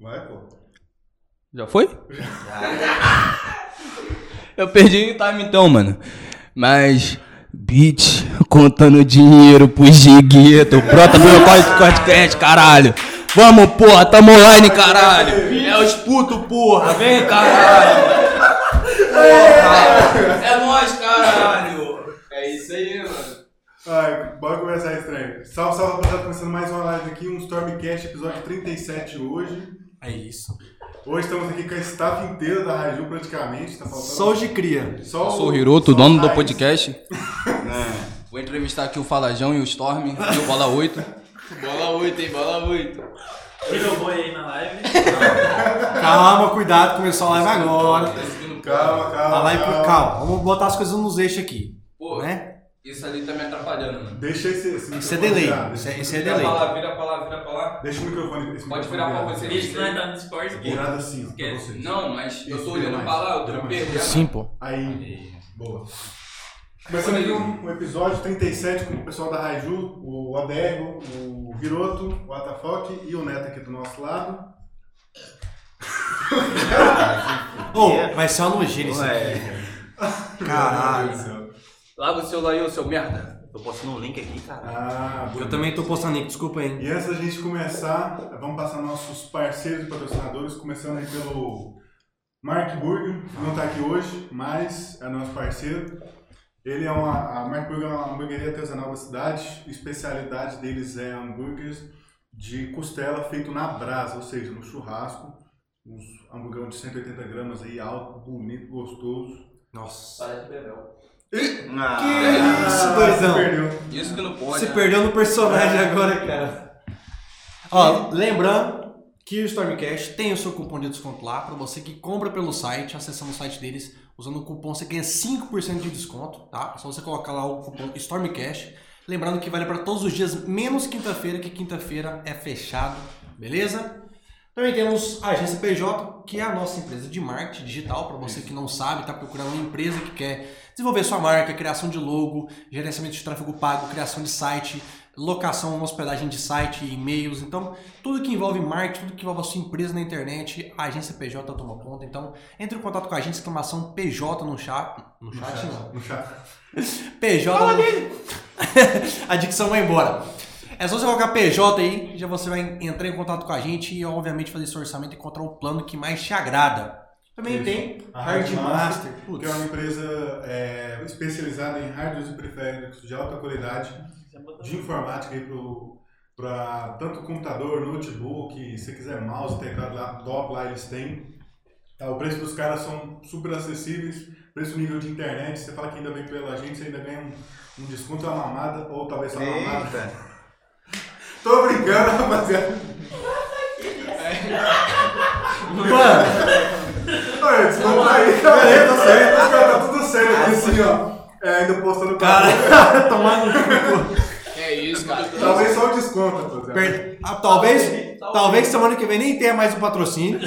Vai, pô. Já foi? Eu perdi o time então, mano. Mas. Bitch, contando dinheiro pro Gigueto. Pronto, meu código podcast, caralho. Vamos, porra, tamo online, caralho. É os putos, porra. Vem, caralho. Porra. É nóis, caralho. É isso aí, mano. Ai, bora começar estranho. Salve, salve, rapaziada. Começando mais uma live aqui, um Stormcast, episódio 37 hoje. É isso. Hoje estamos aqui com a staff inteira da Raju, praticamente. Tá faltando. Sol de cria. Só Eu o- sou o Hiroto, só o dono do Thais. podcast. É. Vou entrevistar aqui o Falajão e o Storm, e o Bola 8. Bola 8, hein? Bola 8. Virou boi aí na live. Calma, cuidado, começou a live agora. Tá Calma, calma. A live por calma. calma. Vamos botar as coisas nos eixos aqui. Pô, Né? isso ali tá me atrapalhando, mano. Deixa esse. esse Isso é microfone delay. virar, Isso é, deixa- isso é Vira delay. pra lá, vira pra lá, vira pra lá. Deixa o microfone. esse Pode microfone virar pra virado. você. Visto que nós tá no Discord. Virado assim, ó, pra Esquece. vocês. Não, mas eu Isso, tô vira olhando mais. pra lá, eu Vira trampei. mais. Sim. pô. Aí, boa. Começando aqui um, um episódio 37 com o pessoal da Raiju, o Adergo, o Hiroto, o Atafoque e o Neto aqui do nosso lado. Ô, vai ser uma nojeira isso aqui. Caralho. Meu Deus do céu. Lava o celular aí, ô seu merda. Tô postando um link aqui, cara. Ah, Eu bonito. também tô postando link, desculpa aí. E antes da gente começar, vamos passar nossos parceiros e patrocinadores, começando aí pelo Mark Burger, que não está aqui hoje, mas é nosso parceiro. Ele é uma. A Mark Burger é uma hamburgueria artesanal da cidade. A especialidade deles é hambúrgueres de costela feito na brasa, ou seja, no churrasco. Uns hamburgão de 180 gramas aí, alto, bonito, gostoso. Nossa. Para de beber. Ah, Que isso, doidão. Perdeu. Isso que não pode. Você né? perdeu no personagem agora, cara. Ó, lembrando que o Stormcast tem o seu cupom de desconto lá pra você que compra pelo site, acessando o site deles, usando o cupom você ganha 5% de desconto, tá? É só você colocar lá o cupom Stormcast. Lembrando que vale pra todos os dias, menos quinta-feira, que quinta-feira é fechado, beleza? Também temos a agência PJ, que é a nossa empresa de marketing digital, para você que não sabe, está procurando uma empresa que quer desenvolver sua marca, criação de logo, gerenciamento de tráfego pago, criação de site, locação, hospedagem de site, e-mails, então tudo que envolve marketing, tudo que envolve a sua empresa na internet, a agência PJ toma conta. Então, entre em contato com a agência, exclamação PJ no chat, no chat não. No Um chá. PJ. no- a dicção vai embora. É só você colocar PJ aí, já você vai entrar em contato com a gente e, obviamente, fazer seu orçamento e encontrar o plano que mais te agrada. Também Isso. tem A Hard Hardmaster, Master. que Putz. é uma empresa é, especializada em hardware e periféricos de alta qualidade de informática aí pro, pra tanto computador, notebook, se quiser mouse, teclado, laptop, lá eles têm. Tá, o preço dos caras são super acessíveis, preço nível de internet, você fala que ainda vem pela gente, você ainda ganha um, um desconto, uma mamada, ou talvez só É. uma mamada. Eita. Tô brincando, rapaziada. Mano, Olha, desconto aí, cara, tá certo, tá tudo certo aqui assim, ó. É, ainda postando cara, tomando. cu. Que é isso, cara. Talvez só o desconto, rapaziada. Per- Ah, talvez, talvez semana que vem nem tenha mais o patrocínio.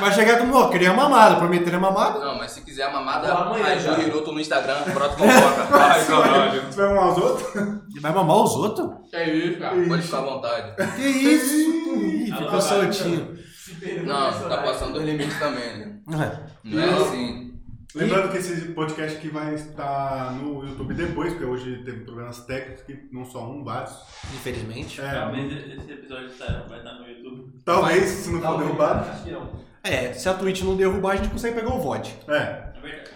Vai chegar como, ó, queria mamada, prometeram mamada. Não, mas se quiser a mamada, Fala amanhã, aí o cara. Hiroto no Instagram, brota com boca. Ai, caralho. Você vai um aos outros? E vai mamar os outros? Que é isso, cara. Pode ficar à vontade. Que isso? Ih, ficou soltinho. Não, tá passando dos limites também, né? Não é assim. Lembrando que esse podcast aqui vai estar no YouTube depois, porque hoje teve problemas técnicos, que não só um, vários. Infelizmente. É, Talvez esse episódio tá- vai estar no YouTube. talvez, se não for Talvez. derrubado. Acho que não. É, se a Twitch não derrubar, a gente consegue pegar o VOD. É, É verdade.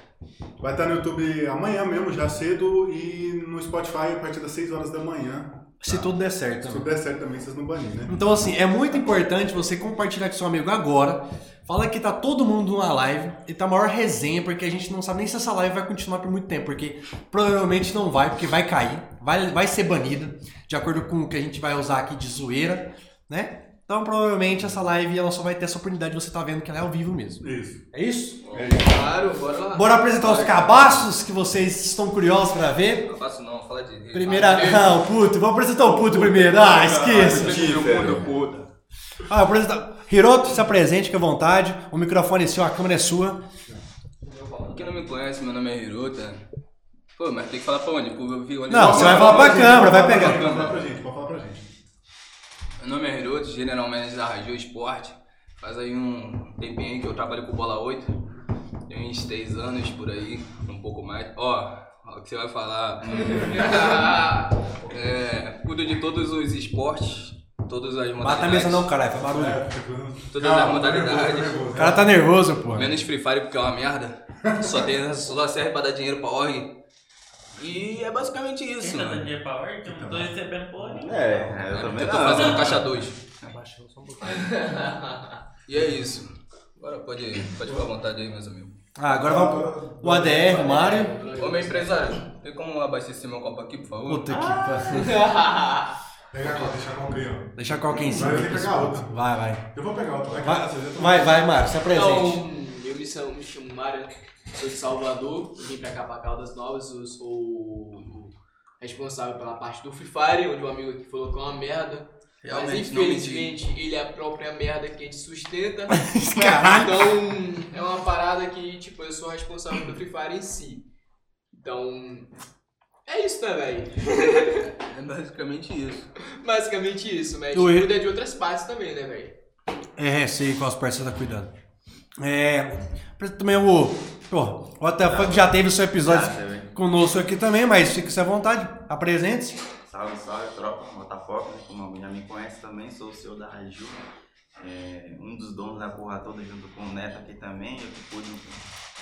vai estar no YouTube amanhã mesmo, já cedo, e no Spotify a partir das 6 horas da manhã. Se tudo der Tá certo. Se der certo também, vocês não banem, né? Então, assim, é muito importante você compartilhar com seu amigo agora. Fala que tá todo mundo numa live e tá a maior resenha, porque a gente não sabe nem se essa live vai continuar por muito tempo, porque provavelmente não vai, porque vai cair, vai, vai ser banida, de acordo com o que a gente vai usar aqui de zoeira, né? Então, provavelmente essa live ela só vai ter essa oportunidade de você tá vendo que ela é ao vivo mesmo. Isso. É isso? Claro, bora lá. Bora apresentar os cabaços que vocês estão curiosos pra ver. Não faço não, fala de... Primeira. Fala Não, puto, vou apresentar o puto primeiro. Ah, esqueça. Ah, apresentar. Hiroto, se apresente, fique à vontade. O microfone é seu, a câmera é sua. de- Quem não me conhece, meu nome é Hiroto. Pô, mas tem que falar pra onde? Pô, eu vi onde... Não, você vai falar pra câmera, vai Pode pegar. Pode falar pra gente, pode falar pra gente. Meu nome é Hiroto, general manager da Raju Esporte. Faz aí um tempinho aí que eu trabalho com bola 8. Tem uns 3 anos por aí, um pouco mais. Ó, ó o que você vai falar. é, cuido de todos os esportes, todas as modalidades. Bata a mesa não, caralho, É. faz barulho. É, Todas as modalidades. né? O cara tá nervoso, pô. Menos Free Fire porque é uma merda. Só, tem, só serve pra dar dinheiro pra org. E é basicamente isso, mano. Quem tá dando Então, né? dinheiro pra Orc? Eu não tô recebendo porra nenhuma. É, eu também Eu tô não. fazendo caixa 2. Abaixou só um pouquinho. E é isso. Agora pode, pode ficar à vontade aí, meus amigos. Ah, agora vamos. O ADR, o Mário. Ô, meu empresário, tem como abastecer meu copo aqui, por favor? Puta que pariu. Pega a cola, deixa a mão abrir, ó. Deixa qualquer em cima. Vai, tem que pegar outra. Vai, vai. Eu vou pegar outra. Vai, Vai, cara, você já tá- vai, vai, Mário, se apresente. Então, eu me chamo, me chamo Mário, sou de Salvador, vim pra cá pra Caldas Novas, eu sou o responsável pela parte do Free Fire, onde o amigo aqui falou que é uma merda. mas Realmente, não menti. infelizmente ele é a própria merda que a gente sustenta. Caralho. Então é uma parada que, tipo, eu sou responsável pelo Free Fire em si. Então. É isso, né, velho? É basicamente isso. Basicamente isso, mas Tu- cuida de outras partes também, né, velho? É, sei qual os parceiros tá cuidando. É. Também o. Pô, o What the Fuck já teve o seu episódio Ah, teve. conosco aqui também, mas fique à vontade. Apresente-se. Salve, salve, tropa, Botafogo, né? Como já me conhece também, sou o CEO da Raju. é, um dos donos da porra toda, junto com o Neto aqui também. Eu que cuido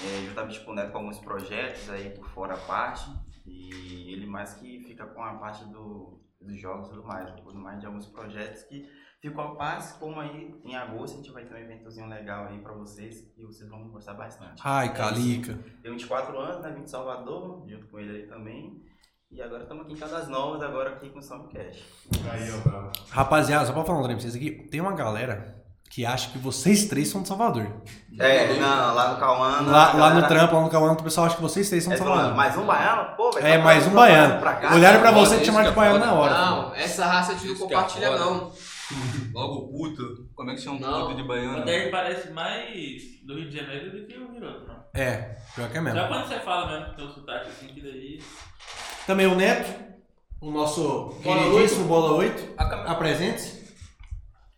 é, juntamente com o Neto com alguns projetos aí por fora a parte. E ele mais que fica com a parte do, dos jogos e tudo mais. Eu cuido mais de alguns projetos que ficam a parte, como aí em agosto a gente vai ter um eventozinho legal aí pra vocês e vocês vão gostar bastante. Ai, Calica. Tenho 24 anos, né? Vim de Salvador, junto com ele aí também. E agora estamos aqui em Caldas Novas, agora aqui com o Soundcast. Aí, ó, bravo. Rapaziada, só pra falar um trem pra vocês aqui, tem uma galera que acha que vocês três são de Salvador. É, não, lá no Cauã. Lá, lá no trampo. trampo, lá no Cauã, o pessoal acha que vocês três são de Salvador. mais um baiano? Pô, velho. É, tá mais pra- um tá baiano. pra cá. Olharam pra Foda, você e te isso chamaram de que é baiano na foda. hora. Não, essa raça a gente não Isso que é compartilha, foda. não. Logo puto. Como é que chama Não. puto de O baiano? Derek parece mais do Rio de Janeiro do que o Hiroto, não. É, pior que é mesmo. Já quando você fala mesmo que tem um sotaque assim, que daí. Também o Neto, o nosso Bola queridíssimo Bola 8. A câmera- Apresente-se.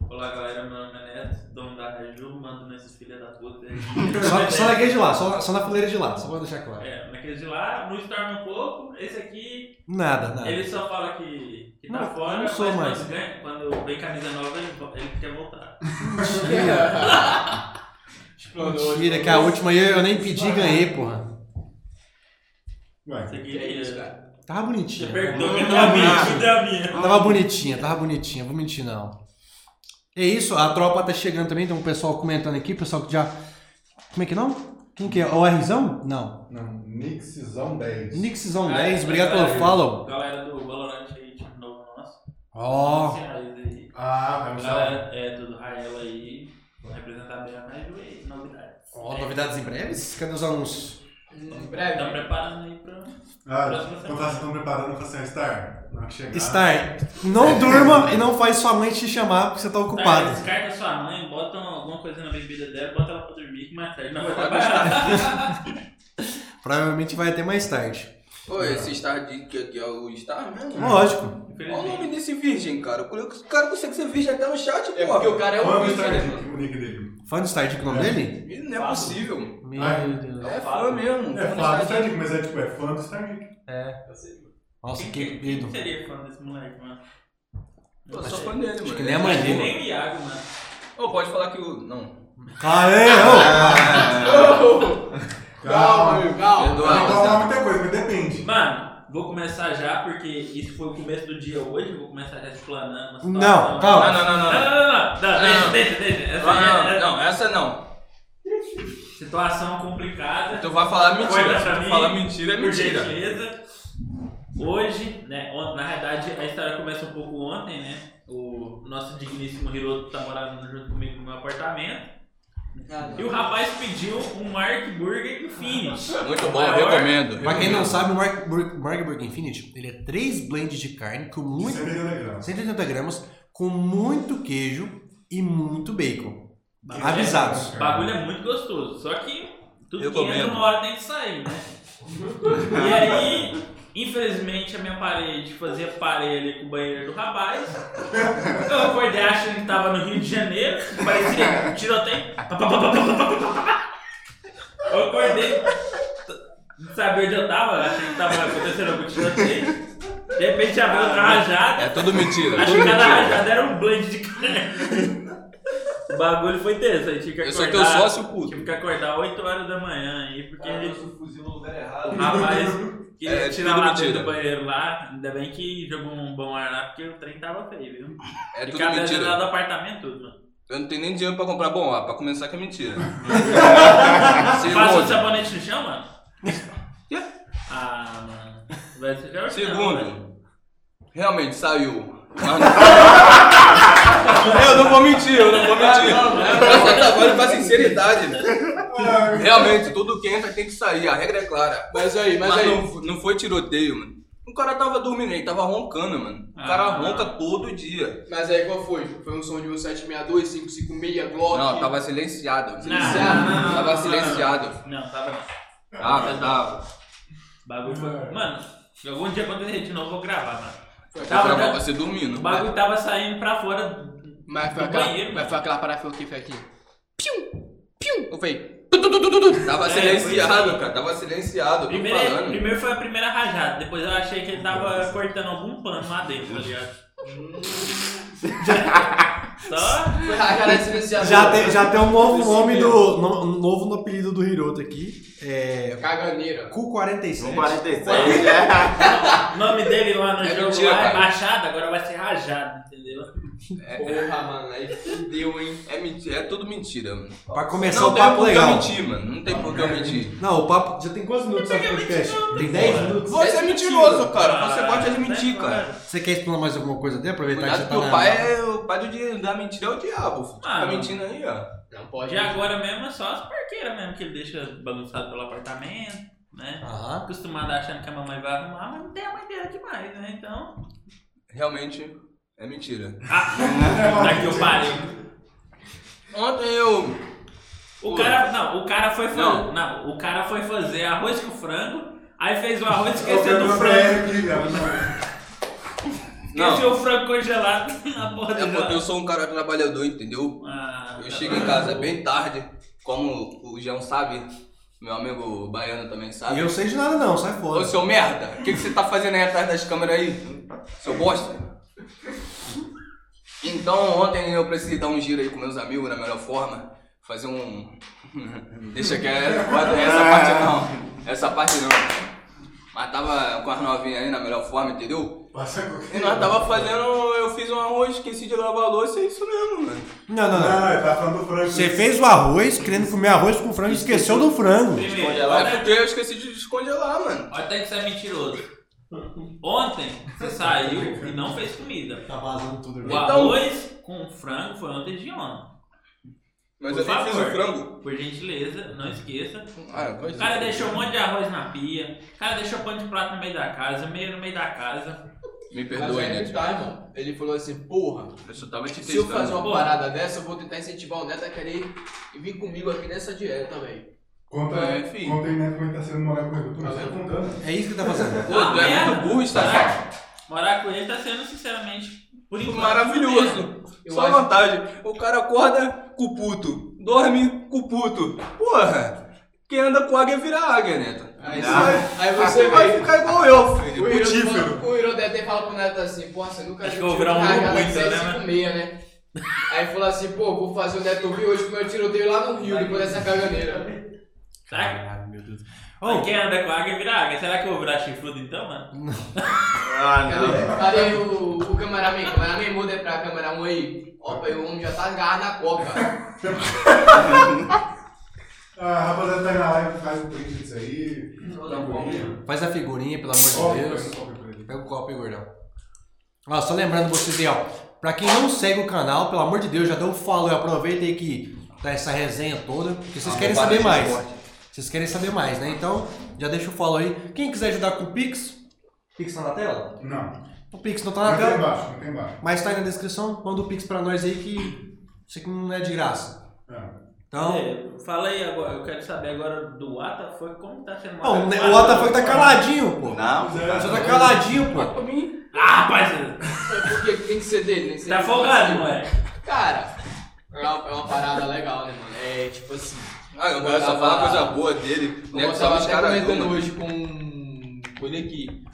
Olá galera, meu nome é Neto, dono da Raju, mando nesses filha da puta aí. Só, só naquele de lá, só, só na fileira de lá, só pra deixar claro. É, naqueles de lá, nos torna um pouco. Esse aqui, Nada, nada. ele só fala que, que tá Ah. Não, fora, não sou mas mais. quando, ganha- quando vem camisa nova, ele, vo- ele quer voltar. Mentira, que a última aí eu nem pedi e ganhei, porra. Vai. Esse aqui, É isso, ele- cara. Tava né? Você bonitinha. perguntou Não, é que tava da minha, bonitinha. que da minha. Tava bonitinha, tava bonitinha, vou mentir não. É isso, a tropa tá chegando também, tem um pessoal comentando aqui, pessoal que já. Como é que não? Quem que é? O Rzão? Não. Nixizão 10. Nixizão Ah, 10, é obrigado galera, pelo follow. Galera do Valorant aí, time novo nosso. Ó, Esse aí, daí. Ah, vai usar. Galera é, do Rael aí, vou representar bem a Raju e novidades. ó, novidades em breves? Cadê os anúncios? Em Estão breve. Então, preparando aí Tá pra. Ah, Próxima quando vocês estão preparando pra ser um Star? Na hora que chegar. Star, é. não durma e não faz sua mãe te chamar porque você tá Cara, ocupado. descarta sua mãe, bota alguma coisa na bebida dela, bota ela pra dormir, que mais tarde não vai trabalhar. Provavelmente vai até mais tarde. Ô, esse Star de que aqui é o Star mesmo? Lógico. Olha o Infelizmente. nome desse virgem, cara. O cara consegue ser virgem até no chat, É porra. porque o cara é um Quando bicho, Star né, mano? Dick, o nick dele? Fã do Star, que o nome dele? Não é possível. Meu Ah, Deus. É fã mesmo. É fã do Star Dick, mas é tipo, é fã do Star Dick. Nossa, que Quem- medo. Quem seria fã desse moleque, mano? Eu sou fã dele, mano. que nem a mãe dele. Nem o Iago, mano. Ô, pode falar que o. Não. é, Caralho! Então, Calma, meu, calma. Não vai Eduardo. falar então, muita coisa, mas depende. Mano, vou começar já, porque isso foi o começo do dia hoje, vou começar já explanando. uma Não, situação. calma. Não, não, não, não. Não, não, Não, não, não, não, Não. deixa, deixa, deixa. Essa não, é- é- não, essa não. Situação complicada. Tu vai falar mentira. Coisa Se pra tu mim, falar mentira, é Por mentira. gentileza. Hoje, né? on- Na realidade, a história começa um pouco ontem, né? O nosso digníssimo Hiroto tá morando junto comigo no meu apartamento. E o rapaz pediu um Mark Burger Infinity. Muito bom, Maior. eu recomendo. Pra quem não sabe, o Mark Bur- Mark Burger Infinity, ele é três blends de carne com muito... Isso é bem legal. 180 gramas, com muito queijo e muito bacon. Bagulho Avisados. O bagulho é muito gostoso. Só que tudo Eu que entra comendo. uma hora tem que sair, né? e aí, Infelizmente a minha parede tipo, fazia parelha com o banheiro do rapaz. Eu acordei achando que tava no Rio de Janeiro, parecia tiroteio. Pá, pá, pá, pá, pá, pá, pá, pá, pá, pá. Eu acordei, t- não sabia onde eu tava, achei que tava acontecendo algum tiroteio. De repente abriu outra rajada, É tudo mentira. é achei tudo que cada mentira. rajada era um blend de canela. O bagulho foi tenso, aí tinha que acordar. Eu sou teu sócio, puto. Tive que acordar 8 horas da manhã aí, porque. Ah, o fuzil no lugar errado. O rapaz queria É, é tirar tudo lá mentira. dentro do banheiro lá, ainda bem que jogou um bom ar lá, porque o trem tava feio, viu? É e tudo cada mentira. janela do apartamento, tudo, mano. Eu não tenho nem dinheiro pra comprar bom ar, pra começar que é mentira. Passa o Segundo, sabonete no chão, mano? ah, mano. Vai ser pior que não, né? velho. segundo, realmente saiu. Mas não- Eu não vou mentir, eu não vou mentir. Eu trabalho pra sinceridade. Realmente, tudo que entra tem que sair, a regra é clara. Mas aí, mas, Mas aí. não, não foi tiroteio, mano. O cara tava dormindo, ele tava roncando, mano. O cara Ah. ronca todo dia. Mas aí qual foi? Foi um som de um 762, 556, Glock. Não, tava silenciado. Não, Silenciado. não, não, não, Tava não, silenciado. Não, não, tava não. Tava, tava. O bagulho foi. Mano, algum dia quando eu errei de novo, eu vou gravar, mano. Eu Tava, tava né? você dormindo. O bagulho tava saindo pra fora. Mas foi Do aquela, banheiro, mas mano. foi aquela parada que foi aqui, foi aqui. Pium! Pium! Eu falei. Tava É, foi silenciado, isso. cara. Tava silenciado. Tô Primeiro, falando. primeiro foi a primeira rajada, depois eu achei que ele tava cortando algum pano lá dentro, tá ligado? Só. Ah, cara, esse iniciador. Já tem, já tem um novo Esse nome mesmo. do. no- um novo no apelido do Hiroto aqui. É. Caganeira. Um Cu47. 47, né? O nome dele lá no É jogo mentira, lá é cara. baixado, agora vai ser rajado, entendeu? Porra, mano, aí fudeu, hein? É, mentira, é tudo mentira, mano. Pra começar não é o tem É papo por que eu legal. mentir, mano. Não tem por que eu mentir. Não, o papo. Já tem quantos minutos sabe o podcast? Tem 10 minutos. Você é mentiroso, cara. Ah, Você é é pode admitir, cara. Você quer explanar mais alguma coisa até? Aproveitar que Cuidado você que tá o na... pai, é- o pai do dia da mentira é o diabo. filho. Tá Ah, não. mentindo aí, ó. Não pode. De agora mesmo é só as parqueiras mesmo, que ele deixa bagunçado pelo apartamento, né? Aham. Acostumado achando que a mamãe vai arrumar, mas não tem a mãe dele aqui mais, né? Então. Realmente é mentira. Ah, daqui eu parei. Ontem eu. O cara. Não, o cara foi fa- Não. Não, o cara foi fazer arroz com frango, aí fez o arroz Eu esqueceu quero do uma frango. BR aqui, cara. Não, Esqueceu o frango congelado na porra do eu, lado. eu sou um cara trabalhador, entendeu? Ah, Eu tá chego em bom. casa bem tarde, como o João sabe, meu amigo baiano também E sabe. eu sei de nada não, sai Ô fora. seu merda, o que, que você tá fazendo aí atrás das câmeras aí? Seu bosta? Então ontem eu precisei dar um giro aí com meus amigos na melhor forma. Fazer um. Deixa que essa parte não. Essa parte não. Mas tava com as novinhas aí na melhor forma, entendeu? Passa qualquer E é nós tava fazendo. Eu fiz um arroz, esqueci de lavar a louça, é isso mesmo, mano. Não, não, Não, não. não, ele tá falando do frango. Você fez o arroz, querendo comer arroz com frango e esqueceu do frango. Primeiro, É olha porque eu esqueci de descongelar, mano. Olha até que você é mentiroso. Ontem você saiu e não fez comida. Tá vazando tudo Então- O agora. arroz com frango foi ontem de ontem. Mas Por eu nem fiz favor. o frango. Por gentileza, não esqueça. Ah, pois O cara deixou um monte de arroz na pia. O cara deixou pão de prato no meio da casa, meio no meio da casa. Me Mas perdoe, aí né? que tá, irmão. Ele falou assim, porra, Eu só tava te se eu fazer uma testando. Pô. parada dessa, eu vou tentar incentivar o Neto a querer e vir comigo aqui nessa dieta, velho. Conta, É, filho. conta aí, né, como ele tá sendo moral com ele. Tô Tá vendo? contando. É isso que tá fazendo. Pô, tu é merda. muito burro, está Morar com ele tá sendo, sinceramente, por enquanto. Maravilhoso. Eu Só acho- vantagem. O cara acorda com o puto. Dorme com o puto. Porra. Quem anda com águia vira águia, Neto. Aí, Não. você- aí você Você vai vai. ficar igual eu, filho. O Hiroto putífero. falou- o Hiroto até fala pro Neto assim, porra, você nunca Acho viu que eu vou tiro virar um cagado lobo às ainda, seis, né, cinco e mano? meia, né? Aí falou assim, pô, vou fazer o Neto Rio hoje com o meu tiroteio lá no Rio, depois dessa caganeira. Será que- meu Deus. Mas Quem anda com água vira água. Será que eu vou virar chifrudo então, mano? Ah, não. Cadê, cadê o, o cameraman? Cameraman, muda pra cameraman aí. Opa, o homem já tá agarrado na coca. Ah, a rapaziada tá aí na live, faz um print disso aí. Dá um pouquinho. Faz a figurinha, pelo Ó, amor de Deus. copo pra ele. Pega o copo aí, gordão. Ó, só lembrando vocês aí, ó. Pra quem não segue o canal, pelo amor de Deus, já deu um follow e aproveita aí que tá essa resenha toda. Porque vocês Ah, querem prepara saber esse mais. esporte. Vocês querem saber mais, né? Então, já deixa o follow aí. Quem quiser ajudar com o Pix, Pix tá na tela? Não, O Pix não tá na não tem tela, embaixo, não tem embaixo. mas tá aí na descrição. Manda o Pix pra nós aí que isso aqui não é de graça. Ah. Então, É, fala aí agora, eu quero saber agora do WTF, como tá sendo não, né, o Atafogo tá caladinho, pô. Não, é, Você tá caladinho, pô. Pra mim, Ah, parceiro, é porque tem que ser dele, né? Você tá tem que folgado, ser- moleque. Cara, é uma, é uma parada legal, né, mano? É tipo assim. Ah, eu quero só falar coisa boa dele. Eu Né, que estava só os até é caras comentando dão. hoje com, com ele aqui.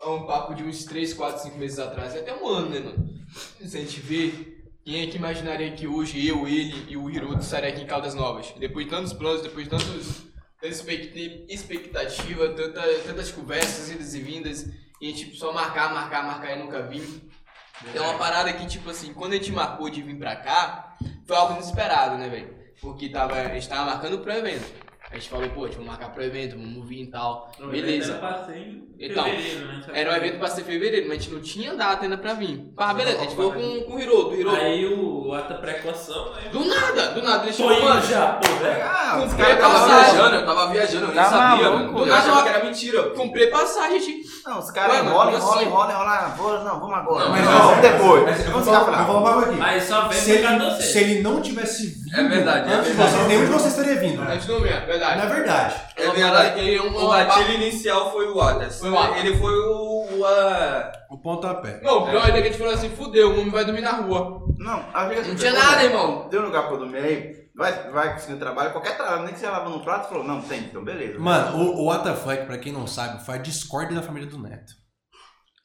É um papo de uns 3, 4, 5 meses atrás, até um ano, né, mano? Se a gente vê, quem é que imaginaria que hoje eu, ele e o Hiroto estariam aqui em Caldas Novas? Depois de tantos planos, depois de tantos, tanta expecti- expectativa, tanta, tantas conversas, idas e vindas, e a gente só marcar, marcar, marcar e nunca vir. É uma parada que, tipo assim, quando a gente marcou de vir pra cá, foi algo inesperado, né, velho? Porque tava, a gente tava marcando pro evento. A gente falou, pô, a gente vai marcar pro evento, vamos vir e tal. Beleza. Então, Então, né? Era um evento pra ser fevereiro, mas a gente não tinha data ainda pra vir. Pá, beleza, a gente falou com, com o Hiroto, o Hiroto. Aí o ata precoção, né? Do nada, do nada, ele Tô chegou, indo mano. já, pô, velho. Ah, os Comprei caras tava passagem. viajando, eu tava viajando, eu nem Tá sabia, maluco, mano. velho. Eu achava que era mentira. Comprei passagem, gente. Não, os Ué, caras mano, enrolam, como enrolam, assim? enrolam, enrolam. Ah, vou- Não, vamos agora. Não, Não, mas vamos depois. Mas eu vou Vamos falar, eu ficar vou falar uma coisa aqui. Mas só vem Se por causa de ele, vocês. se ele não tivesse vindo, É verdade, é antes de verdade. vocês, nenhum de vocês teria vindo. A gente não vê, é verdade. Na verdade. É É uma verdade. parada que ele é um. O uma- gatilho inicial foi o Adas. Foi o Adas. Ele foi o. o, a- O pontapé. Não, o pior ainda é que a gente falou assim, fudeu, o homem vai dormir na rua. Não, a gente Não tinha nada, irmão. Deu um lugar pra eu dormir aí. Vai, vai conseguir trabalho, qualquer trabalho, nem que você lava no prato, falou, não, tem, então beleza. Mano, o, o WTF, pra quem não sabe, faz Discord da família do Neto.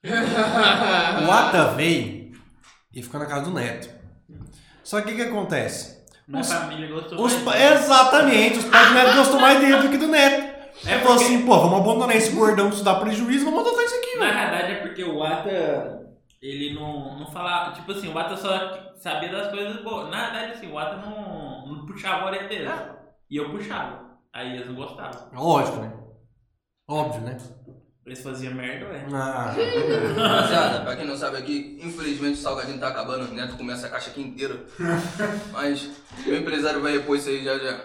O Ata veio e ficou na casa do Neto. Só que o que, que acontece? Minha Os- família gostou Os mais. pa- Exatamente, os pais do Neto gostam mais dele do que do Neto. É Ele falou porque- assim, pô, vamos abandonar esse gordão que isso dá prejuízo, vamos adotar isso aqui, né?" Na velho. verdade é porque o Ata, ele não, não falava, tipo assim, o Ata só sabia das coisas boas. Na verdade, assim, o Ata não, não puxava a orelha dele. E eu puxava. Aí eles não gostavam. Lógico, né? Óbvio, né? Eles faziam merda, ué. Ah, Rapaziada, pra quem não sabe aqui, infelizmente o salgadinho tá acabando, o Neto começa a caixa aqui inteira. Mas meu empresário vai repor isso aí já já.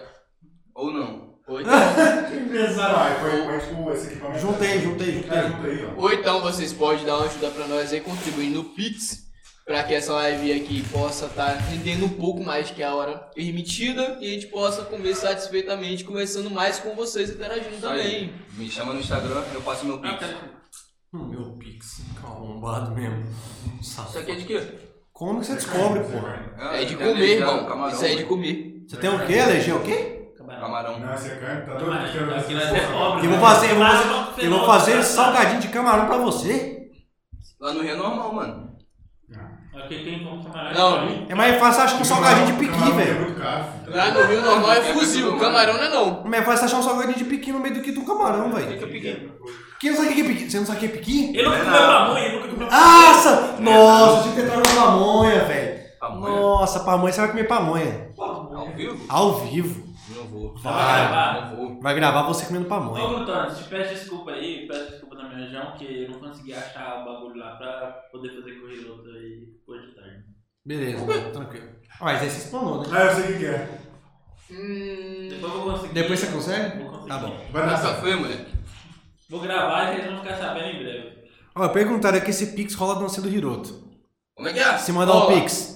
Ou não. Ou então, Vai, foi, foi tipo esse equipamento. juntei, juntei, É, juntei. junta aí, ó. Ou então vocês podem dar uma ajuda pra nós aí, contribuindo no Pix, pra que essa live aqui possa estar rendendo um pouco mais que a hora permitida e a gente possa comer satisfeitamente, conversando mais com vocês e interagindo Isso aí. também. Me chama no Instagram, eu passo meu Ah, tá. pix. Hum, Meu pix, arrombado mesmo. Isso Safado. aqui é de quê? Como que você descobre, pô? É de carne, comer, Ah, já, irmão. Camarão, Isso aí é de comer. Você tem o quê, Legê? O quê? Camarão. Camarão. Não, essa é carne, tá doido? Camarão. Quero ver Aqui nós essa é porra. pobre. Eu vou né? fazer, eu vou Mas fazer- vamos Eu vou fazer salgadinho de camarão pra você. Lá no Rio é normal, mano. Aqui quem come camarão. Não. é É mais fácil achar um salgadinho de piqui, Camarão é velho. muito caro, filho. Lá no Rio normal é fuzil, camarão não é não. É mais fácil achar um salgadinho de piqui no meio do que de um camarão, velho. Quem não sabe o que é piqui? Você não sabe o que é piqui? Ele não comeu pamonha, ele nunca comeu Nossa! Nossa, tinha que tentar uma pamonha, velho. Pamonha. Nossa, pamonha, você vai comer pamonha. Ao vivo? Ao vivo. Não vou. Vai. Não vou. Vai gravar você comendo Ô, pamonha. Gutano, te peço desculpa aí, peço desculpa na minha região, que eu não consegui achar o bagulho lá pra poder fazer com o Hiroto aí hoje de tarde. Beleza, mano, tranquilo. Ah, mas aí você explanou, né? Ah, eu sei o que que é. Hum. Depois eu vou conseguir. Depois você consegue? Vou conseguir. Tá bom. Vai Dá nessa. café, moleque. Vou gravar e eles vão ficar sabendo em breve. Ó, perguntaram aqui se Pix rola a dancinha do Hiroto. Como é que é? Se mandar o Rola. um Pix.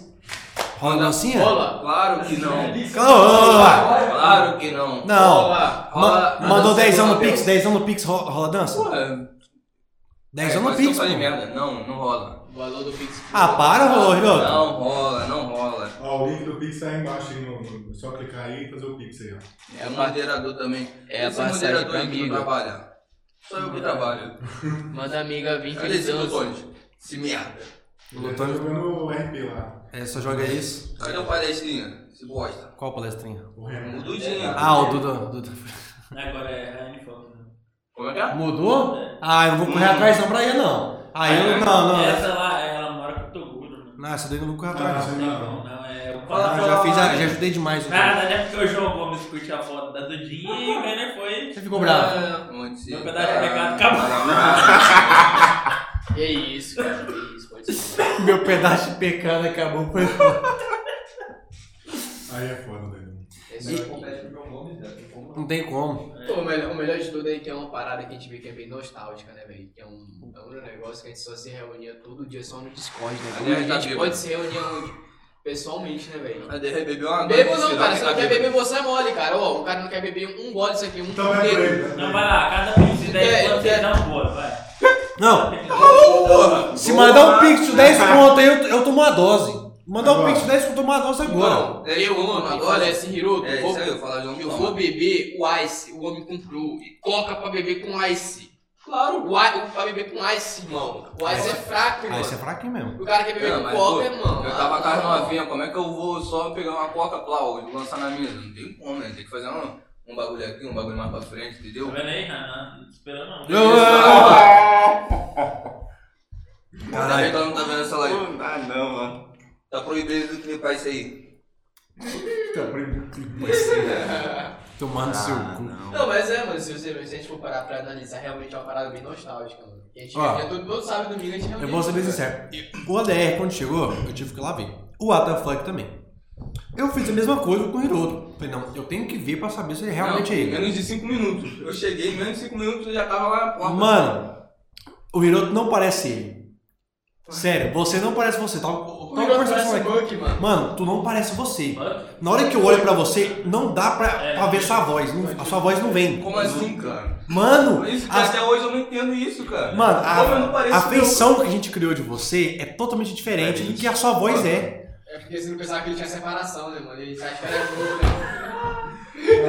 Rola a dancinha? Olá. Claro que não. Rola. Claro que não. Não. Olá. Ma- Rola- mandou rola- 10 anos no rola- Pix, 10 anos no Pix, rola, rola dança? Pô, é- 10 é, anos no mas Pix, eu falei pô. merda. Não, não rola. Valor do Pix. Ah, para, rolou, Hiroto. Não rola, não rola. Ó, o link do Pix tá aí embaixo, aí no- no- só clicar aí e fazer o Pix aí, ó. É o moderador também. É a Esse passagem moderador pra aí que amigo. não trabalha. Só eu que trabalho. Manda a amiga vir que Cadê eles esse dançam. botões? Esse merda. Eu tô jogando o RP lá. É, só joga isso. Cadê o palestrinha? Esse bosta. Qual palestrinha? O Renan. O Dudinho. Ah, o Duda. Duda. Agora é Ryan Fox. né? Como é que é? Mudou? É. Ah, eu não vou correr Hum. atrás não pra ele, não. Ah, eu É. não, não. Essa lá, ela mora com o Toguro, né? Não, essa daí eu não vou correr Ah, atrás. sei não. Não, lá. não, não, é o Fala, Ah, Paulo. fala. já, fiz, já, já ajudei demais. o Na Ah. Duda. verdade é porque o João Gomes curtiu a foto da Dudinha e o Renner foi. Ah, Você ficou bravo. Onde se- Ah, Meu pedaço de pecado acabou. acabou. Que isso, cara. Que isso, pode ser. Ah. Meu pedaço de pecado acabou. Foi... Aí é foda, velho. é Não tem como. Pô, o, melhor, o melhor de tudo é que é uma parada que a gente vê que é bem nostálgica, né, velho? Que é um, é um negócio que a gente só se reunia todo dia só no Discord, né? Ali velho? a gente a tá gente vivo. pode se reunir onde? Pessoalmente, né, velho? Aí daí bebeu uma Bebo não, Tirar cara. Se não aquela quer beber, bebida. você é mole, cara. Ó, o cara não quer beber um gole disso aqui, um Então é pra dedo. ele. né? Não, vai lá, cada um pix de 10 É, conto é. você dá um bolo, vai. Não, Porra! se mandar um pix de 10 conto aí, eu, eu tomo uma dose. Mandar um Agora. pix de 10 conto, eu tomo uma dose agora. Não, É isso eu que eu amo, falo. agora esse Hiroto, É eu vou- isso aí, eu falar de um eu vou beber o Ice, o homem com cru, e coca pra beber com Ice. Claro, o Ice, pra beber com Ice, irmão. O Ice é fraco, Aí você é irmão. fraquinho mesmo. O cara quer beber Não, com mas, pô, coca, irmão. Eu tava com as novinhas, como é que eu vou só pegar uma coca pra lá e lançar na mesa? Não tem como, né? Tem que fazer um, um bagulho aqui, um bagulho mais pra frente, entendeu? Tá vendo aí, Renan? Não esperando não. Tá vendo que ela não tá vendo essa live? Ah, não, mano. Tá proibido de clipar isso aí. Então, primeiro- Tomando seu Ah, cu. Não, mas é, mano, se, você, se a gente for parar pra analisar, realmente é uma parada bem nostálgica, mano. A gente Ó. É vivia todo, todo sábado e domingo, a gente realmente... Eu vou ser bem sincero. O ADR, quando chegou, eu tive que ir lá ver. O WTF também. Eu fiz a mesma coisa com o Hiroto. Falei, não, eu tenho que ver pra saber se ele realmente Não, é ele. Menos de 5 minutos. Eu cheguei, menos de 5 minutos eu já tava lá na porta. Mano, o Hiroto não parece ele. Sério, você não parece você. Tava, tava O Hiroto conversando parece é. com um ele. Buck, mano. Mano, tu não parece você. Olha, Na hora que eu olho pra você, não dá pra, É. pra ver sua voz. Não- a sua voz não vem. Como assim, cara? Mano, é Isso, que a, até hoje eu não entendo isso, cara. Ah. mano, Como eu não a, pareço a meu? feição que a gente criou de você é totalmente diferente do que a sua voz é. É porque você não pensava que ele tinha separação, né, mano? Ele acha que era grupo, né?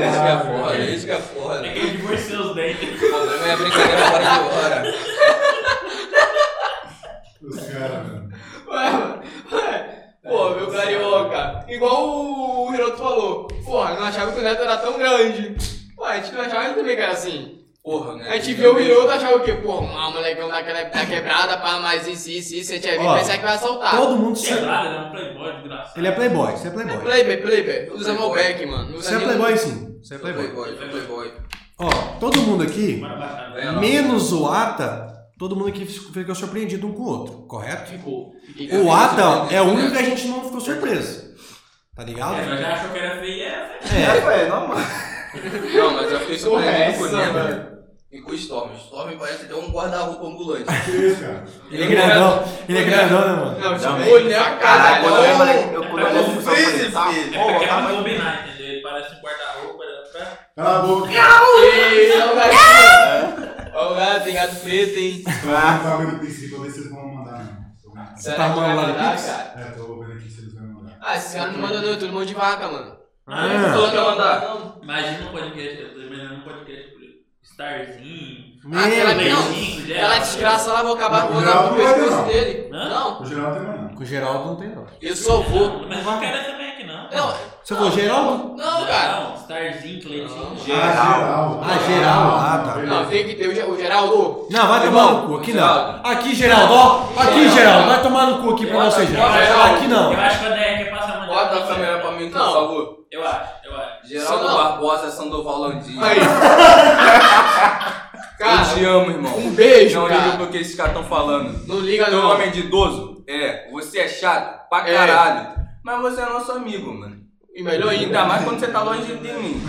Esse que é foda, esse que é foda. É que ele divorciou os dentes. O problema é a brincadeira fora de hora. Os caras. Ué, mano. ué. Pô, meu carioca. Igual o o Hiroto falou. Porra, não achava que o Neto era tão grande. Pô, a gente não achava ele também que era assim. Porra, né? A gente vê o Hiroto achava o quê? Porra, um molecão da, que- da quebrada, pá, mas isso, isso, isso, a gente ia ver, Ó. pensava que vai assaltar. Todo mundo sabe. Quebrada, né? Um playboy desgraçado. Ele é playboy, você é É playboy. playboy, playboy. Usa Malbec, mano. Não usa Você é nem- playboy sim. Você é Foi playboy. Playboy, foi Playboy. Ó, todo mundo aqui, Bora baixar, né? É, vai. não. menos o Ata, todo mundo aqui ficou surpreendido um com o outro, correto? Ficou. Fiquei- O Ata é o único que a gente não ficou surpreso. Tá ligado? É, nós já achou que era feio e era feio. É. Ué, não, mano. Não, mas eu fiquei surpreendido com o Porra, essa, Nemo e com o Storm. O Storm parece até um guarda-roupa ambulante. Que isso, cara? Ele é grandão, ele é grandão, né, mano? Não, Não, tipo, olhei a Caralho, é quando eu cara. olhei- eu quando eu olhei assim, só falei, tá, É porra, porque é tá pra muito- combinar, entendeu? Ele parece um guarda-roupa. né? Pra- Cala a boca. Ei, olha o é um gato. Olha o gato, tem gato preto, hein? Tô vendo o bagulho do PC pra ver se eles vão mandar, né? Tô vendo. Será que vai mandando lá no mandar, Pix? cara? É, tô vendo aqui se eles vão mandar. Ah, esse cara não manda não, todo mundo de vaca, mano. Ah. Falou que ia mandar. Ah, Imagina um podcast, eu tô imaginando um podcast por exemplo, Starzinho, aquela Meu, que não. é Beijinho, já. Aquela desgraça lá, vou acabar com Não, o do não pescoço não. dele. É. Hã? Não, O geral tem mandado. com o Geraldo não tem, não. eu só vou. Mas não quero essa merda aqui, não. Não, Você falou Geraldo? não, cara. Não, Starzinho, Cleitinho. Geral. Ah, geral. Ah, tá. beleza. Não, tem que ter o Ge- o Geraldo. Não, vai tomar no cu, aqui não. Geraldo. Aqui, Geraldo, ó. Aqui, Geraldo. Geraldo, vai tomar no cu aqui pra você, Geraldo. Aqui não. Eu acho que o André quer passar a Bota mandioca. a câmera pra mim, tá por Não. favor. Eu acho, eu acho. Geraldo Não. Barbosa, Sandoval Landim. Aí. Eu te Cara, amo, irmão. um beijo, Não liga cara. pro que esses caras estão falando. Não liga Você é um não. homem de idoso? É. Você é chato? Pra É. caralho. Mas você é nosso amigo, mano. E melhor Ainda ainda. mais quando você tá longe de mim.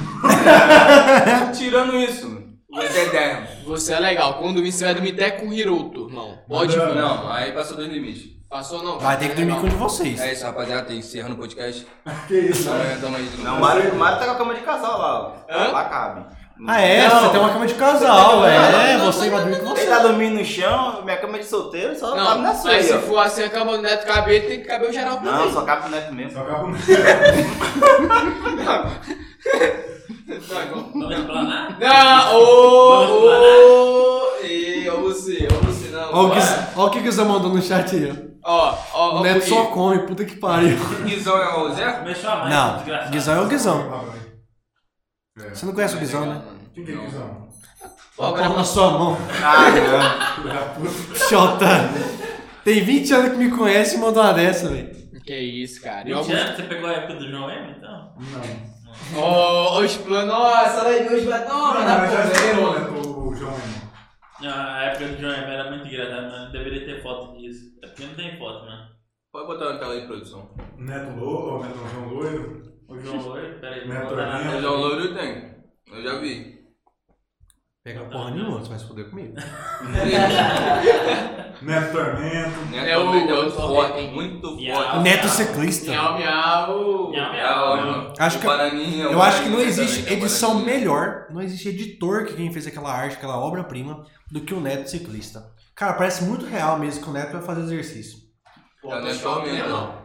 Tirando isso, mano. Você é 10, mano. Você é legal. Quando você vai dormir até com o Hiroto, irmão. Pode Não. vir. Não, aí passou dois limites. Passou não. Vai ter que dormir com um de vocês. É isso, rapaziada. Tem que encerrando o podcast. Que isso, né? cara? Amanhã tamo aí de novo. Não, o Mário, o Mário tá com a cama de casal lá, ó. Hã? Lá cabe. Ah, é? Você tá tem uma cama de casal, é. Você vai dormir com Ele você. tá dormindo no chão, minha cama é de solteiro só Não, cabe tá na sua mas aí, se ó. for assim a cama do Neto caber, tem que caber o Geraldo também. Não, só cabe no neto mesmo. Só acaba o Não, igual- Vamos explanar? Não, ô, ô, ei, ô você, ô você não. Ó o que, bora. ó o que que o Zé mandou no chat aí, ó. Ó, ó, ó. O Neto Gui. é só come, puta que pariu. Guizão é o Zé? Mexeu a mãe, Não, desgraçado. Guizão é o Guizão. Guizão. É. Você não conhece o Guizão, né? Quem que é Guizão? Ó, Coloca cara, na sua mão, Ah, Filho da puta. chota. Tem 20 anos que me conhece e mandou uma dessa, velho. Que isso, cara. E ó, Mentira, você pegou a época do João Emma, então? Não. ó, os planos, nossa, olha aí, hoje vai. Não, mas Não, dá mas já estourou, problema. né? O João Lima. Não, a época do João Emma era muito engraçada, mano. Deveria ter foto disso. É porque não tem foto, mano. Pode botar na tela aí, produção. Neto Louro, ou Neto não, João Loiro. O João Loiro, peraí, Não é não vou botar torninho? nada. O João Louro tem. Eu já vi. É Pega porra nenhuma, você vai se foder comigo. Neto Tormento. Neto Tormento é É o- é o muito Tormento. forte, muito forte. Yeah. Neto Ciclista. Miau, miau. Miau, É miau. ótimo. Acho O que- Guaraninha, o Eu acho que não Guaraninha existe também, que é o edição Guaraninha. melhor, não existe editor que quem fez aquela arte, aquela obra-prima, do que o Neto Ciclista. Cara, parece muito real mesmo que o Neto vai fazer exercício. É o Neto Tormento, não.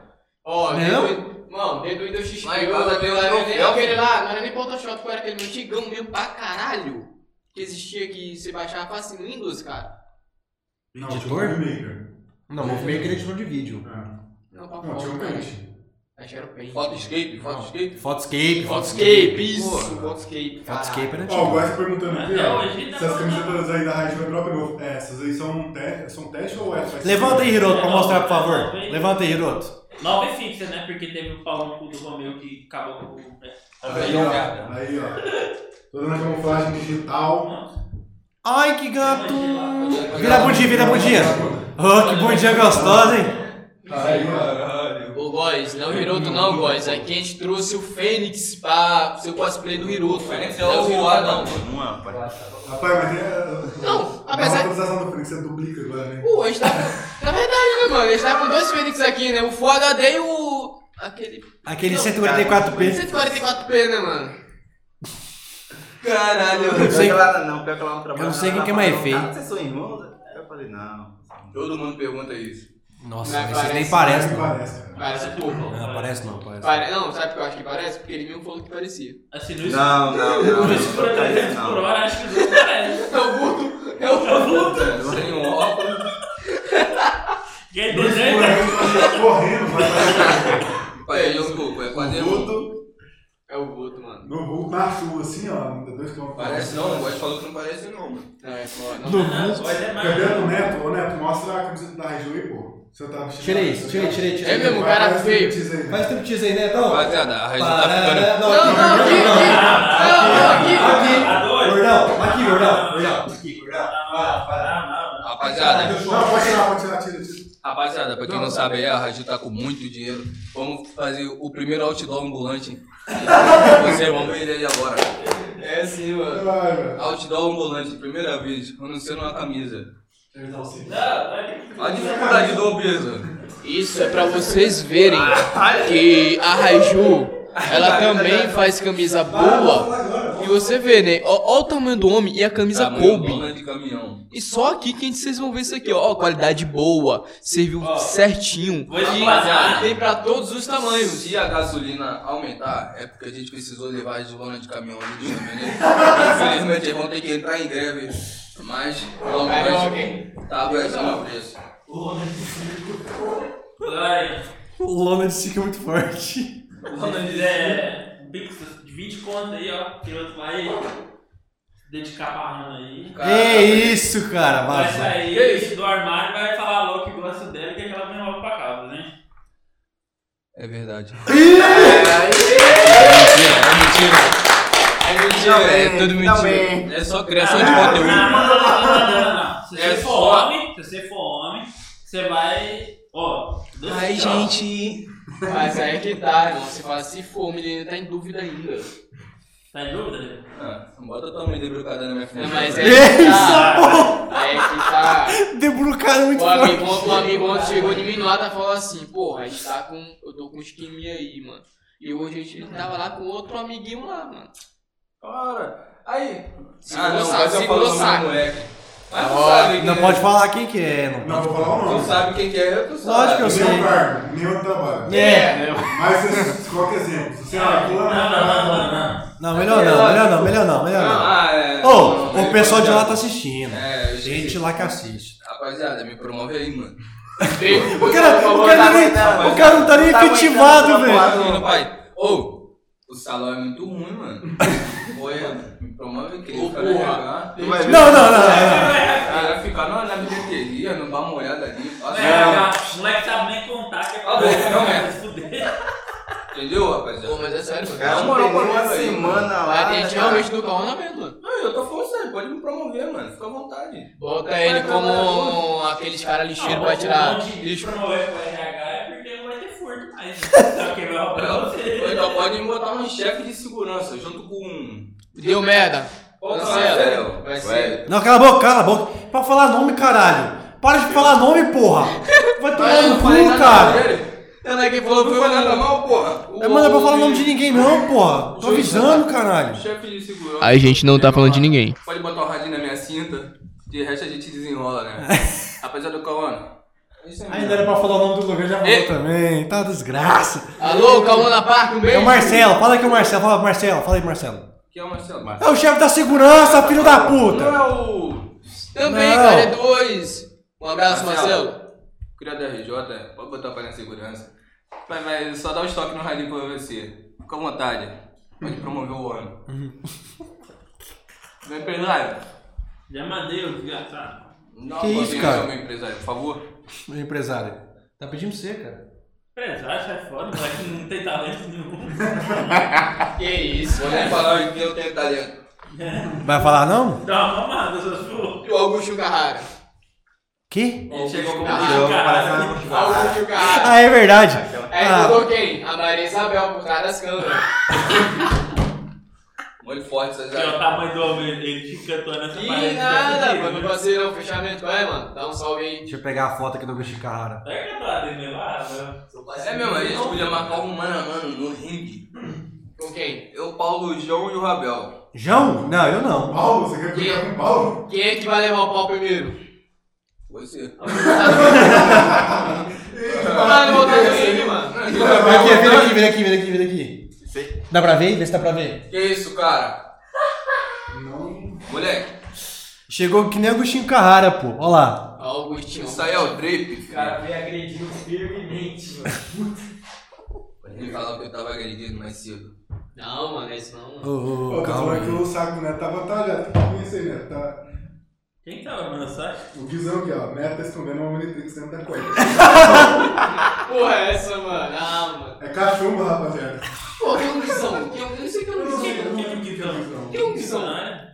Ó, Não? dedo- Mano, dedo do XP. Lá em eu- casa eu- tem eu- um eu- troféu. eu- Aquele lá, não era nem Photoshop, era aquele antigão mesmo pra caralho. Que existia que você baixava fácil no Windows, cara. Não, Editor? tinha o Maker. Não, eu meio que ele é editor de vídeo. Ah, Não, pra né? Não, tinha o cara. Paint. Acho que era o Paint. Photoscape, Photoscape. Photoscape. Photoscape, isso. Porra. Photoscape, cara. Photoscape Ó, era o é antigo. Góis perguntando aqui, Até ó. hoje tá Essas bom, camisetas aí da Rádio Metrópole, eu- é, essas aí são, um te são teste ou é? faz- Levanta aí, Hiroto, pra mostrar, por favor. Levanta aí, Hiroto. Nova e fixa, né? Porque teve o pau no cu do Romeu que acabou com o. é. Aí, ó. Aí, ó. Toda na camuflagem digital. Ai, que gato! Vira a bundinha, vira a bundinha. Oh, que bundinha gostosa, hein? Tá Aí, ó. Ô, Góis, não Uhum. o Hiroto não, Góis. Aqui a gente trouxe o Fênix pra seu cosplay do Hiroto. Fênix é Não o o Hiroto, não. Uma, rapaz. Rapaz, mas é, tem. Não, é- mas a apesar atualização do Fênix, você duplica agora, né? Pô, a gente tá com... Na verdade, né, mano? A gente tá com dois Fênix aqui, né? O Full HD e o... Aquele... Aquele Não, 144p. 144p, né, mano? Caralho. Eu não sei- Pior que ela não, pior que ela não trabalha. Eu não sei Ela quem que é mais falou, feio. "Cara, Vocês são irmãos? Aí Eu falei, não. Todo mundo pergunta isso. Nossa, Não, mas parece- vocês nem parecem, Nem não. parece, cara. Parece um pouco. Não, parece não, parece. Pare... Não, sabe o que eu acho que parece? Porque ele mesmo falou que parecia. Assim, no escuro, Não, não, não. no escuro a 300 por hora, acho que não parece. É o Budo! É o Budo! Sem um óculos. Quem Dois por desenha? aí, tá correndo, vai vai- Pai, é jogo, é quase um. Vulto, É o Budo, mano. No vulto, na rua, assim, ó. Dois quilômetros. Parece não, o Góis falou que não parece não. mano. Não, é foda. Não. Do- Vai ser né? mais. Cadê o Neto? Ô, Neto, mostra a camiseta da Rádio aí, pô. Você tá vestindo. Tira isso, tira, tira, tira. É mesmo, o cara feio. um né? Faz striptease aí, né, então? Netão. Rapaziada, a raiz tá ficando... Parará, Não, não, aqui, aqui! Não, não, aqui! Aqui, Dois. gordão, aqui, gordão, gordão. Tá Aqui, gordão. Rapaziada, Não, pode tirar, pode tirar, tira, tira. Rapaziada, pra quem não sabe aí, a Raju tá com muito dinheiro. Vamos fazer o primeiro outdoor ambulante. Você, vamos ver ele aí agora. É assim, mano. Vai, velho. Outdoor ambulante, primeira vez, anunciando uma camisa. Não, vai. A dificuldade do obeso. Isso é pra vocês verem que a Raju, ela também faz camisa boa. E você vê, né? Ó, ó o tamanho do homem e a camisa Tamanho coube. ambulante de caminhão. E só aqui que a gente- vocês vão ver isso aqui, ó. Qualidade boa, serviu certinho. Vou esplanar. E tem pra todos os tamanhos. Se a gasolina aumentar, é porque a gente precisou levar as donas de caminhão ali de Janeiro. Infelizmente, eles vão ter que entrar em greve. Mas, pelo menos, tá aguentando o preço. é Vai. O Lona de Sica é muito forte. Se você fizer Pix é de 20 conto aí, ó, que outro vai dedicar barrando aí. Tá, É isso, cara, Vai vaza. sair do armário e vai falar logo que gosta dela que ela vem logo pra casa, né? É verdade. É mentira, é mentira. É mentira, é tudo mentira. É só criação de Ah, Não, conteúdo. não, não, não, não, não, não. Se É você for só- homem, se você for homem, você vai. Ó, dois Ai, tchau. gente. Mas aí é que tá, irmão. Você fala, se for, o menino tá em dúvida ainda. Tá em dúvida? né? Ah, bota tua mãe debrucada na minha frente. É, mas é é... que tá. Aí é que tá. Debrucado é muito O forte. amigo, o amigo ontem chegou de mim lá e falou assim, porra, a gente tá com. Eu tô com isquemia aí, mano. E hoje a gente tava lá com outro amiguinho lá, mano. Para. Aí. Segura o saco, segura o saco. moleque. Mas tu Ó, sabe quem Não é. pode falar quem que é, não Não, pode vou falar o Tu nome. sabe quem que é, tu sabe. Lógico que eu sei. Nenhum cargo, nenhum trabalho. É. Mas você, qual que é exemplo? Se você Não, reclama, não, não, não, não. Não, melhor não, melhor não, melhor não, melhor não. Ah, é. Ô, Não, o pessoal de lá tá rapaziada. assistindo. É, eu esqueci. Gente lá que assiste. Rapaziada, me promove aí, mano. O cara, o cara nem- o cara não tá nem efetivado, velho. Patrocina, pai. Ô, o salão é muito ruim, mano. Olha, me promove que ele Ô, fica porra. na Tu vai ver. Ah. Não, não, não, não. não. Ela fica na, na bilheteria, não dá uma olhada ali. Passa, Moleque, O moleque sabe nem contar, que é pra Ah, bom, não é. se fuder. Entendeu, Pô, rapaziada? mas é sério, mano. Cara, Não, não tem mano, nem uma né? mano, aí, semana lá. A gente realmente do carro na mesma, mano. Não, eu tô falando sério, pode me promover, mano. Fica à vontade. Bota ele como aqueles caras lixeiros pra tirar lixo. promover pro RH é porque não vai ter furto mais. né? Sabe quem vai roubar Ou você? então pode me botar um chefe de segurança junto com um. Deu merda. Qual Não que é o nome sei, dela? Vai ser. Não, cala a boca, cala a boca. Pra falar nome, caralho. Para de falar nome, porra! Vai tomar eu no não falei cu, nada cara! pra ele. Ela é quem falou Não foi foi nada o... mal, porra. É, mas não é pra falar o nome de ninguém, não, porra! Tô Juiz, avisando, caralho! Chefe de segurança. A gente não tá falando de Pode ninguém. Pode botar o radinho na minha cinta. De resto a gente desenrola, né? Rapaziada do Cauano. é isso aí, Ainda era pra falar o nome do governo, já falou Ei. também. Tá uma desgraça. Alô, calma na parque, um É beijo. o Marcelo, fala aqui o Marcelo, fala Marcelo, fala aí Marcelo. Que é o Marcelo. É o chefe da segurança, filho da Não puta! é o Também, Não. cara, é dois. Um abraço, Marcelo. criado da RJ, pode botar pra na segurança. Vai, vai, só dá o estoque no radinho pra você. Fica à vontade. Pode promover o ano. Uhum. Meu empresário. Já mandei o desgraçado. Não, Que isso, cara? Meu empresário, por favor. Meu empresário. Tá pedindo pra você, cara. Empresário, sai fora, é moleque, não tem talento nenhum. Que isso, né? Vou nem falar que eu tenho talento. Vai falar não? Dá uma mamada, seu sua. E o Augusto Carrara. Que? Ele chegou com Ah, cara. Augusto Carrara. Ah, é verdade. É, Ah, falou quem? A Maria Isabel, por trás das câmeras. Olho forte, vocês Que é o tamanho do homem, ele fica cantando essa Que parada. nada, Ele mano. Meu parceiro, é fechamento vai, mano. Dá um salve aí. deixa eu pegar a foto aqui do Augusto Carrara. Pega a tua dele lá, mano. É mesmo, a gente podia marcar um mano a mano no ringue. Com quem? Eu, Paulo, o João e o Rabel. João? Não, eu não. Paulo, você quer brigar com o Paulo? Quem é que vai levar o pau primeiro? Você. Vai voltar ele, mano. Vem aqui, vem aqui, vem aqui, vem aqui, vem aqui. Sei. Dá pra ver? Vê se dá pra ver. Que isso, cara? Moleque, Chegou que nem Agostinho Carrara, pô. Ó lá. Augustinho. isso aí é o drape, filho. cara veio agredindo firmemente, mano. Ele falou que eu tava agredindo mais cedo. Não, mano, é isso não, mano. Ô, ô, ô, Ô, tá calma. falando que o saco do Neto tá tava talhado. Tem isso aí, Neto. Tá... Quem é tava mandando mensagem? O Guizão aqui, ó. Neto tá escondendo uma Omnitrix dentro da cueca. Porra, é essa, mano. Não, mano. É cachumba, rapaziada. Pô, que é um guizão? Que é um Eu não sei que é um guizão. Quem que tava? Que é um guizão? Ah,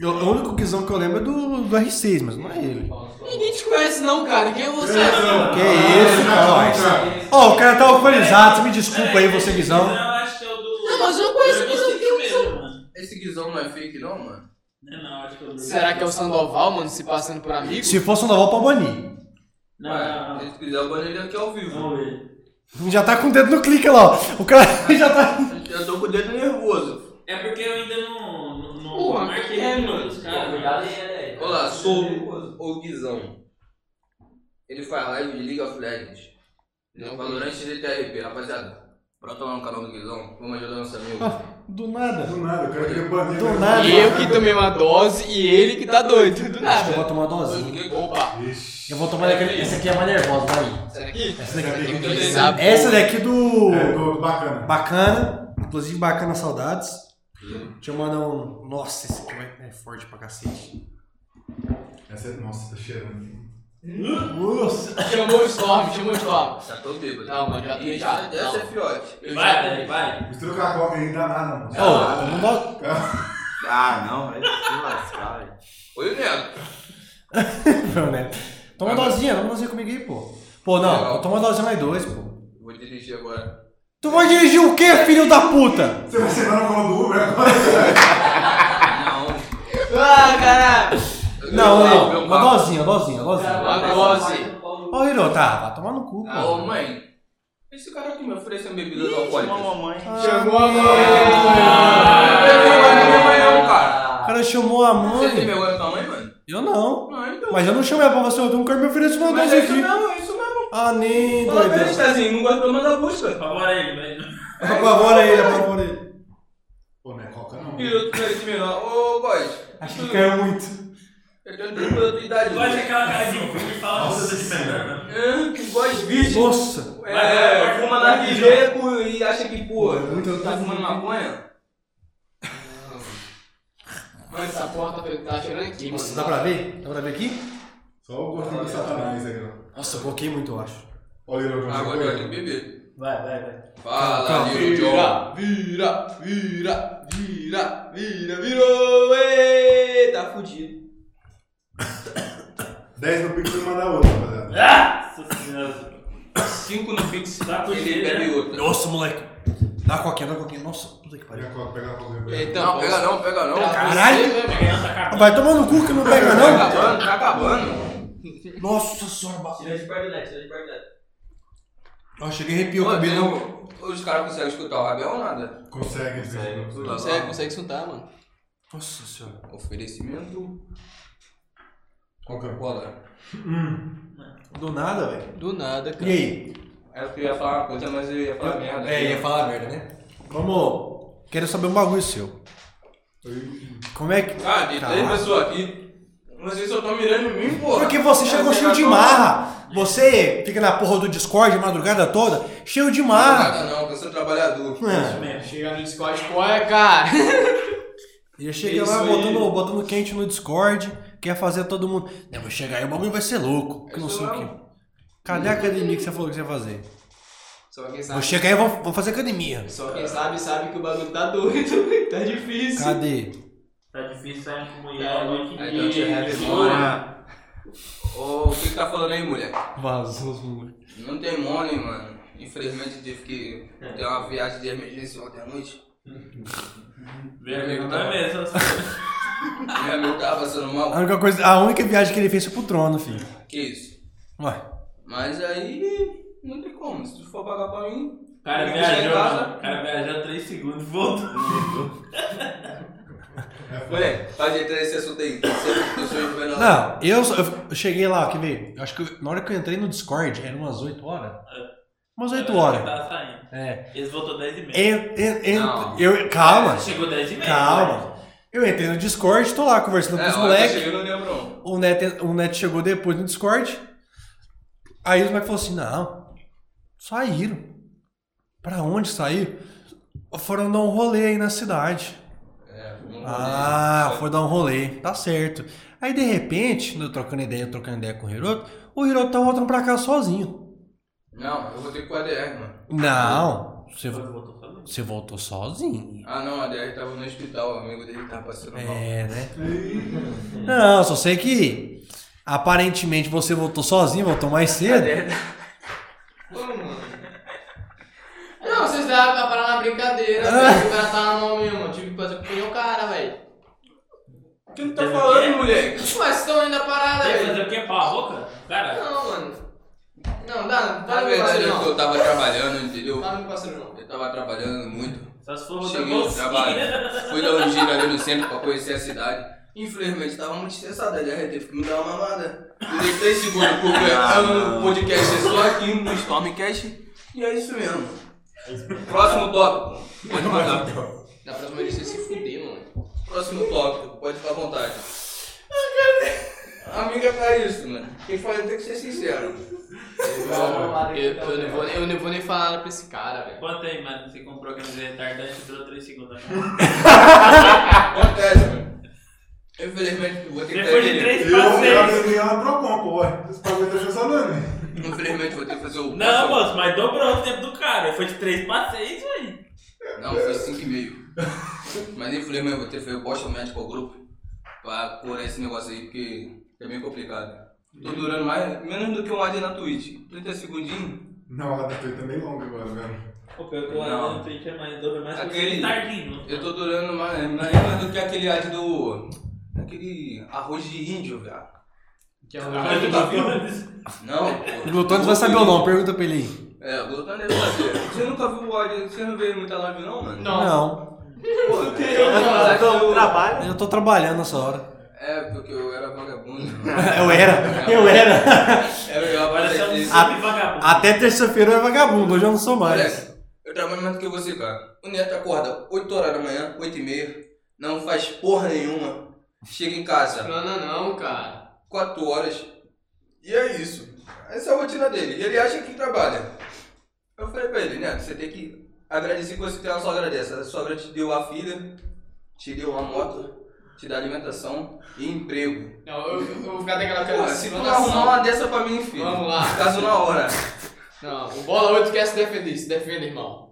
Eu- O único guizão que eu lembro é do, do R6, mas não é ele. Ninguém te conhece, não, cara. Quem é você? Que Ah, tá isso, cara. Ó, o cara tá alcoolizado. Você me desculpa aí, você Não, guizão. eu acho que é o do. Não, mas eu não conheço o Eu Guizão, esqueci que é o mesmo, Guizão? mano. Esse guizão não é fake, não, mano? Não, não, acho que é o do. Será que é o Sandoval, mano, se passando por amigo? Se fosse um Naval pra banir. Não, não, Se não. ele quiser, eu banho é ele aqui ao vivo. Vamos ver. Já tá com o dedo no clique olha lá, ó. O cara já tá. Eu tô com o dedo nervoso. É porque eu ainda não. não- Não Porra, marquei que é, nenhum mano? dos Cara, caras. cuidado aí, né? Olá, sou o Guizão. Ele faz live de League of Legends. Não, Valorante e GTRP, rapaziada. Brota lá no canal do Guizão, vamos ajudar nosso amigo. Do nada. Do nada, o cara queria banir. Do né? nada. E eu que tomei uma dose e ele que tá doido. Acho que Do eu nada. vou tomar dozinha. Opa. Ixi. Eu vou tomar daquele. Essa aqui é mais nervosa, vai aí. Será que... Essa daqui. é Tem que utilizar, Essa daqui do. É, do, do bacana. Bacana. Inclusive, bacana saudades. Deixa eu mandar um. Nossa, esse aqui vai- é forte pra cacete. Essa é... Nossa, tá cheirando. Nossa. Chamou o Storm, chamou o Storm. Já tô Tá bêbado. Não, mano, já tô- E já- Dessa é não. fiote. Eu Vai, já- Dani, vai. Mistura com a coca aí, dá nada, mano. Ô, não dá- Ah, não, vai se lascar, velho. Oi, Neto. Não, né? Toma uma dosinha, toma uma dosinha comigo aí, pô. Pô, não, toma uma dosinha mais dois, pô. Vou dirigir agora. Tu vai dirigir o quê, filho da puta? Você vai sentar no colo do Uber agora? Não. Ah, caralho. Não, Meu não, uma papo. dosinha, uma dosinha, uma dosinha. Uma dose. Ô, Hiro, tá, vai tomar no cu, pô. Ô, mãe. Esse cara que me ofereceu bebidas um alcoólicas. mamãe. Chamou a mãe. Não tem vergonha da minha mãe, não, cara. O cara chamou a Você tem mãe. vergonha da tua mãe, mano? Eu não. Não, então. Mas eu não chamei pra você, eu não quero me oferecer uma Mas dosinha é isso aqui. mesmo, é isso mesmo. Ah, nem Fala pra doido. eles, Tazinho, não gosto de tomar da busca. Favora ele, velho. Por favor aí, por favor aí. Pô, não é coca não. E eu quero esse menor. Ô, boy. Acho que caiu muito. Eu tenho 30 anos de idade. Gosta daquela cara de filme e fala tudo de É, né? melhor, mano. Hã? Que Boys virgem. Nossa. É, fuma na viveco e acha que, pô, tá fumando maconha. Mano, essa porta tá cheirando aqui, Nossa, mano. dá pra ver? Dá pra ver aqui? Só o gostinho do satanás aí, ó. Nossa, eu coloquei muito, eu acho. Olha ele, Agora eu tenho que beber. Vai, vai, vai. Fala, Little John. Vira, vira, vira, vira, vira, virou! Ê, tá fudido. 10 no pico e mandar outro, rapaziada. Nossa senhora. Cinco no Pix. Tá Ele fugindo, bebe né? outra. Nossa, moleque. Dá uma coquinha, dá uma coquinha. Nossa, puta que Pega pariu. a coca, pega a coca. pega. Então, Não, pega não, pega não. Caralho. Tá cagando, tá cagando. Vai tomar no cu que não pega, não? Tá acabando, tá acabando. Nossa senhora, ba- Tira de qualidade, tira de qualidade. Ó, cheguei a arrepiar o Mano, cabelo. tem um- Os caras conseguem escutar o Rabel ou nada? Consegue, né? Consegue. Consegue, consegue escutar, mano. Nossa senhora. Oferecimento. Coca-Cola. Do nada, velho. Do nada, cara. E aí? Aí É, eu queria falar uma coisa, mas eu ia falar merda. É, ia falar merda, né? Vamos. Quero saber um bagulho seu. Como é que. Ah, tem três Caralho. pessoas aqui. Vocês só estão mirando em mim, porra. É, tá Porque você chegou Eu cheio de tenho a marra. Você fica na porra do Discord a madrugada toda, cheio de Não, marra. nada não, que eu sou trabalhador. É. Chega no Discord, qual é, cara? Ele chega Isso lá aí. botando, botando quente no Discord, quer fazer todo mundo. Não, vou chegar aí, o bagulho vai ser louco. Que não sei é o um- quê. Cadê a academia que você falou que você ia fazer? Só quem Vou sabe. chegar aí e vou, vou fazer academia. Só quem sabe sabe que o bagulho tá doido. tá difícil. então, Cadê? Tá difícil sair é uma Tá, comunidade I don't have que- money. É. Ô, o que que tá falando aí, mulher? Vazou os moleques. Não tem money, mano. Infelizmente teve que É. ter uma viagem de emergência ontem à noite. tá Vergonha na mesa. assim. Meu amigo tava passando A mal. única, coisa, a única viagem que ele fez foi pro trono, filho. Que isso? Ué. Mas aí não tem como. Se tu for pagar pra mim, O cara Eu cheguei em viajou, casa. mano. O cara viajou 3 segundos e voltou. mulher, faz entrar nesse assunto aí. Você eu sou envenenado. Não, eu, só- eu cheguei lá, quer ver? Eu acho que eu- na hora que eu entrei no Discord, era umas 8 horas. Umas 8 horas. Tá saindo. É. Eles voltou 10 e meia. En- en- en- Não. eu, calma, Chegou 10 e meia. calma. Eu entrei no Discord, tô lá conversando com É, os olha, eu moleques. cheguei no Neobron. O Net, o Net chegou depois no Discord. Aí os moleques falaram assim: não, saíram. Pra onde saíram? Foram dar um rolê aí na cidade. É, vamos Ah, ver. foi dar um rolê, tá certo. Aí de repente, eu trocando ideia, trocando ideia com o Hiroto, o Hiroto tá voltando pra cá sozinho. Não, eu vou ter que ir com a ADR, mano. Não, você, Depois vo- voltou sozinho. você voltou sozinho. Ah, não, a ADR tava no hospital, o amigo dele tava passando mal. É, né? Não, só sei que aparentemente você voltou sozinho, voltou mais cedo. É. Não, vocês deram pra parar na Ah. brincadeira, velho. O cara tava mal mesmo. Eu tive que fazer porque o cara, velho. O que tu tá falando, moleque? Mas vocês estão ainda parada, Quer velho. fazer o quê? Pau a boca? Cara, Não, mano. Não, dá, dá Na no meu verdade parceiro é que eu não. tava trabalhando, entendeu? Dá no meu parceiro não. Eu tava trabalhando muito. só se for outra Cheguei no bolsinha. trabalho, fui dar um giro ali no centro pra conhecer a cidade. Infelizmente tava muito estressado, a DR teve que me dar uma mamada. Eu dei 3 segundos porque é um podcast é só aqui no Stormcast. E é isso mesmo. Próximo tópico. Pode mandar. Dá pra tomar de você se fuder, mano. Próximo tópico, pode ficar à vontade. Amiga Caristo, mano. Quem fala tem que ser sincero. Eu, eu não vou, nem- eu não vou nem falar nada pra esse cara, velho. Quanto aí, mano? Você comprou camisa retardante e durou 3 segundos. Acontece, mano. Infelizmente, vou ter que Depois de fazer. 3 Eu passeios. acabei lá pro compo, ué. Esse bagulho tá funcionando. hein? Infelizmente, vou ter que fazer o. Não, moço, mas dobrou o tempo do cara. Foi de 3 pra 6, velho. Não, foi 5,5. Mas infelizmente eu vou ter que fazer bosta médico ao grupo pra curar esse negócio aí, porque é meio complicado. Tô durando mais, menos do que um AD na Twitch. 30 segundinhos. Não, a da Twitch tá bem longa agora, velho. O pior que eu Não. olhei no Twitch é mais dobro, mais Aquele- tardinho. Eu tô durando mais, menos do que aquele AD do. Aquele arroz de índio, velho. Que é Ah, o tu tá Não, pô. O Glutones vai saber o nome, pergunta pra ele aí. É, o Glutone deve fazer. Você nunca viu o AD, você não vê muita live não, mano? Não, Pô, eu um trabalho. eu tô trabalhando nessa hora. É, porque eu era vagabundo. Eu Ah, era, eu era. Era eu Agora você é um apareci. sub-vagabundo. Até terça-feira eu era vagabundo, hoje eu não sou mais. Moleque, eu trabalho mais do que você, cara. O Neto acorda 8 horas da manhã, 8 e meia, não faz porra nenhuma, chega em casa Não, não, não, cara. 4 horas, e é isso. Essa é a rotina dele, e ele acha que trabalha. Eu falei pra ele, Neto, você tem que agradecer que você tem uma sogra dessa. A sogra te deu a filha, te deu uma moto, te dá alimentação e emprego. Não, eu, eu vou ficar daquela Pô, cara. se tu não arrumar uma dessa pra mim, filho, Vamos lá. caso na hora. Não, o Bola 8 quer se defender. Se defenda, irmão.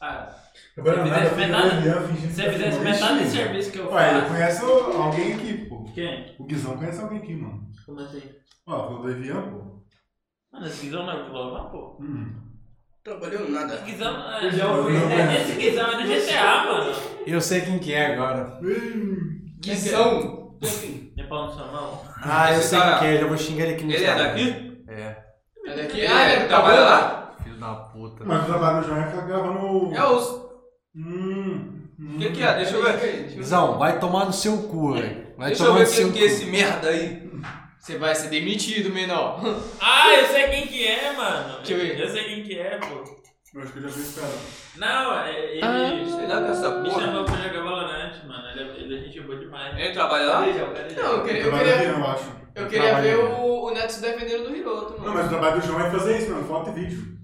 Ah, Agora Se nada, eu fizesse fiquei metade- olhando, fingindo se que tá eu fizesse fazendo metade do bonitinho. serviço que eu Ué, ele faço. conhece alguém aqui, pô. Quem? O Guizão conhece alguém aqui, mano. Como assim? Ó, falou do Evian, pô. Mano, esse guizão não é vilão, não, pô. Hum. Trabalhou nada. Guizão Eu já ouvi. é. Esse guizão é do GTA, mano. Eu sei quem que é agora. Hum. Guizão. Enfim, Tem pau na sua mão? Ah, eu Esse sei cara- o que é, já vou xingar ele aqui no tá Ele é Instagram. daqui? É, Ele aqui, Ah, ele trabalha lá. filho da puta. Mas o trabalho do João é que ela grava no. É os. Hum. O que, que é? Deixa eu ver. Visão, vai tomar no seu cu, velho. Vai Deixa eu tomar ver no o seu que, cu. que é esse merda aí. Você vai ser demitido, menor. Ah, eu sei quem que é, mano. Deixa eu ver. Eu sei quem que é, pô. Eu acho que eu já vi esse cara. Não, é- ele Ah, Sei lá com essa me porra. chamou pra jogar Valorant, mano. Ele, é- ele é gente boa demais. Ele trabalha lá? Não, eu queria, eu Trabalho queria, dele, eu acho. eu queria ver Trabalho dele. o, o Neto se defendendo do Hiroto, Não, mano. mas o trabalho do João é fazer isso, mano. Foto e vídeo.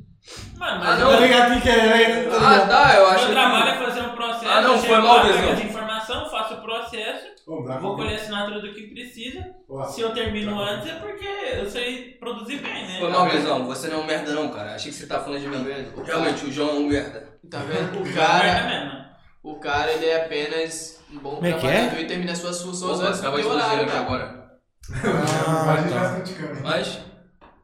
Mano, Ah, mas não. o Tá ligado quem que é, velho? Tá Ah, ligado? tá, eu meu acho que. trabalho é fazer um processo. Ah, não, eu foi chego mal lá, pego mesmo. de informação, faço o processo, Ô, Tá dá vou pra- colher a assinatura do que precisa. Ó, Se eu termino Tá. antes é porque eu sei produzir bem, né? Foi mal, Guizão. Você não é um merda, não, cara. Achei que você tá falando de mim. Realmente, o João é um merda. Tá vendo? O Merda cara, mesmo. o cara, ele é apenas um bom Como é que trabalhador e termina suas funções Opa, antes do acabou de teu fazer horário, aqui cara. agora. Ah, né? Vai já tá criticando. Mas.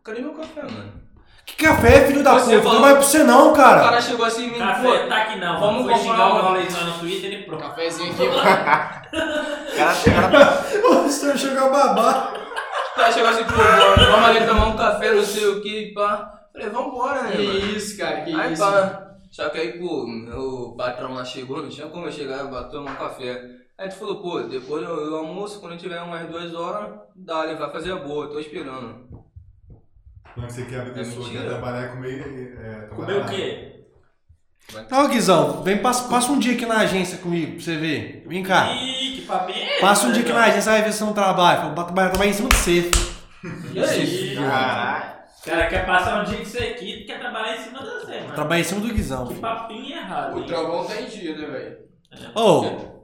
Cadê meu café, mano? Que café, filho da Você puta? falou- Não vai pra você não, O cara. cara chegou assim e me Café, pô. tá aqui não. Vamos Foi comprar xingar o um- Valente lá no Twitter e pronto. Cafezinho aqui, mano. O cara chega na O senhor chegou a babar. O cara chegou assim, pô, mano, vamos ali tomar um café, não sei o que, pá. Falei, vambora, né, Que mano? isso, cara, que Aí isso. pá. Só que aí, pô, meu patrão lá chegou, não tinha como eu chegar e bater um café. Aí tu falou, pô, depois eu, eu almoço, quando tiver umas duas horas, dá, ele vai fazer a boa, eu tô esperando. Não que você quer a vida É sua, mentira. quer trabalhar e comer. É, trabalhar Comer o lá. quê? Não, Tá, Guizão, vem, passa, passa um dia aqui na agência comigo, pra você ver. Vem cá. Ih, que papinho. Ah. é né? Passa um dia aqui na agência, vai ver se não trabalha. Fala, bota trabalhar em cima de você. E é isso. Caralho. O cara quer passar um dia com isso aqui, quer trabalhar em cima de você, mano. Trabalha em cima do Guizão. Que filho. papinho errado, O hein? trovão tá em dia, né, velho? Ô,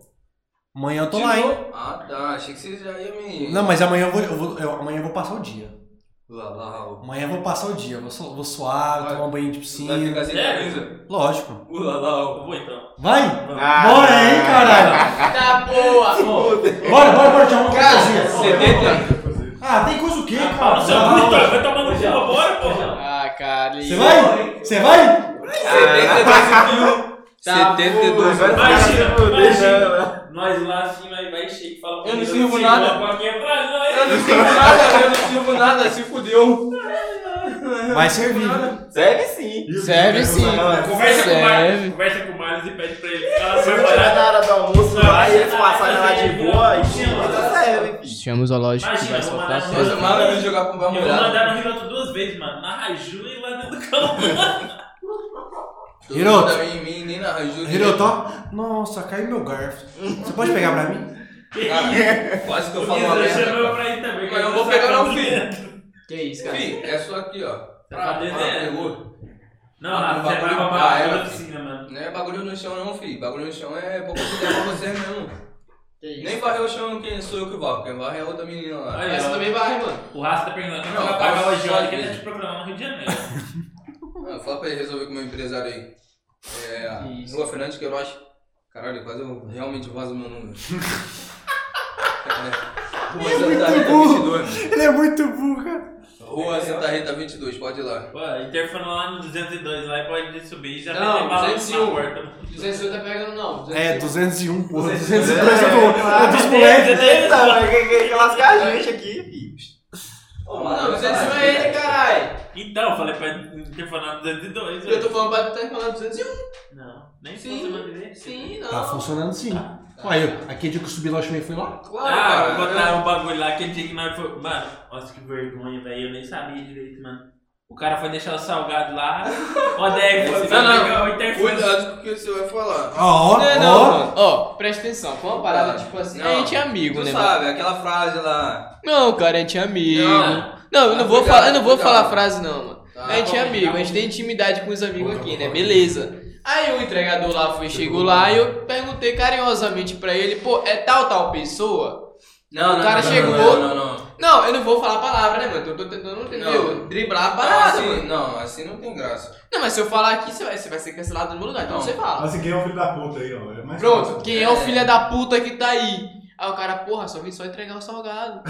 amanhã eu tô De lá, hein? novo? Ah, tá. Achei que vocês já iam me. Não, mas amanhã eu vou, eu vou- eu- amanhã eu vou passar o dia. Lá, lá, Raul. Amanhã eu vou passar o dia. Eu Vou, su- vou suar, Vai. tomar um banho de Você vai piscina. ficar sem É. camisa? Lógico. Uh, lá, lá, Raul. Eu vou então. Vai! Vamos. Bora aí, caralho! Tá boa! Bora, bora, bora, tchau, vamos Cara, fazer. Você tenta. Ah, tem coisa o quê, Ah, pau cara? no seu cu, então. Vai é. tomar no cu agora, porra. Ah, cara, Você vai? Você vai? Ah, Tá 72 Vai ficar quilos. 72 Imagina, se né, fudendo. Nós lá assim, vai, vai cheio e fala... Eu não "Pô, sirvo te nada." coloco aqui atrás, não é? Eu não sirvo nada, eu não sirvo nada, se fudeu. Vai servir. Serve sim. E o né? Serve que você sim. vai falar? Conversa com, o Serve. Mar... Conversa com o Marlos e pede pra ele ficar Você vai separado. na hora do almoço, Não, vai, você eles tá- passarem lá de boa e chega, serve. Chama o zoológico que vai soltar a Mas o Marlon vai jogar com o Eu vou mulher. mandar no Rigoto duas vezes, mano. Na Raju e lá dentro do campo. Hiroto. Em mim, nem na ajuda. Hiroto, ó. Nossa, caiu meu garfo. Você pode pegar pra mim? Cara, quase que eu O falo uma Guizão merda. chamou cara. pra ir também. Mas eu vou pegar um no fim. Que isso, cara? Fih, é só aqui, ó. Tá Ah, desenhando. pegou. Não, Rafa, você vai Ah, roubar é, a filho. piscina, né, mano. Não é bagulho no chão, não, filho. Bagulho no chão é pra você, é pra você mesmo. Que isso? Nem varrer o chão, quem sou eu que varro. Quem varre é a outra menina lá. Aí, Essa ó, também varre, mano. O Rafa tá perguntando quem Não, vai pagar o posso só agiota que ele tá dizer. te programando no Rio de Janeiro. Ah, fala pra ele resolver com o meu empresário aí. É. Isso. Rua Fernandes Queiroz. Caralho, quase eu realmente vazo meu número. é. Rua Santa Tá Rita burro. 22. Ele é muito burro, cara. Rua Santa Rita 22, pode ir lá. Pô, interfone lá no 202, lá e pode subir e já Não, meter bala na 201. porta. 200 tá pegando, não. É, 201, porra. 202 202 é do- é dos moleques. Eita, mano, que- que que lascar a gente aqui, filho. Ô, Não, 201 é ele, caralho. Então, eu falei pra interfonar no 202. Eu tô velho. falando pra tu tá falando 201. Não, nem Sim. sei se você Sim, não. Tá funcionando sim. Ué, eu, aquele dia que eu subi lá, eu chamei fui lá. Claro, Ah, cara. botaram um bagulho lá que dia que nós foi. Mano, nossa que vergonha, velho. Eu nem sabia direito, mano. O cara foi deixar o salgado lá. O Deg foi Não, não. pegar o interfone. Cuidado com o que você vai falar. Ó, Não, não, ó, ó. mano. Ó, presta atenção. Foi uma parada, tipo assim, a gente é amigo, tu né, mano? sabe, aquela frase lá. Não, cara, a gente é amigo. Não. Não, eu não Ah, vou cuidado, falar, eu não vou cuidado. falar a frase não, mano. Tá? A gente é amigo, a gente tem intimidade com os amigos aqui, né? Beleza. Aí o entregador lá foi, chegou lá e eu perguntei carinhosamente pra ele, pô, é tal tal pessoa? Não, não, O cara não, chegou- Não, não, não. não. Não, eu não vou falar a palavra, né, mano? Eu tô tentando entender, Não. driblar a Não, parada, mano. assim, não, assim não tem graça. Não, mas se eu falar aqui, você vai, você vai ser cancelado no meu lugar, então Não. você fala. Assim, quem é o filho da puta aí, ó? É mais Pronto, quem é o É. filho da puta que tá aí? Aí o cara, porra, só vim só entregar o salgado.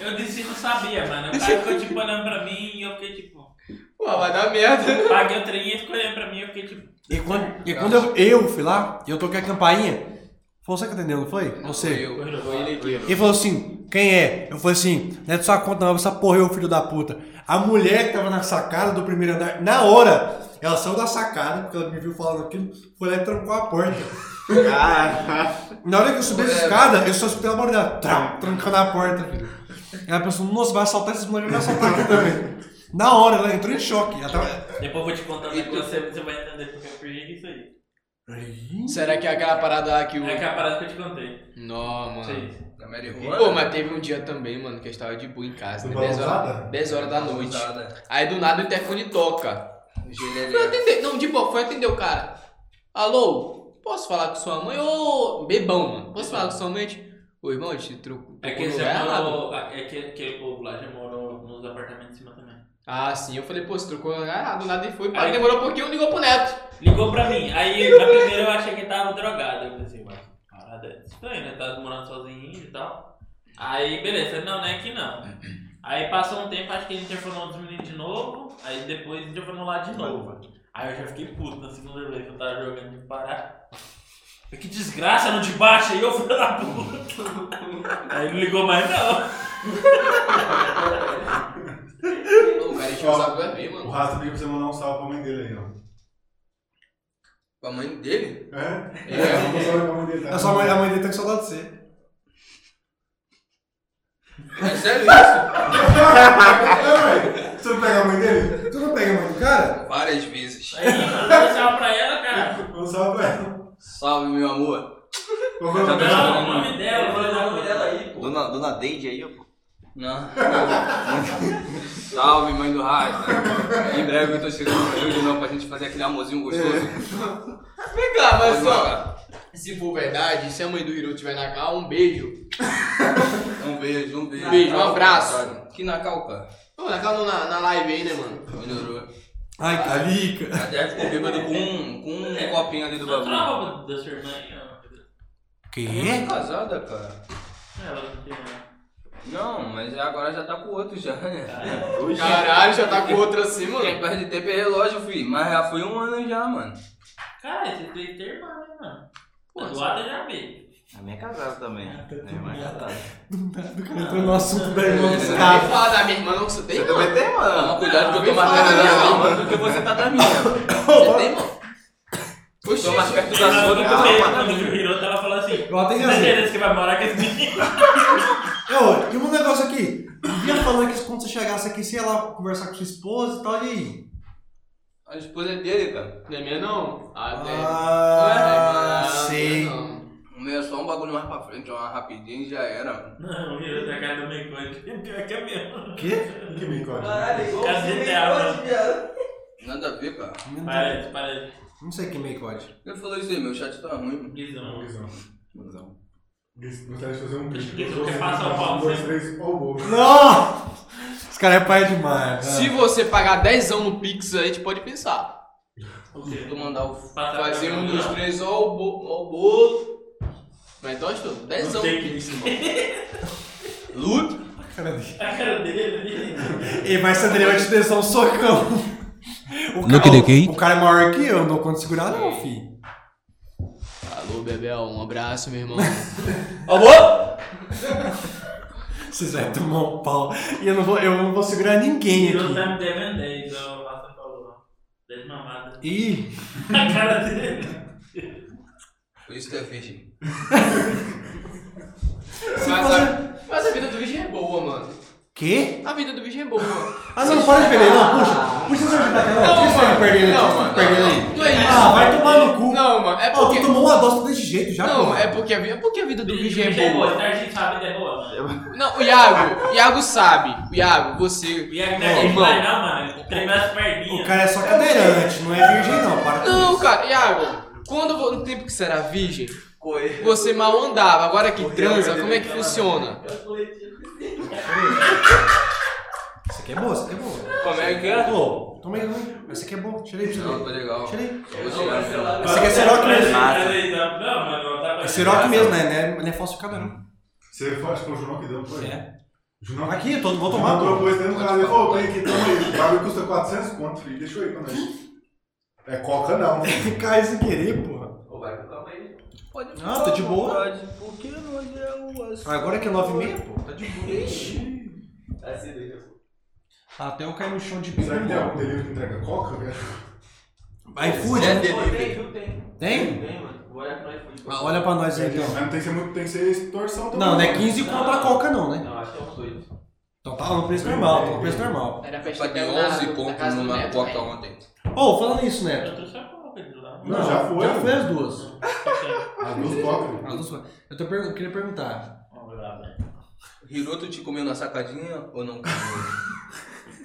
Eu disse que não sabia, mano. O cara ficou tipo olhando pra mim e eu fiquei tipo. Pô, vai dar merda. Paguei o trem e ele ficou olhando pra mim e eu fiquei tipo. E quando, e quando eu, eu fui lá, eu toquei a campainha. Foi você que atendeu, não foi? Você. Eu, foi ele aqui. Ele falou assim, quem é? Eu falei assim, não é de sua conta não, essa porra é o filho da puta. A mulher que tava na sacada do primeiro andar, na hora, ela saiu da sacada, porque ela me viu falando aquilo, foi lá e trancou a porta. Ah. na hora que eu subi a escada, eu só escutei a barulho dela, tram, trancando a porta. Ela pensou, nossa, vai assaltar esses moleques, vai assaltar aqui também. Na hora, ela entrou em choque. Ela tava... Depois eu vou te contar um negócio, você, você vai entender porque eu perdi isso aí. Será que é aquela parada lá que o. É aquela parada que eu te contei. Não, Isso mano. aí. Da Mary né? Pô, mas teve um dia também, mano, que eu estava de boa em casa, né? Foi 10 balãozada? horas, 10 horas da noite. Balãozada. Aí do nada o interfone toca. Foi Juliana. atender, não, de boa, foi atender o cara. Alô, posso falar com sua mãe? Ô, bebão, mano, posso falar com sua mãe? Tipo, Ô, irmão, te trocou. É que trocou você lugar errado. morou. É que aquele povo lá já morou nos apartamentos de cima também. Ah, sim, eu falei, pô, você trocou lugar errado, nada e foi. Aí- Aí demorou um pouquinho, ligou pro neto. Ligou pra mim, aí na primeira eu achei que ele tava drogado. Eu pensei, ué, parada é estranha, né? Tava morando sozinho e tal. Aí, beleza, não, não é que não. Aí passou um tempo, acho que ele interfonou dos meninos de novo, aí depois interfonou lá de novo. Aí eu já fiquei puto na segunda vez que eu tava jogando de parar. Eu, Que desgraça, no de baixo aí, eu filho da puta. Aí não ligou mais não. O cara encheu o saco do bem, O mano. Rasta pediu pra você mandar um salve pra mãe dele aí, ó. Pra mãe dele? É? É. Um salve pra mãe dele, tá? A sua mãe, a mãe dele tá com saudade de você. É sério isso? É, ué. Você não pega a mãe dele? Tu não pega a mãe do cara? Várias vezes. Aí, mano, dá um salve pra ela, cara. Um salve pra ela. Salve, meu amor. Qual que é o nome Já dela? Não, o nome dela, Fala filho o da nome puta. dela aí, pô. Dona, dona Deide aí, ó. Não. Salve, mãe do Rasta. Em breve eu tô chegando no Rio de novo pra gente fazer aquele amorzinho gostoso. Vem cá, mas Vamos só. Se for verdade, se a mãe do Hiru estiver na casa, um beijo. Um beijo, um beijo. É. Beijo, um abraço. Que na calca. Ô, na casa não, "Tá na, na live aí, né, mano? Melhorou. Ai, calica. Até ficou bêbado com um, com um copinho ali do Tá Não bagulho. trava da sua irmã aí, ó. Quê? casada, cara. Ela não tem nada. Não, mas agora já tá com outro já, né? Caralho, já tá com outro assim, mano. Quem perde tempo é relógio, fi. Mas já foi um ano já, mano. Cara, você tem que ter irmã, né, mano? Pô, Eduardo já veio. A minha é casada também. né? Ah, tá Minha irmã é casada. Do cara entrou no assunto da É. irmã dos Você caras. não falar da minha irmã, não, que você tem, Você mano. também tem, mano? Toma cuidado que eu tô mais Fala, perto da não. minha mano, do que você tá da minha. Você tem, mano? Oxi, Tô mais perto da sua Ela do ficou que com você. medo quando né? viu o Hiroto, ela falou assim: Eu até Você tem certeza que vai morar com esse menino? Ô, e um negócio aqui. Devia falando que quando você chegasse aqui, você ia lá conversar com sua esposa e tal, e aí? A esposa é dele, cara. Não é minha não? Ah, Ah, não é minha, sei. não. O meu é só um bagulho mais pra frente, uma rapidinho e já era, mano. Não, o Hiroto é a cara do Mekoi. Pior que é mesmo. Quê? Que bigode. Caralho, igual Cadê você, dela? pode, viado. Nada a ver, cara. Parece, parece. Não sei quem meio code. Ele falou isso aí, meu chat tá ruim, mano. Guizão. Guizão. Guizão. Gostaria de fazer um Guizão clipe. quer passar o pau, Um, dois, né? três, pau, gol. Não! Esse cara é pai demais. Se você pagar 10 no Pix, a gente pode pensar. O quê? Tu mandar o. Passar Fazer pra um mim, dos não? três, ó o bo- ó o bolo. Mas então, acho 10 Não no tem Pix, Pix. mano. Luto? Cara dele. A cara dele. é E vai ser dele, vai te deixar um socão. O Look ca- the o- gate. O cara é maior que eu, não dou conta de segurar, não, fi. Alô, Bebel, um abraço, meu irmão. Alô? Vocês vão tomar um pau. E eu não vou, eu não vou segurar ninguém Hiroto tá aqui. me devendo 10, ó. Passa falou, ó. 10 mamadas. Ih, A cara dele. Por isso que é virgem. Mas a, mas a vida do bicho é boa, mano. quê? A vida do bicho é boa. Ah, não, para de perder, não, puxa. Puxa essa ajuda aqui, não. Por que você tá me perdendo aqui? Não, Você tá me mano. perdendo aí? Não é isso. Ah, vai tomar no cu. Não, mano. É Ó, tu porque. tomou uma dose desse jeito já, Não, pô. é porque a, vi- é porque a vida do bicho é é boa. boa. A gente sabe que é boa, mano. Não, o Iago, o Iago sabe. O Iago, você. E é a cara dele Irmão. vai, não, mano. Tremer as perninhas. O cara é só cadeirante, não é virgem, não. Para com Não, isso. cara, Iago, quando vo- no tempo que você era virgem, você mal andava. Agora que transa, como é que funciona? Isso aqui é boa, isso aqui é boa. Como é que é? Pô, toma aí, toma aí. Isso aqui é bom. Tira aí, tira Não, tá aí. legal. Tira aí. Eu vou chegar no final. Esse aqui é Ciroc mesmo. Não, mano, tá É Ciroc mesmo, né? Não é, não é falsificado, não. Você faz com o Junão que deu, foi? É. Junão Aqui, eu tô, vou Tomar tomar, uma pô. coisa dentro do cara e falou, tem que tomar aí. O bagulho custa 400 conto, filho. Deixa eu ir com nós. É coca não. Cai sem querer, porra. Ô, vai, calma aí. Pode Ah, tá de boa? Pode, porque hoje é o assunto. Agora que é 9 e meia, pô, tá de boa. É assim, Deus. Até eu cair no chão de Será que tem algum bêbado. delivery que entrega coca, velho? Vai, iFood? né? É Pô, tem, delivery. viu? Tem. Tem? Tem, mano. Vou olhar pro iFood. Ah, olha pra nós aí, Mas então. não tem que ser muito, tem que ser extorsão também. Não, não é 15 contra a coca, não, né? Não, acho que é uns dois. Então tá no preço normal, tá no preço normal. Era pra Paguei estar na- 11 na pontos casa do numa é, Neto, né? coca velho. ontem. Ô, falando isso, Neto. É, Eu tô só com a boca de lá. Não, já foi. Já foi as duas. As duas coca. As duas foi. Eu tô pergun- queria perguntar. Vamos lá, velho. Hiroto te comeu na sacadinha ou não?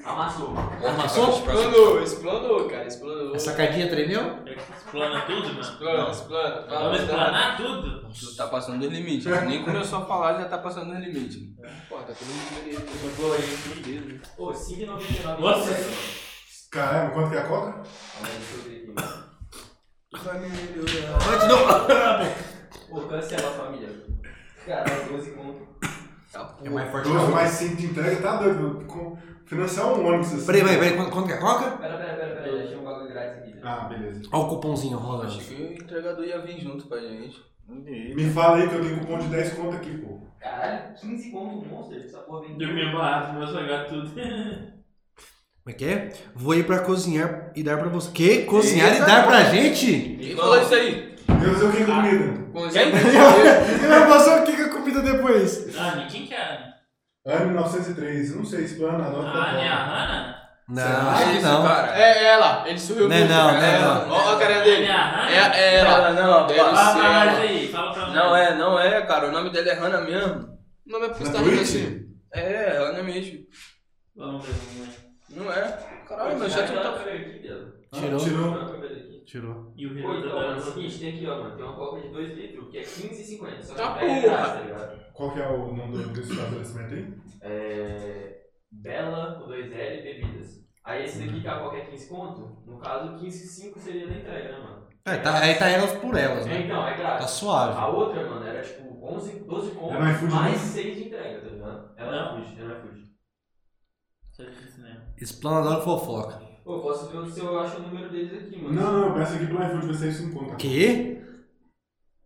Amassou. Amassou? Explanou, explanou, cara, explanou. A sacadinha tremeu? Explana tudo, mano. Explana, explana. Vamos Fala, tá. explanar tudo. Tu tá passando dos limites. Nem começou a falar, já tá passando dos limites. Pô, tá todo mundo direito. Ô, 5,99. Nossa. Caramba, quanto que é a coca? Calma aí, deixa eu ver aqui. Antes não. Ô, cancela a família. Cara, 12 conto. É mais forte que a 12 outra. mais 5 de entrega, tá doido. Com- Financiar um ônibus assim. Peraí, peraí, peraí. Quanto quanto que é a coca? Pera, pera, pera, pera. Tinha um bagulho grátis aqui. velho. Ah, beleza. Ó o cupomzinho rola. Achei que o entregador ia vir junto com a gente. Me fala aí que eu tenho cupom de 10 conto aqui, pô. Caralho, 15 conto o Monster. Essa porra vem. Dormir barato, meu sonhar tudo. Como é que é? Vou ir pra cozinhar e dar pra você. Que? Cozinhar e Eita. dar pra gente? Quem falou isso aí? Deus, eu quero comida. Quem? assim? Ele vai passar o que com a comida depois? Anne, quem que é a Anne? Ano 1903, não sei, explana, adoro A coca. Anne é a Hannah? Não, Ah, acho que Isso, não. cara. É é ela, ele sorriu Não é não, não cara, é é ela. não. Ó a cara A Anne dele. é a Hannah? É, é ela. não, Deve pá. Fala ser pra nós ela. aí, fala pra nós. Não é, não é, cara. O nome dela é Hannah mesmo. O nome é Na Pistarinho Twitch? assim. É, Hannah mesmo. Vamos ver, vamos ver. Não é? Caralho, meu chat não tá. Ah, Tirou. Tirou. Tirou. E o tá Pô, Rio então, mano, é o da seguinte, tem aqui, ó, mano, tem uma coca de 2 litros, que é 15,50. Só que Tá é porra. graça, tá ligado? Qual que é o nome do- desse estabelecimento aí? É... Bela, com 2L, bebidas. Aí esse daqui que a coca é 15 conto, no caso, 15,5 seria na entrega, né, mano? É, tá, aí tá elas por elas, É, né? então, é Tá grátis. suave. A outra, mano, era tipo 11, 12 conto, É no iFood, né? mais 6 de entrega, tá ligado? Ela Não. não iFood, ela não iFood. é Explanadora fofoca. Pô, posso ver se eu acho o número deles aqui, mano. Não, não, peça aqui pro iFood, ver se isso encontra. Que?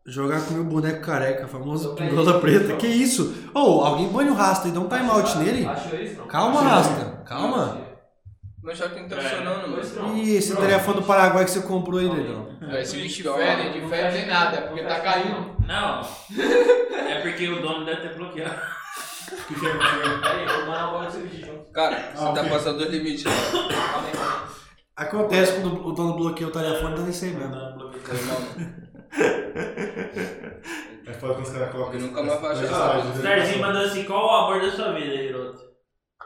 Jogar com meu boneco careca, famoso Tô bem. pingola preta. Que isso? Ô, alguém põe o rasta e dá um timeout nele. Achou isso, não? Calma, Achou. rasta. Calma. Meu chat não tá funcionando, mano. Dois, não. Ih, esse telefone do Paraguai que você comprou aí, doidão. Vai se de férias, de férias nem nada, porque tá caindo. Não. É porque o dono deve ter bloqueado. O que que é que Pera aí, eu vou mandar uma bola de serviço junto. Cara, você Ah, tá ok. passando dos limites. Calma aí, calma aí. Acontece quando o dono bloqueia o telefone, tá nem sei mesmo. É foda quando os caras colocam... Eu nunca mais vou achar essa Ah, coisa. gente, Serginho mandou assim, qual o amor da sua vida, Hiroto?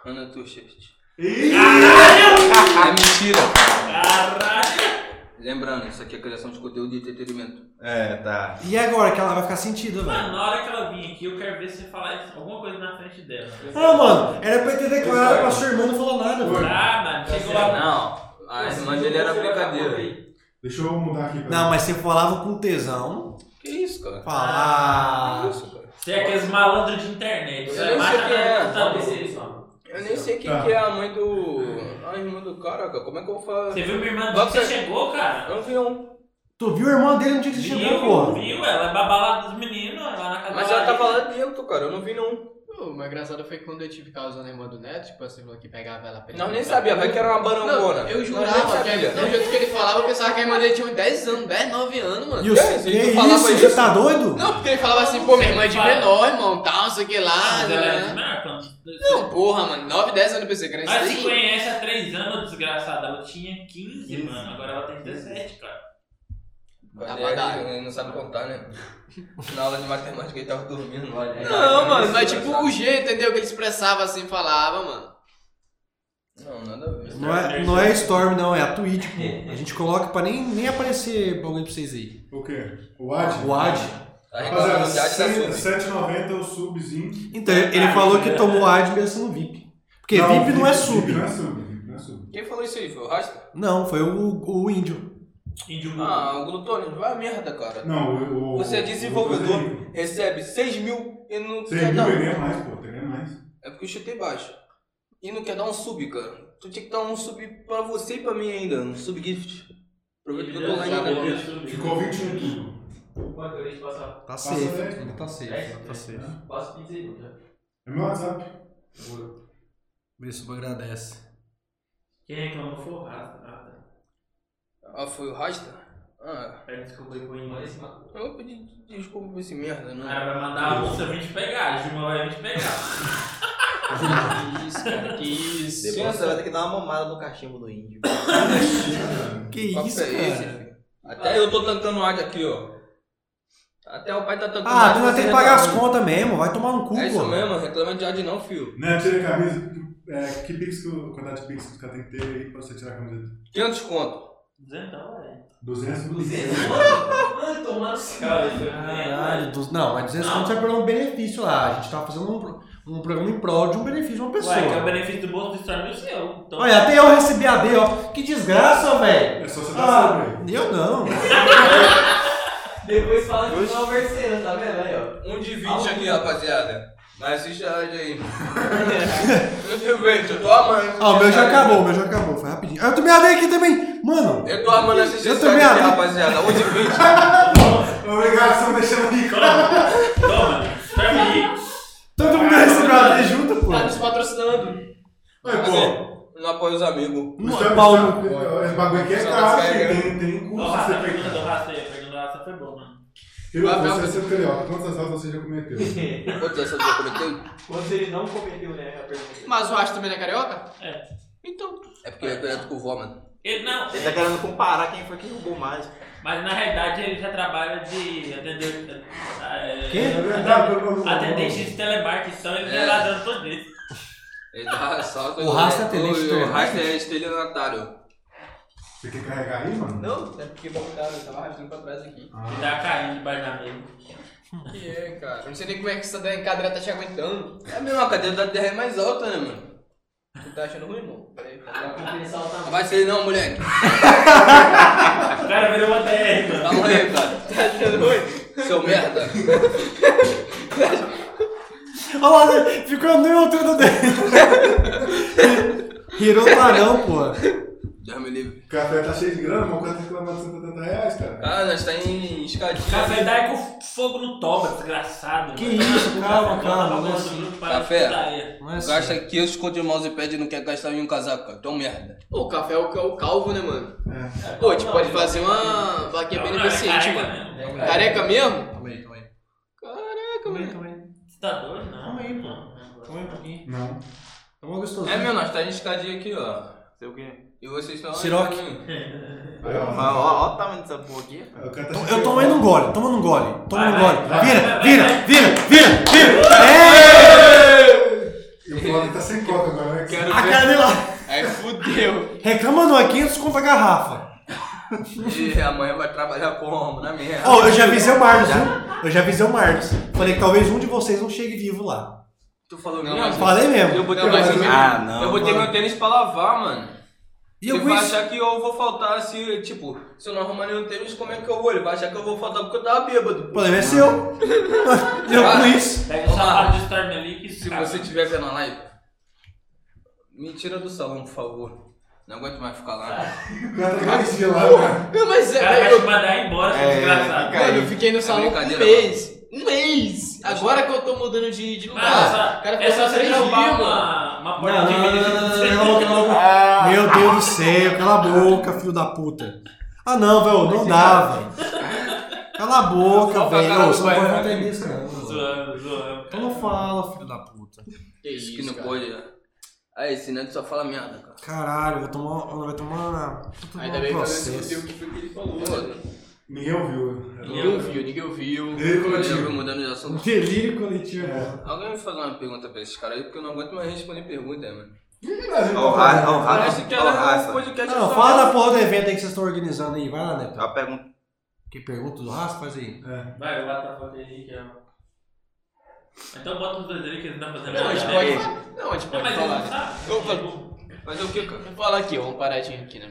Hannah Tuchest. Ih, É mentira. Caralho! Lembrando, isso aqui é criação de conteúdo e entretenimento. É, tá. E agora que ela vai ficar né? sentida, Mano, velho? na hora que ela vir aqui, eu quero ver você falar isso- alguma coisa na frente dela. Ah, mano, era pra ter declarado pra sua irmã, não falou nada, velho. Ah, mano, chegou lá. Não, a irmã dele era brincadeira. Deixa eu mudar aqui pra Não, mas você falava com tesão. Que isso, cara? Falar. Que isso, cara? Você é aqueles malandros de internet. Eu Você nem sei mata quem é. na Sabe computador. se é isso, mano? Eu nem sei quem Tá. que é a mãe do. A irmã do cara, cara. Como é que eu vou falar? Você viu minha irmã Vamos que você ser- chegou, cara? Eu vi um. Tu viu o irmão dele no dia que você chegou, porra? viu? Ela é babalada dos meninos, lá na casa Mas da ela tá tava Larissa. lá dentro, cara. Eu não vi não. Pô, O mais engraçado foi que quando eu tive causando a irmã do Neto, tipo assim, falou que pegava ela pela. Nós nem sabia, vai que era uma Não, barangona. eu Nós nem jurava que sabia. a- do jeito que ele falava, eu pensava que a irmã dele tinha uns 10 anos, 10, 9 anos, mano. E o É, que você falava isso? isso? Você tá doido? Não, porque ele falava assim, pô, minha irmã é de menor, irmão, tal, não sei o que Ah, lá. mas ela né? é menor, quando- Não, porra, mano, 9, 10 anos eu pensei que era Nós se isso aí. conhece há 3 anos, desgraçada. Ela tinha 15, mano. Agora ela tem 17, cara. Tá Ele- é- badado. Ele não sabe contar, né? Na aula de matemática ele tava dormindo. Olha aí. Não, mano, mas tipo o jeito, entendeu? Que ele expressava assim, falava, mano. Não, nada a ver. Não é, não é Storm, não, é a Twitch, pô. A gente coloca pra nem, nem aparecer pra alguém pra vocês aí. O quê? O Ad? O Ad. A Rapaziada, responsabilidade da cem- sua. 7,90 o subzinho. Então, ele falou que tomou Ad mesmo sendo VIP. Porque VIP não é sub. VIP não é sub, VIP não é sub. Quem falou isso aí? Foi o Rasta? Não, foi o, o índio. Índio Ah, o Glutônio, vai a merda, cara. Não, o... o- Você é o- desenvolvedor, recebe 6 mil e não Você quer viu, dar eu um. ganhei mais, pô, eu ganhei mais. É porque eu chutei baixo. Então E não quer dar um sub, cara. Tu tinha que dar um sub pra você e pra mim ainda, um sub gift. Aproveita que eu tô Bebida- lá a ainda. bebida mano. subiu. Ficou 21 quilos. Pô, acabei de passar. Tá Passa safe, aí. ainda tá safe, É, tá é. safe. Passo pizza aí, já. É meu WhatsApp. Boa. Messuba agradece. Quem reclamou foi o Rasta. Ah, tá. Ah, foi o Rasta? Ah, Pede desculpa aí com o Manda inglês. esse mapa. eu vou pedir desculpa por esse merda, né? O não. cara vai mandar a moça vir te pegar, a Dilma vai vir te pegar. Que isso, cara, que isso. Depois você vai ter que dar uma mamada no cachimbo do índio. Que Papo isso, é esse, cara? filho? Até eu tô tancando água aqui, ó. Até o pai tá tancando Ah, tu água, não você É tem que já pagar tá as bom. contas mesmo, vai tomar no cu, É isso pô. mesmo, reclama de água não, filho. Né, tira a camisa. Que- É, que pix que o- quantidade de pix que os caras tem que ter aí pra você tirar a camisa? 500 conto. Duzentão, velho. 200 Mano, tomando esse cara. isso é merda. Caralho, dos- não, mas 200 conto é pra um benefício lá. A gente tá fazendo um, pro- um programa em prol de um benefício de uma pessoa. Ué, que é o benefício do bolso do história do seu. Então, Olha, até eu recebi a D, ó. Que desgraça, velho. É só você dar Ah, ah. eu não. Depois fala que não é o Mercedes, tá vendo aí, ó? Um de 20 Ah, aqui, um. rapaziada. Mas assiste a água aí. Eu te vejo, eu tô amando. Ó, Ah, o meu já acabou, o meu já acabou, foi rapidinho. Ah, Eu tomei a D aqui também. Mano, Eu tô amando assistir Eu esse também cara aqui, amei. rapaziada. Um de 20. Ah. Obrigado, estão deixando rico. toma, serve aí. todo mundo recebeu a D junto, pô. Tá nos patrocinando. Mas, pô, Não apoio os amigos. o Não, Stanley- Paulo. esse bagulho aqui é Só caro, descarrega. tem, tem Ó, custo. o pra Você Rasta, a pergunta do pegar. Rasta aí, a pergunta do Rasta foi boa, mano. Eu, Abel- você é seu carioca. Quantas assaltos você já cometeu? Quantos essa já cometeu? Quando ele não cometeu, né, a pergunta. Mas o Astro também não é carioca? É. Então. É porque eu cuidado com o vó, mano. Ele não, Ele tá querendo comparar quem foi que roubou mais. mas na realidade ele já trabalha de atender. é, Quê? Atendente de telemarketing, então ele É. tá ladrando todo isso. Ele dá salto. O Rasta é tenente do O Rasta Rasta. é estelionatário. Você quer carregar aí, mano? Não, é porque vou mudar, eu tava arrastando pra trás aqui. Ele tá caindo debaixo da mesa. Que é, cara. Eu não sei nem como é que essa cadeira tá te aguentando. É mesmo, a cadeira da terra é mais alta, né, mano? Tu tá achando ruim, irmão? Peraí. Pra compensar o tamanho. Vai ser não, moleque. O cara virou uma DR, mano. Calma aí, cara. Tá achando ruim? Seu merda. Olha lá, ficou neutro do dedo. Hirou não, pô. Deus me livre. O café tá cheio de grana, mas quanto reclamando de 170 reais, cara? Ah, nós tá em escadinha. né? Café dá com fogo no toba, desgraçado. Que mano. isso, calma, Café calma, tava não é bom, assim. tudo parece Café. putaria. Não é assim. Gasta 500 conto de mousepad e não quer gastar em um casaco, cara. Então merda. Pô, o café é o, é o calvo, né, mano? É. Pô, a gente pode fazer uma vaquinha Não, não, é beneficente, careca, mano. né? É, cara. Careca mesmo? Calma aí, calma aí. Caraca, Calma aí, mano. calma aí. Você tá doido? Não. Calma aí, pô. Não, Calma aí um pouquinho. Não. Tá mó gostoso. É mesmo, nós tá em escadinha aqui, ó. Sei o quê? E vocês estão. Siroque. Aí, ó. Mas ó, ó o tamanho dessa porra aqui. O cara tá cheio Então, Eu de- tomei num gole, toma num gole, toma Vai, num vai, gole. vai, Vira, vai, vira, vai. vira, vira, É! vira. Ei! E o Flávio tá sem coca agora, né? Quero A ver. cara dele lá. Aí fudeu. Reclama não, é 500 conto a garrafa. E amanhã vai trabalhar como? é Na merda. Ó, eu já avisei o Marlos, viu? Eu já avisei o Marlos. Falei que talvez um de vocês não chegue vivo lá. Tu falou Não, não, mas- Falei Eu mesmo. botei, Não, meu, mas- tênis- Ah, não, eu botei mano. meu tênis pra lavar, mano. E ele eu vai conheci. achar que eu vou faltar se, tipo, se eu não arrumar nenhum tênis, como é que eu vou? Ele vai achar que eu vou faltar porque eu tava bêbado. O pô. problema é seu. E eu com isso. Pega o sapato de Storm ali que Se você estiver vendo a live, me tira do salão, por favor. Não aguento mais ficar Ah, lá. O cara tá dois dias lá, cara. Não, mas O é. cara vai eu, te mandar embora, seu desgraçado. mano, eu fiquei no salão um brincadeira, mês. Um mês! Agora que eu tô mudando de, de lugar. Mas, o cara é ficou só só você três dias, derrubar mano. uma, uma Não, não, porta de não, não, não, não, cala a boca, cala a Ah, boca. Meu Deus do céu, cala a boca, filho da puta. Ah não, velho, não dá, velho. Cala a boca, Só pra velho. cara Ô, do Você não pai, pode né? manter isso, não. Zoando, zoando. Então não fala, filho da puta. Que Isso, isso, que não cara. pode, né? Aí, esse neto só fala merda, cara. Caralho, vai tomar. Vai tomar. vai Ainda tomar um bem que eu não escutei o processo. que foi que ele falou. Ninguém ouviu. Era- Ninguém ouviu, ninguém ouviu. Delírio Eu já coletivo. vou mudando de assunto. Delírio coletivo. É. Alguém me fazer uma pergunta pra esses caras aí, porque eu não aguento mais responder pergunta, aí, mano. Ó, o raça, ó, o Parece raça. que Ó, o era um raça. podcast Não, só- fala da porra do evento aí que vocês estão organizando aí. Vai lá, Neto. A pergunta. Que pergunta do Rafa, faz aí. É. Vai, eu bato a foto aí que é. Então bota os dois ali que eles não estão fazendo Não, a gente nada, pode né? falar. Não, a gente Não, pode mas eles não falar. sabem. Opa. Fazer o que, cara? Vou falar aqui, ó, uma paradinha aqui, né?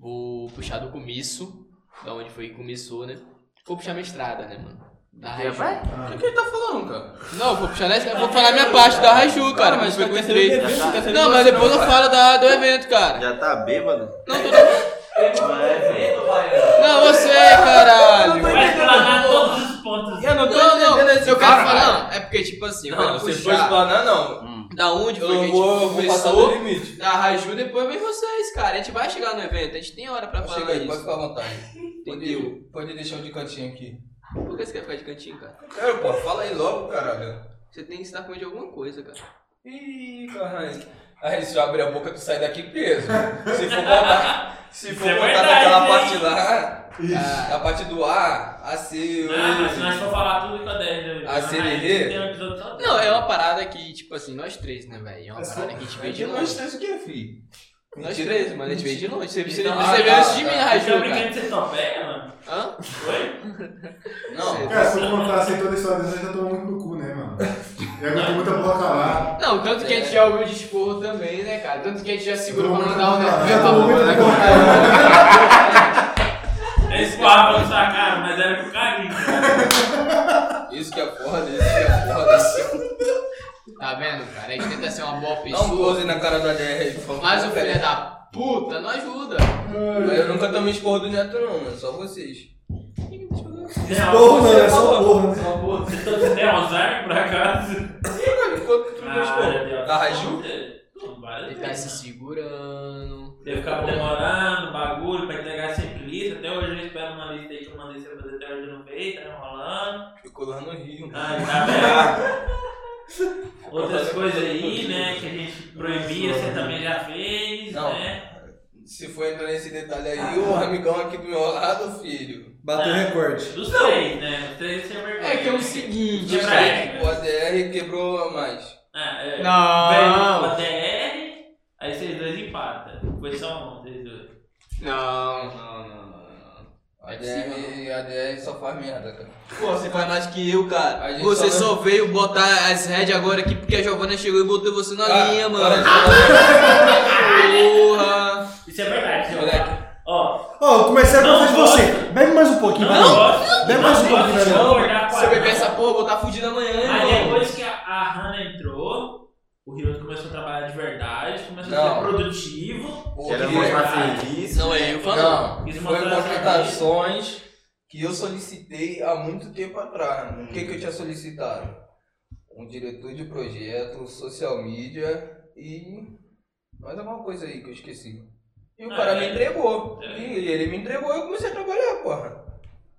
Vou puxar do começo, da onde foi que começou, né? Vou puxar minha estrada, né, mano? Da Raju. O que ele tá falando, cara? Não, vou puxar nessa, vou falar minha parte da Raju, cara, mas tá foi que eu entrei. Não, mas depois eu falo da, do evento, cara. Já tá bêbado? Não, tô... Ele não vai ver, não vai porque, tipo assim, Não, vai você foi puxar explanar, não. da onde foi que a Eu gente vou, vou passar do começou, limite. da Raju, depois vem vocês, cara. A gente vai chegar no evento, a gente tem hora pra Chega falar aí, pode isso. ficar à vontade. Entendeu? Pode, pode deixar eu de cantinho aqui. Por que você quer ficar de cantinho, cara? Cara, pô, fala aí logo, caralho. Você tem que se dar conta de alguma coisa, cara. Ih, caralho. Aí se eu abrir a boca, tu sai daqui preso. Se for contar, se Isso for é contar verdade, daquela hein? parte lá, a, a parte do A, a C, Ah, mas se o... nós for falar tudo com a 10, A CDD? Tem um episódio só Não, é uma parada que, tipo assim, nós três, né, velho? É uma parada que a gente vê de longe. três o que, fi? Nós três, mano, a gente vê de longe. Você, você, Então, você ah, vê tá, antes de mim, tá. na Você tá Raju, cara. brincando de ser só pé, mano? Hã? Foi? Não, Cara, se eu contar assim toda a história dessa, já tomou muito no cu, né, mano? E agora tem muita boca lá. Não, tanto que a gente já ouviu desforro também, né, cara? Tanto que a gente já segurou pra Tomou não dar um muita boca lá. nervoso Já pra tomou boca, muita né? boca lá. Eles pavam na sua cara, mas era com carinho. cara. isso que é foda, isso que é foda. Tá vendo, cara? A gente tenta ser uma boa Dá um pessoa, close na né? cara da DR. mas o filho da puta não ajuda. Eu nunca tomei esporro do Neto, não, mano. Só vocês. Tem al- Porra, mano, é só porra, né? Só pô, Você tá- você tem Alzheimer, por acaso? Ficou tudo já deu. Da Raju? Não, várias Ele vezes. tá se segurando. Você ficava demorando, bagulho, pra entregar ciclista, até hoje eu espero uma lista aí que eu mandei você fazer até hoje eu não veio, tá enrolando. Ficou lá no Rio, mano. Ah, tá vendo? Outras coisas aí, né, que a gente proibia, você também já fez, Não. né? Se for entrar nesse detalhe aí, o amigão aqui do meu lado, filho. Bateu Ah. recorde. Dos três, né? Os três sem vergonha. É que é o seguinte, Quebra cara. ele, O né? ADR quebrou a mais. Ah, é. Veio Não, a DR, aí vocês dois empatam. Foi só um, vocês dois. não. Não, não, não. A É possível, ADR, a ADR só faz merda, cara. Pô, você faz mais que eu, cara. A gente Você leva- só veio botar as red agora aqui porque a Giovana chegou e botou você na Cara, linha, para de mano. falar. Porra. Isso é verdade, seu Moleque. pai. Ó, Ó, eu comecei a Não, gostar de você. Bebe mais um pouquinho, vai. não gosto. Bebe não mais um gosto pouquinho, de né? concordar com Se eu a beber Hannah. essa porra, eu vou estar fudido amanhã, Aí irmão. depois que a, a Hannah entrou, o Hiroto começou a trabalhar de verdade, começou a Não. ser produtivo. Quero Porque- mostrar mostrar serviço. Não é eu falando. Não, Isso foi mostra a contratações que eu solicitei há muito tempo atrás. O que, que eu tinha solicitado? Um diretor de projeto, social media e mais alguma coisa aí que eu esqueci. E o Ah, cara é. me entregou. É. E ele me entregou e eu comecei a trabalhar, porra.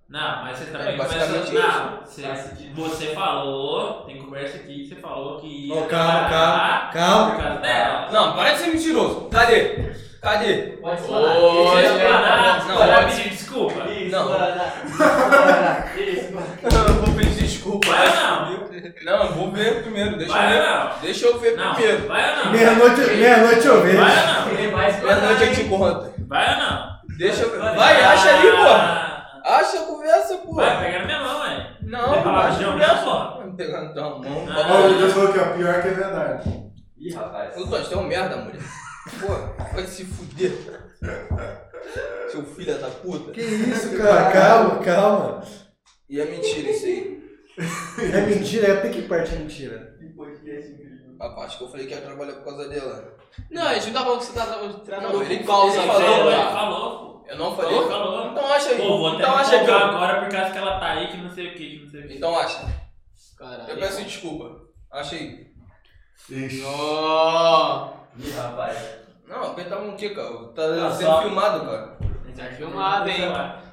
Não, mas você também É, começa. basicamente Não, você, Faz sentido. você falou, tem conversa aqui que você falou que ia. Ó, calma, calma, parar calma. Por causa dela. Não, para de ser mentiroso. Cadê? Cadê? Pode explorar. Oi, Deixa eu parar, não, parar, não. pedir desculpa. Isso, Não. explorar. Isso, Eu vou pedir desculpa. Vai ou Não, eu vou ver primeiro. não? Deixa Vai eu ou ver. não? Deixa eu ver Não, primeiro. vai ou não? Meia-noite meia eu vejo. Vai ou não? Ele vai explorar. Meia-noite eu te conto. Vai ou não? Deixa eu ver. é é Vai, acha ali, porra. porra. Acha a conversa, Vai, porra. pega na minha mão, ué. Não, Vai falar acha de a homem, conversa. porra. Vai me pegar na tua mão. Ah. Ó, o Deus falou que é o pior que é verdade. Ih, rapaz. Ô, Lucas, tem um merda, mulher. Porra, vai se fuder. Seu filho da puta. Que isso, cara? Calma, calma. E é mentira isso aí. É mentira, é até que parte é mentira. Que podcast incrível. A parte que eu falei que ia trabalhar por causa dela. Não, a gente tá falando que você tá Não, tratando ele- por causa ele Ele falou, ele dela. falou, Eu não pô. falei. Ele falou. né? Então acha aí. Pô, vou até então me acha aí. empolgar agora por causa que ela tá aí, que não sei o que, que não sei o que. Então acha. Eu Caralho. peço desculpa. Acha aí. Ixi. Ó, Ih, rapaz. Não, aguentava um quê, cara? Tá Ah, sendo só- filmado, cara. Tá Então, filmado, hein?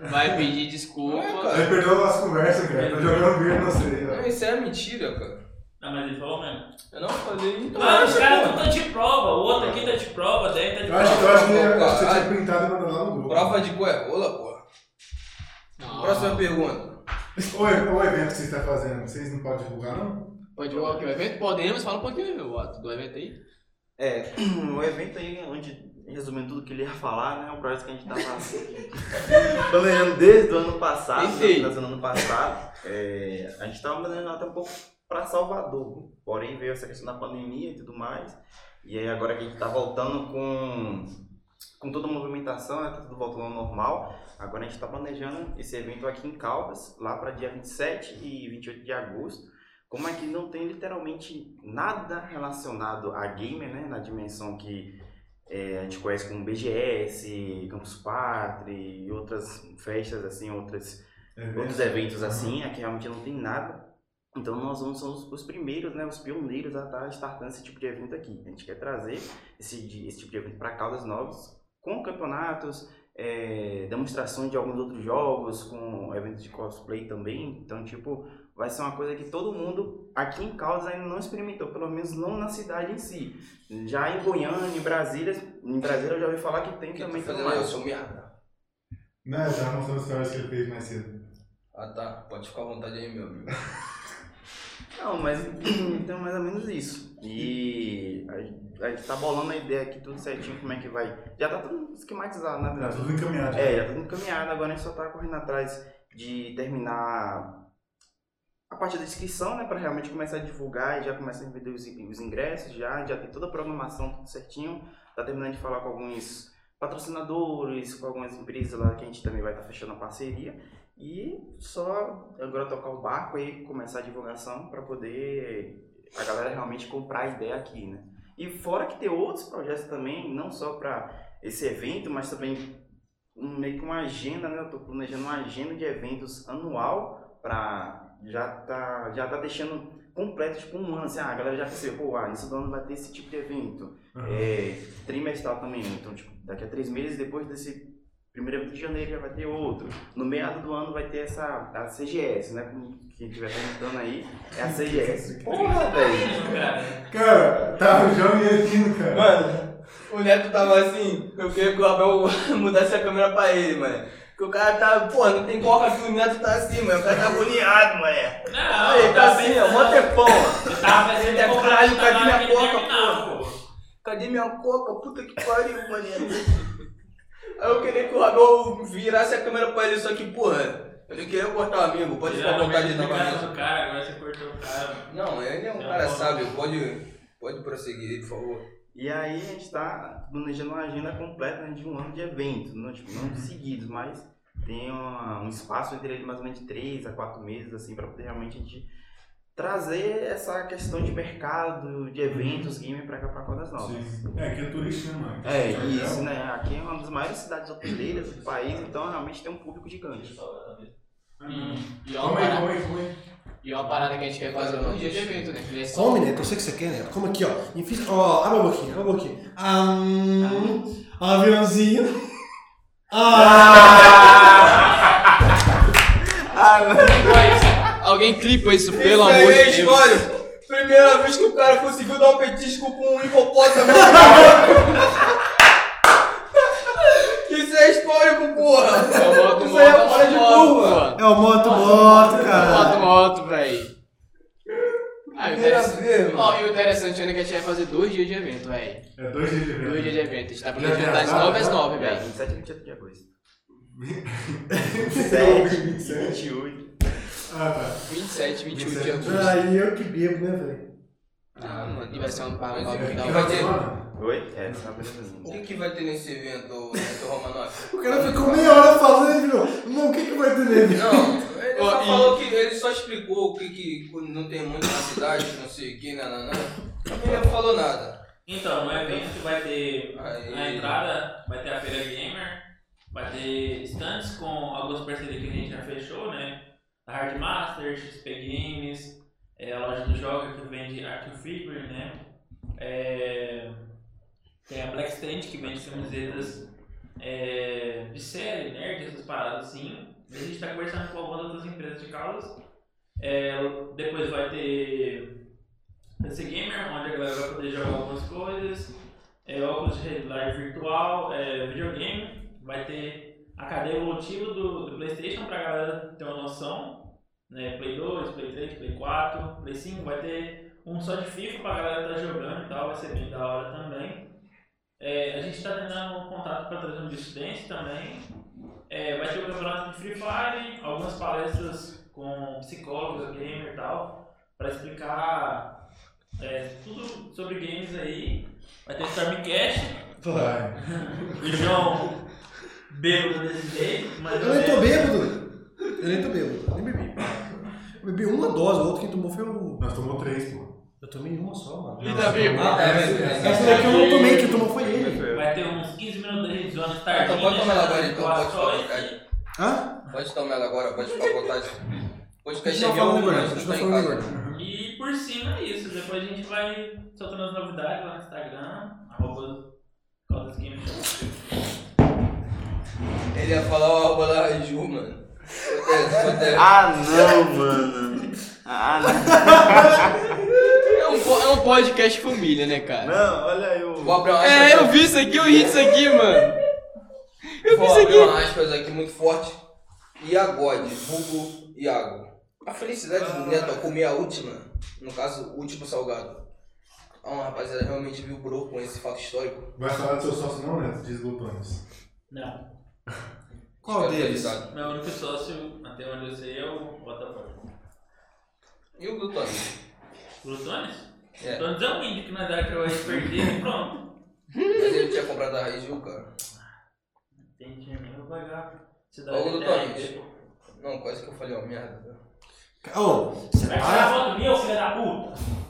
Vai pedir desculpa. Não é, Ele cara. perdeu as conversas, cara. Tá jogando verde, não sei. ó. Não, isso é mentira, cara. Não, mas ele falou mesmo. Eu não falei. Então Mano, os acha, caras porra. tudo tá de prova. O outro aqui tá de prova, o Derek tá de Eu acho, prova. eu acho que eu acho que você tinha printado e mandado lá no grupo. Prova de goiabola, porra. Não. Próxima pergunta. O, e- o evento que vocês estão fazendo, vocês não podem divulgar, não? Pode voar aqui o evento? Podemos, fala um pouquinho, Otto, do evento aí. É, Um evento aí onde, resumindo tudo que ele ia falar, né? Um projeto que a gente tava planejando desde o ano passado, Enfim. desde o ano passado. É, a gente tava planejando até um pouco pra Salvador. Porém veio essa questão da pandemia e tudo mais. E aí agora que a gente tá voltando com, com toda a movimentação, né, tá tudo voltando ao normal. Agora a gente tá planejando esse evento aqui em Caldas, lá para dia 27 e 28 de agosto. Como é que não tem literalmente nada relacionado a gamer, né? Na dimensão que é, a gente conhece como BGS, Campus Party e outras festas assim, outras, É, outros eventos assim, aqui realmente não tem nada. Então nós vamos somos os primeiros, né, os pioneiros a estar startando esse tipo de evento aqui. A gente quer trazer esse, de- esse tipo de evento para Caldas Novas com campeonatos, é, demonstrações de alguns outros jogos, com eventos de cosplay também. Então, tipo, vai ser uma coisa que todo mundo aqui em Caldas ainda não experimentou, pelo menos não na cidade em si. Já em Goiânia, em Brasília, em Brasília eu já ouvi falar que tem também tudo Eu mais. sou miada. Não, já mostrou os stories que ele fez mais cedo. Ah tá, pode ficar à vontade aí, meu amigo. Não, mas então mais ou menos isso. E a, a gente tá bolando a ideia aqui tudo certinho, como é que vai. Já tá tudo esquematizado, né, na Tá verdade. tudo encaminhado. É, já tá tudo encaminhado, agora a gente só tá correndo atrás de terminar a parte da inscrição, né? Pra realmente começar a divulgar e já começar a vender os, os ingressos, já, já tem toda a programação tudo certinho. Tá terminando de falar com alguns patrocinadores, com algumas empresas lá que a gente também vai estar fechando a parceria. E só agora tocar o barco e começar a divulgação pra poder a galera realmente comprar a ideia aqui, né? E fora que tem outros projetos também, não só pra esse evento, mas também um- meio que uma agenda, né? Eu tô planejando uma agenda de eventos anual pra já tá, já tá deixando completo, tipo, um ano, assim, ah, a galera já percebeu, pô, ah, início do ano vai ter esse tipo de evento. É, trimestral também, então, tipo, daqui a três meses, depois desse primeiro evento de janeiro já vai ter outro. No meado do ano vai ter essa, a CGS, né? Como quem estiver perguntando aí, é a CGS. Porra, velho! Cara, tá o João e ele rindo, cara. Mano, o Neto tava assim, eu queria que o Abel mudasse a câmera pra ele, mano. Porque o cara tá, pô, não tem coca aqui, o Neto tá assim, mano. O cara tá agoniado, mano. Não, Tá Aí, tá assim, ó, mó tempão, ó. Eu tava Ele fazendo é caralho, cadê na hora minha que ele coca, terminava, porra? pô. Cadê minha coca? Puta que pariu, mano. Aí eu queria que o Abel virasse a câmera pra ele, só que, porra, eu não queria cortar o amigo, pode ficar à vontade Geralmente aí na bagunça. você gasta o cara, agora você cortou o cara. Não, ele é um cara sábio, pode, pode prosseguir, por favor. E aí a gente tá planejando uma agenda completa né, de um ano de evento, não, tipo, não seguidos, mas tem uma- um espaço entre ele mais ou menos de três a quatro meses, assim, para poder realmente a gente trazer essa questão de mercado, de eventos, game para cá, para Caldas Novas. Uhum. Sim. É, que é turista, né, mano? É, e isso, né? Aqui é uma das maiores cidades hoteleiras do país, então realmente tem um público gigante. E é uma Calma aí, parada- calma aí, calma aí. e é uma parada que a gente quer fazer num dia de evento, né? Que é um só- Come, Neto, eu sei que você quer, né? Neto. Como aqui, ó. Enfim, ó, abre a boquinha, abre a boquinha. Ah, hum, aviãozinho. Ah! Alguém clipa isso, Isso pelo aí amor é de Deus. história. Primeira vez que o cara conseguiu dar um petisco com um hipopótamo. Isso é histórico, porra. É o moto, Isso aí é moto, fora de moto, curva. mano. É o moto moto, cara. Moto, moto, véi. Ah, o Primeira interessa- vez, mano. Ó, e o interessante ainda é que a gente vai fazer dois dias de evento, véi. É dois dias de evento. Dois dias de evento. A gente tá Já planejando tem das a data? 9 às 9, Dia véi. 27 É, e 28 de agosto. 27, 27 28. Ah, tá. 27, 28 um de 27. agosto. Aí eu que bebo, né, velho? Ah, mano, e vai ser uma parada Mas é que dá que uma- vai ter- Oi? É, tá beleza. O que, que vai ter nesse evento, Neto Romanoff? O cara ficou meia hora falando, ele virou. Não, o que que vai ter nele? Não, ele Ó, só e- falou que ele só explicou o que, que não tem muito na cidade, que não sei o que, nananã. Ele não falou nada. Então, no evento vai ter Aí- na entrada, vai ter a feira gamer, vai ter stands com algumas parcerias que a gente já fechou, né? A Hardmaster, XP Games, é, a loja do Joga que vende Arco Figure, né? É, tem a Black Stand que vende camisetas é, de série, nerd, essas paradas assim. A gente tá conversando com algumas outras empresas de Carlos. É, depois vai ter PC Gamer, onde a galera vai poder jogar algumas coisas. É, óculos de realidade virtual, é, videogame. Vai ter a cadeia evolutiva do, do PlayStation pra galera ter uma noção. Né? Play 2, Play 3, Play 4, Play 5. Vai ter um só de FIFA pra galera estar jogando e tal. Vai ser bem da hora também. É, a gente tá tentando um contato pra trazer um Beach Dance também. É, vai ter o campeonato de Free Fire, algumas palestras com psicólogos, gamer e tal, para explicar é, tudo sobre games aí. Vai ter Stormcast, Vai. o João bêbado desse jeito, mas Eu nem tô bêbado. Eu nem tô bêbado. Nem bebi. Eu bebi uma dose, o outro quem tomou foi o. Nós tomou três, pô. Eu tomei uma só, mano. E tá vivo. Ah, É, essa- mas- Essa daqui eu não tomei, quem tomou foi ele. Vai ter uns 15 minutos de zona Ah, Stardust. Então pode tomar ela agora, então pode ficar à vontade. Hã? Pode tomar ela agora, pode ficar à vontade. Hoje quer Continua chegar falando um de gordo, mas não continua tá em falando de casa. gordo. E por cima é isso. Depois a gente vai soltando as novidades lá no Instagram, arroba Caldas Game Show. Ele ia falar o arroba da Raju, mano. Acontece, acontece. Ah, não, mano. Ah, não. É um, po- é um podcast família, né, cara? Não, olha aí o... Vou abrir uma É, aspas- eu vi isso aqui, eu ri isso aqui, mano. Eu vi Vou isso abrir aqui. uma aspas aqui muito forte. Iagode, vulgo Iago. A felicidade do neto ao comer a última, no caso, o último salgado. Ah, uma rapaziada realmente viu o broco com esse fato histórico. Vai falar do seu sócio não, né? Neto? Diz Lutones. Não, Qual deles? Atualizado. meu único sócio, até onde eu sei, é o Botafogo. E o glutônio? Plutones? É. Plutones é um índio que nós era que eu ia perder e pronto. Mas ele tinha comprado a raiz, viu, cara? Entendi, eu vou pagar. Cidade Ô, até aí, Lutones. pô. Não, quase que eu falei, ó, merda. Ô, você Vai para. tirar foto minha, ô filho da puta!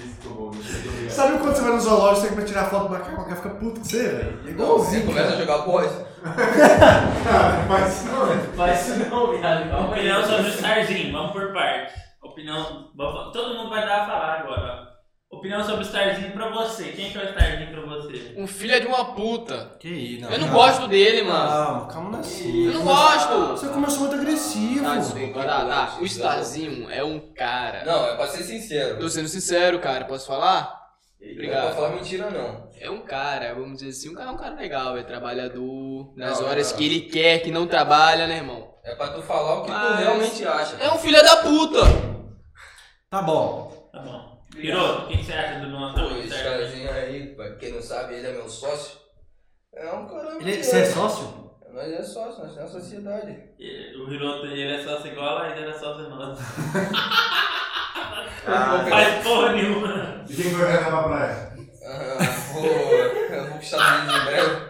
É. Sabe quando você vai no zoológico, você tem que tirar foto do macaco, o macaco fica puto com você, velho? É Não, você igualzinho. começa a cara. jogar Tá, pós. Ah, mas não, né? Mas isso não, viado. Calma aí. Opinião sobre o Starzinho, vamos por partes. Opinião. vamos falar- Todo mundo vai dar a falar agora. ó. Opinião sobre o Starzinho pra você. Quem que é o Starzinho pra você? Um filho é de uma puta. Que aí, não. Eu não gosto dele, mano. Calma, calma não é assim. Eu não gosto. Você começou muito agressivo. Ah, Tá, tá. O Stazinho é um cara. Não, é pra ser sincero. Tô sendo sincero, cara. Posso falar? Não é pra falar mentira, não. É um cara, vamos dizer assim, um cara, um cara legal, é trabalhador, nas Não, horas não. que ele quer, que não trabalha, né, irmão? É pra tu falar o que tu Mas- realmente acha. É um filho da puta! Tá bom. Tá bom. Piroto, o que que você acha do nosso Pô, amigo esse Starzinho? carazinho aí, pra quem não sabe, ele é meu sócio. É um cara. Ele, que você é sócio? Nós é sócio, nós temos uma sociedade. E- O Hiroto, ele é sócio igual a ele era sócio nosso. Ah, Não faz porra nenhuma. E quem que vai viajar pra praia? Ah, vou, eu vou pros Estados Unidos em breve.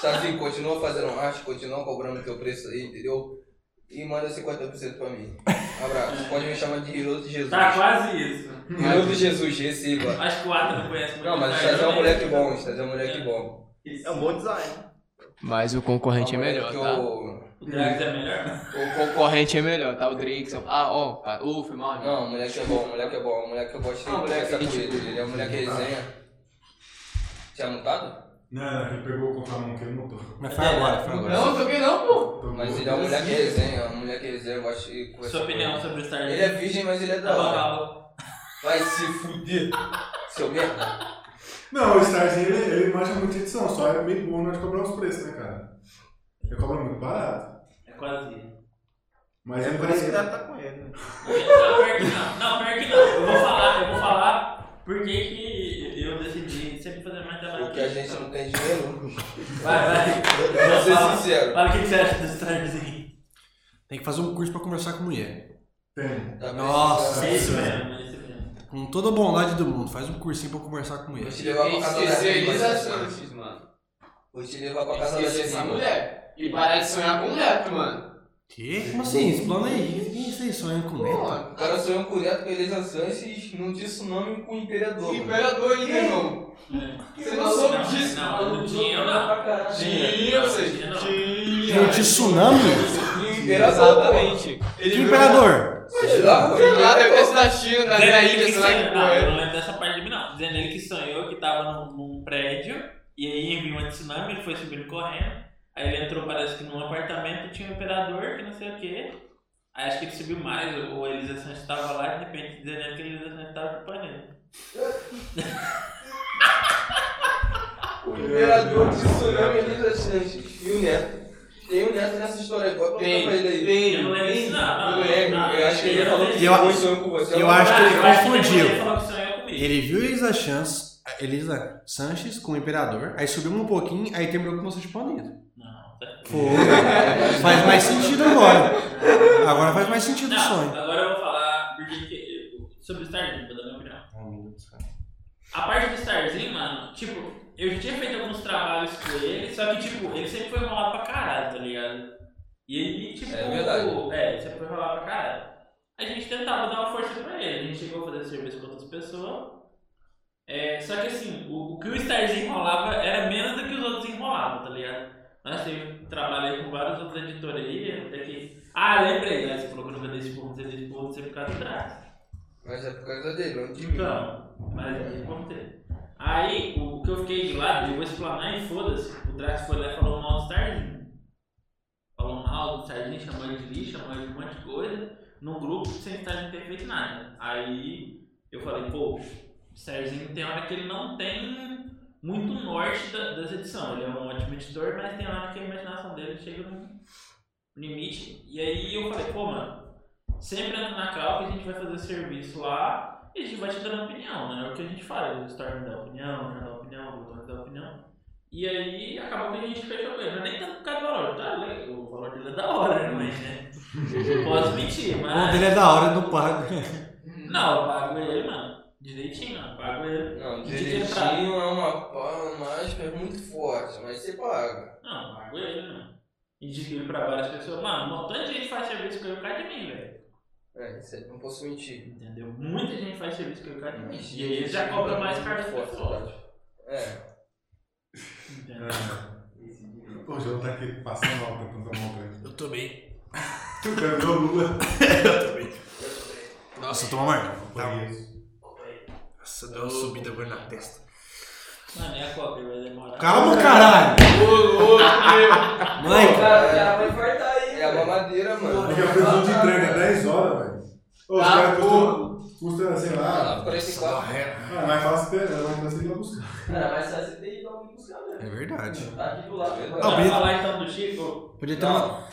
Sabe, continua fazendo arte, continua cobrando teu preço aí, entendeu? E manda 50% pra mim. Abraço. Pode me chamar de Hiroto Jesus. Tá quase isso. Hiroto Jesus, receba. Acho que o Ata não conhece muito. Não, mas o Starzinho, Estás é um né? moleque bom, o Estás é um moleque bom. um É um bom design. Mas o concorrente é melhor, que tá? eu- O Drax é melhor? O concorrente é melhor, tá? O Drake. são- Ah, ó, ah, ô, foi mal, irmão. Não, o moleque é bom, o moleque é bom, o moleque eu gosto de Ah, Não, o moleque conversar é com gente ele, ele é um moleque resenha. é Tinha mutado? Não, não, ele pegou com a mão que ele não tô. Mas foi agora, foi agora. Não, eu joguei não, pô. Tô Mas com- ele é um moleque resenha, é um moleque resenha, eu gosto de conversar Sua com opinião ele. sobre o Starzinho? Ele é virgem, mas ele é Tá da bom, hora. tá bom. Vai se fuder, seu merda. Não, o Starzinho, ele, ele manja muito de edição, só é meio bom na hora de cobrar os preços, né, cara? Ele cobra muito barato. É quase isso. É um Mas ele É Por isso que parece deve estar com ele, né? Não, pior que não. Não, pior que não. Eu vou falar, eu vou falar por que que eu decidi sempre fazer mais trabalho. Porque a gente não tem dinheiro. Vai, vai. Pra ser Fala- sincero. Fala o que que você acha do Starzinho. Tem que fazer um curso pra conversar com mulher. tem. Tá Nossa. É isso mesmo, é isso mesmo. Com toda a bondade do mundo, faz um cursinho pra conversar com mulher. Vou te levar pra casa da né? Especialização, Rebeca. X, mano. Vou te levar pra casa da Esquecer essa Rebeca. mulher. E parar de sonhar com neto, mano. Que? Como assim? Explana aí. Quem vocês sonham com neto? O cara sonhou com o neto é com a Elisa Sanches, não disse o nome com o imperador. O mano. imperador ainda, irmão. Você não soube disso, não, mano. não tinha, não. Dinheiro, ou seja, Não. dinheiro. Gente, um tsunami? E o Exatamente. Que imperador? Sei lá, Sei mano. lá, deve ser da China, da Dizendo da ele Índia, que sei lá sonhou, que não, eu porra. não lembro dessa parte de mim não. Dizendo ele que sonhou que tava num, num prédio e aí viu um tsunami, ele foi subindo correndo. Aí ele entrou, parece que num apartamento tinha um imperador que não sei o que. Aí acho que ele subiu mais, ou ou a Elisa Sanches tava lá e de repente dizendo ele que a Elisa Sanches tava chupando ele. O imperador é disse o nome Elisa Sanches. E o um neto. Tem o neto nessa história, pode contar Tem, pra ele aí. tem. Eu não lembro disso, não. Ah, é. Eu não, lembro, não, eu acho que ele falou que Eu foi sonho com você. um- eu acho que ele confundiu. Ah, Ele falou que sonhou comigo. Ele viu Elisa, Chans, Elisa Sanches com o imperador, aí subiu um pouquinho, aí terminou com o de planeta. Não, tá. Foi. Faz mais sentido agora. Agora faz mais sentido o sonho. Não, agora eu vou falar porque que- sobre o Starzinho, vou dar minha opinião. A parte do Starzinho, mano, tipo, eu já tinha feito alguns trabalhos com ele, só que, tipo, ele sempre foi enrolado pra caralho, tá ligado? E ele, tipo. É verdade. É, ele sempre foi enrolado pra caralho. A gente tentava dar uma força pra ele, a gente chegou a fazer serviço com outras pessoas. É, só que assim, o, o que o Starzinho enrolava era menos assim, do que os outros enrolavam, tá ligado? Nós teve, trabalhei com vários outros editores aí, até que Ah, lembrei. Aí você falou que eu nunca dei esse porro, você deu esse porro, você ficar atrás. Mas é por causa dele, não de mim. Então, mas como ter? Aí, o que eu fiquei de lado, eu vou explanar e foda-se. O Drax foi lá e falou mal do Sardinha. Falou mal do Sardinha, chamou ele de lixo, chamou ele de um monte de coisa, num grupo sem estar não ter feito nada. Aí eu falei, pô, o Serginho tem hora que ele não tem muito norte da- das edições. Ele é um ótimo editor, mas tem hora que a imaginação dele chega num limite. E aí eu falei, pô, mano, sempre entra na cal que a gente vai fazer serviço lá e a gente vai te dando opinião, né? É o que a gente faz. O Storm dá opinião, o Jean dá opinião, o Botão dá opinião. E aí acaba que a gente fechou com ele. Não é nem tanto por causa do valor, tá? le- O valor dele é da hora, não é, né? Não posso mentir, O mas. nome dele é da hora, eu não pago. Não, eu pago ele, mano. Direitinho, mano. Pago ele. Não, De que ele pra- direitinho é uma pá- mágica muito forte, mas você paga. Não, pago ele, mano. Indiquei ele pra várias pessoas. Mano, um montão de gente faz serviço com ele por causa de mim, velho. É, isso aí não posso mentir. Entendeu? Muita gente faz serviço com ele por causa de mim. E aí ele já cobra mais caro que Muito pessoa. forte. né? É. Entendeu? É. Pô, já tá aqui passando mal tentando tomar um trem. Eu também. Tu perdeu o Lula. Nossa, toma marca. Por isso. Nossa, deu uma subida agora na testa. Mano, é a cobra, vai demorar. Calma, caralho! O Mãe, cara já vai infartar aí. né? É a mamadeira, mano. Porque a previsão de entrega é 10 horas, velho. Ô, os Tá caras bom. Tá custam, custa, sei lá. Ah, 44. Ah, mais fácil esperar, mais fácil ir lá buscar. Cara, mas só você tem que ir alguém buscar, é né? verdade. Tá aqui do lado. Não, Não, Brito. falar então do Chico. Podia ter uma. Não,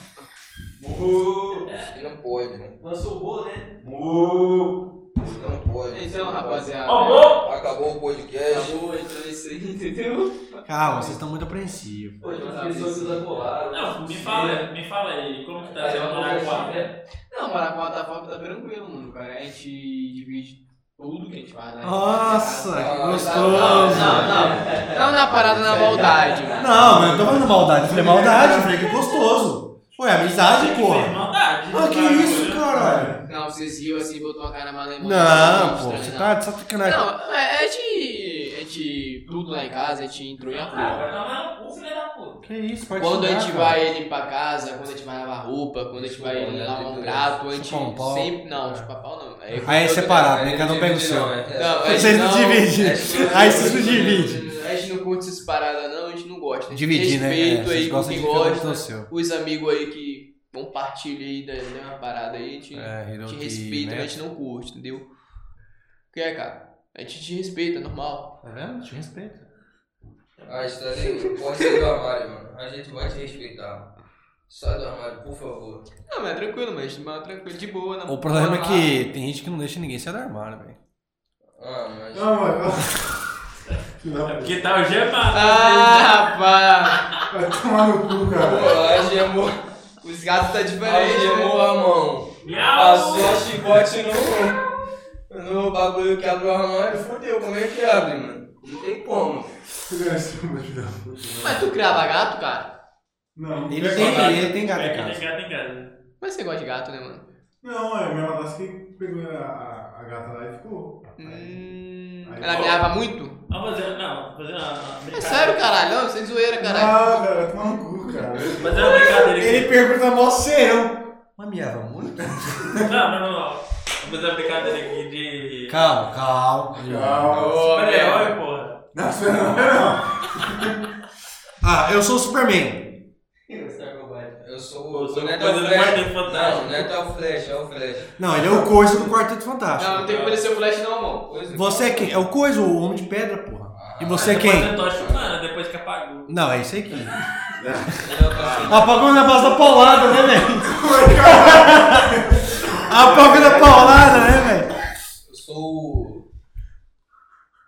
Mu, isso que não pode, né? É, Lançou o gol, né? mu. Isso não pode. Então, rapaziada. Ó, gol! Acabou o podcast. Acabou, então é isso aí, entendeu? Calma, vocês estão muito apreensivos. Pô, tem umas pessoas que desacolaram. Não, me fala, me fala aí, como que tá Tá, sendo eu o vou falar Maracuá? aqui, né? Não, para a plataforma tá tranquilo, mano, cara. A gente divide tudo que a gente faz. Né? Nossa, Ah, que Não, gostoso! não, não. Não na parada na maldade, mano. Não, mas eu tô falando maldade. Eu Falei maldade, eu falei que é gostoso. Ué, amizade, Fez porra. maldade. Ah, que isso, caralho? Não, vocês riam assim, botou a cara malemão. Não, pô, é estranho, você não. tá de sacanagem. Não, é, é de. É de tudo lá em casa, a gente entrou em Ah, acordo. vai tomar no cu, filho da puta. Que isso, pode Quando a estudar, gente cara. vai limpar a casa, quando a gente vai lavar roupa, quando a gente vai lavar um prato, a gente Chupar um pau. sempre. Não, chupar pau não. Aí é separado, né? Não Cada um pega o divide, seu. não, é. Não, a gente Vocês não dividem. a Aí gente vocês não dividem. A gente não curte essas paradas, não, a gente não gosta. A gente Dividir, né? Respeito vocês aí com gostam quem de cada um gosta. do seu. Os amigos aí que compartilham aí da da mesma parada aí, a gente, É, a gente Hiroki, respeita, mas a né? gente não curte, entendeu? O que é, cara? A gente te respeita, é normal. Tá vendo? Te respeito. Ah, isso daí pode sair do armário, mano. A gente vai te respeitar. Sai do armário, por favor. Não, mas é tranquilo, mas, mas tranquilo, de boa. na- O problema é na- que tem gente que não deixa ninguém se armar, velho. Ah, mas. Não, mano. Filho da É puta. porque tá o Gemado. Ah, rapaz! Vai tomar no cu, cara. Olá, gemou. Os gatos tá diferente, né? Gemou a mão. né? Miau! Passou a chicote no. No bagulho que abre é o armário, fudeu. Como é que abre, mano? Não tem como. Filho da puta, mano. Mas tu criava gato, cara? Não, Ele é tem, verdade. ele tem gato em É que casa. tem gato em casa. Mas você gosta de gato, né, mano? Não, é minha madrasta que pegou a, a, a gata lá e ficou. Aí, Hum, Aí, ela ó. miava muito? Vamos fazer, Ah, é, não, fazer uma- uma. É brincadeira. sério, caralho? Não, sem zoeira, caralho. Ah, cara, vai tomar no cu, cara. Fazer é uma brincadeira aqui. Ele pergunta mó serão. Mas miava muito? Não, não, não, não. Vamos fazer uma brincadeira aqui de. Calma, calma. Calma. Super-herói, porra. Não, você não é não. Ah, eu sou o Superman. Eu sou Pô, o. sou não é coisa teu do flash. Quarteto Fantástico. Não, não é teu flash, é o flash. Não, ele é o coisa do Quarteto Não, não Fantástico. tem que parecer o Flash não, mano. Coisa Você é quem? É o coisa, o homem de pedra, porra. E você é Depois quem? eu tô chutando, depois que apagou. Não, é isso aqui. que eu faço. Apagou na base da paulada, né, velho? Apagou na paulada, né, velho? Eu sou. o-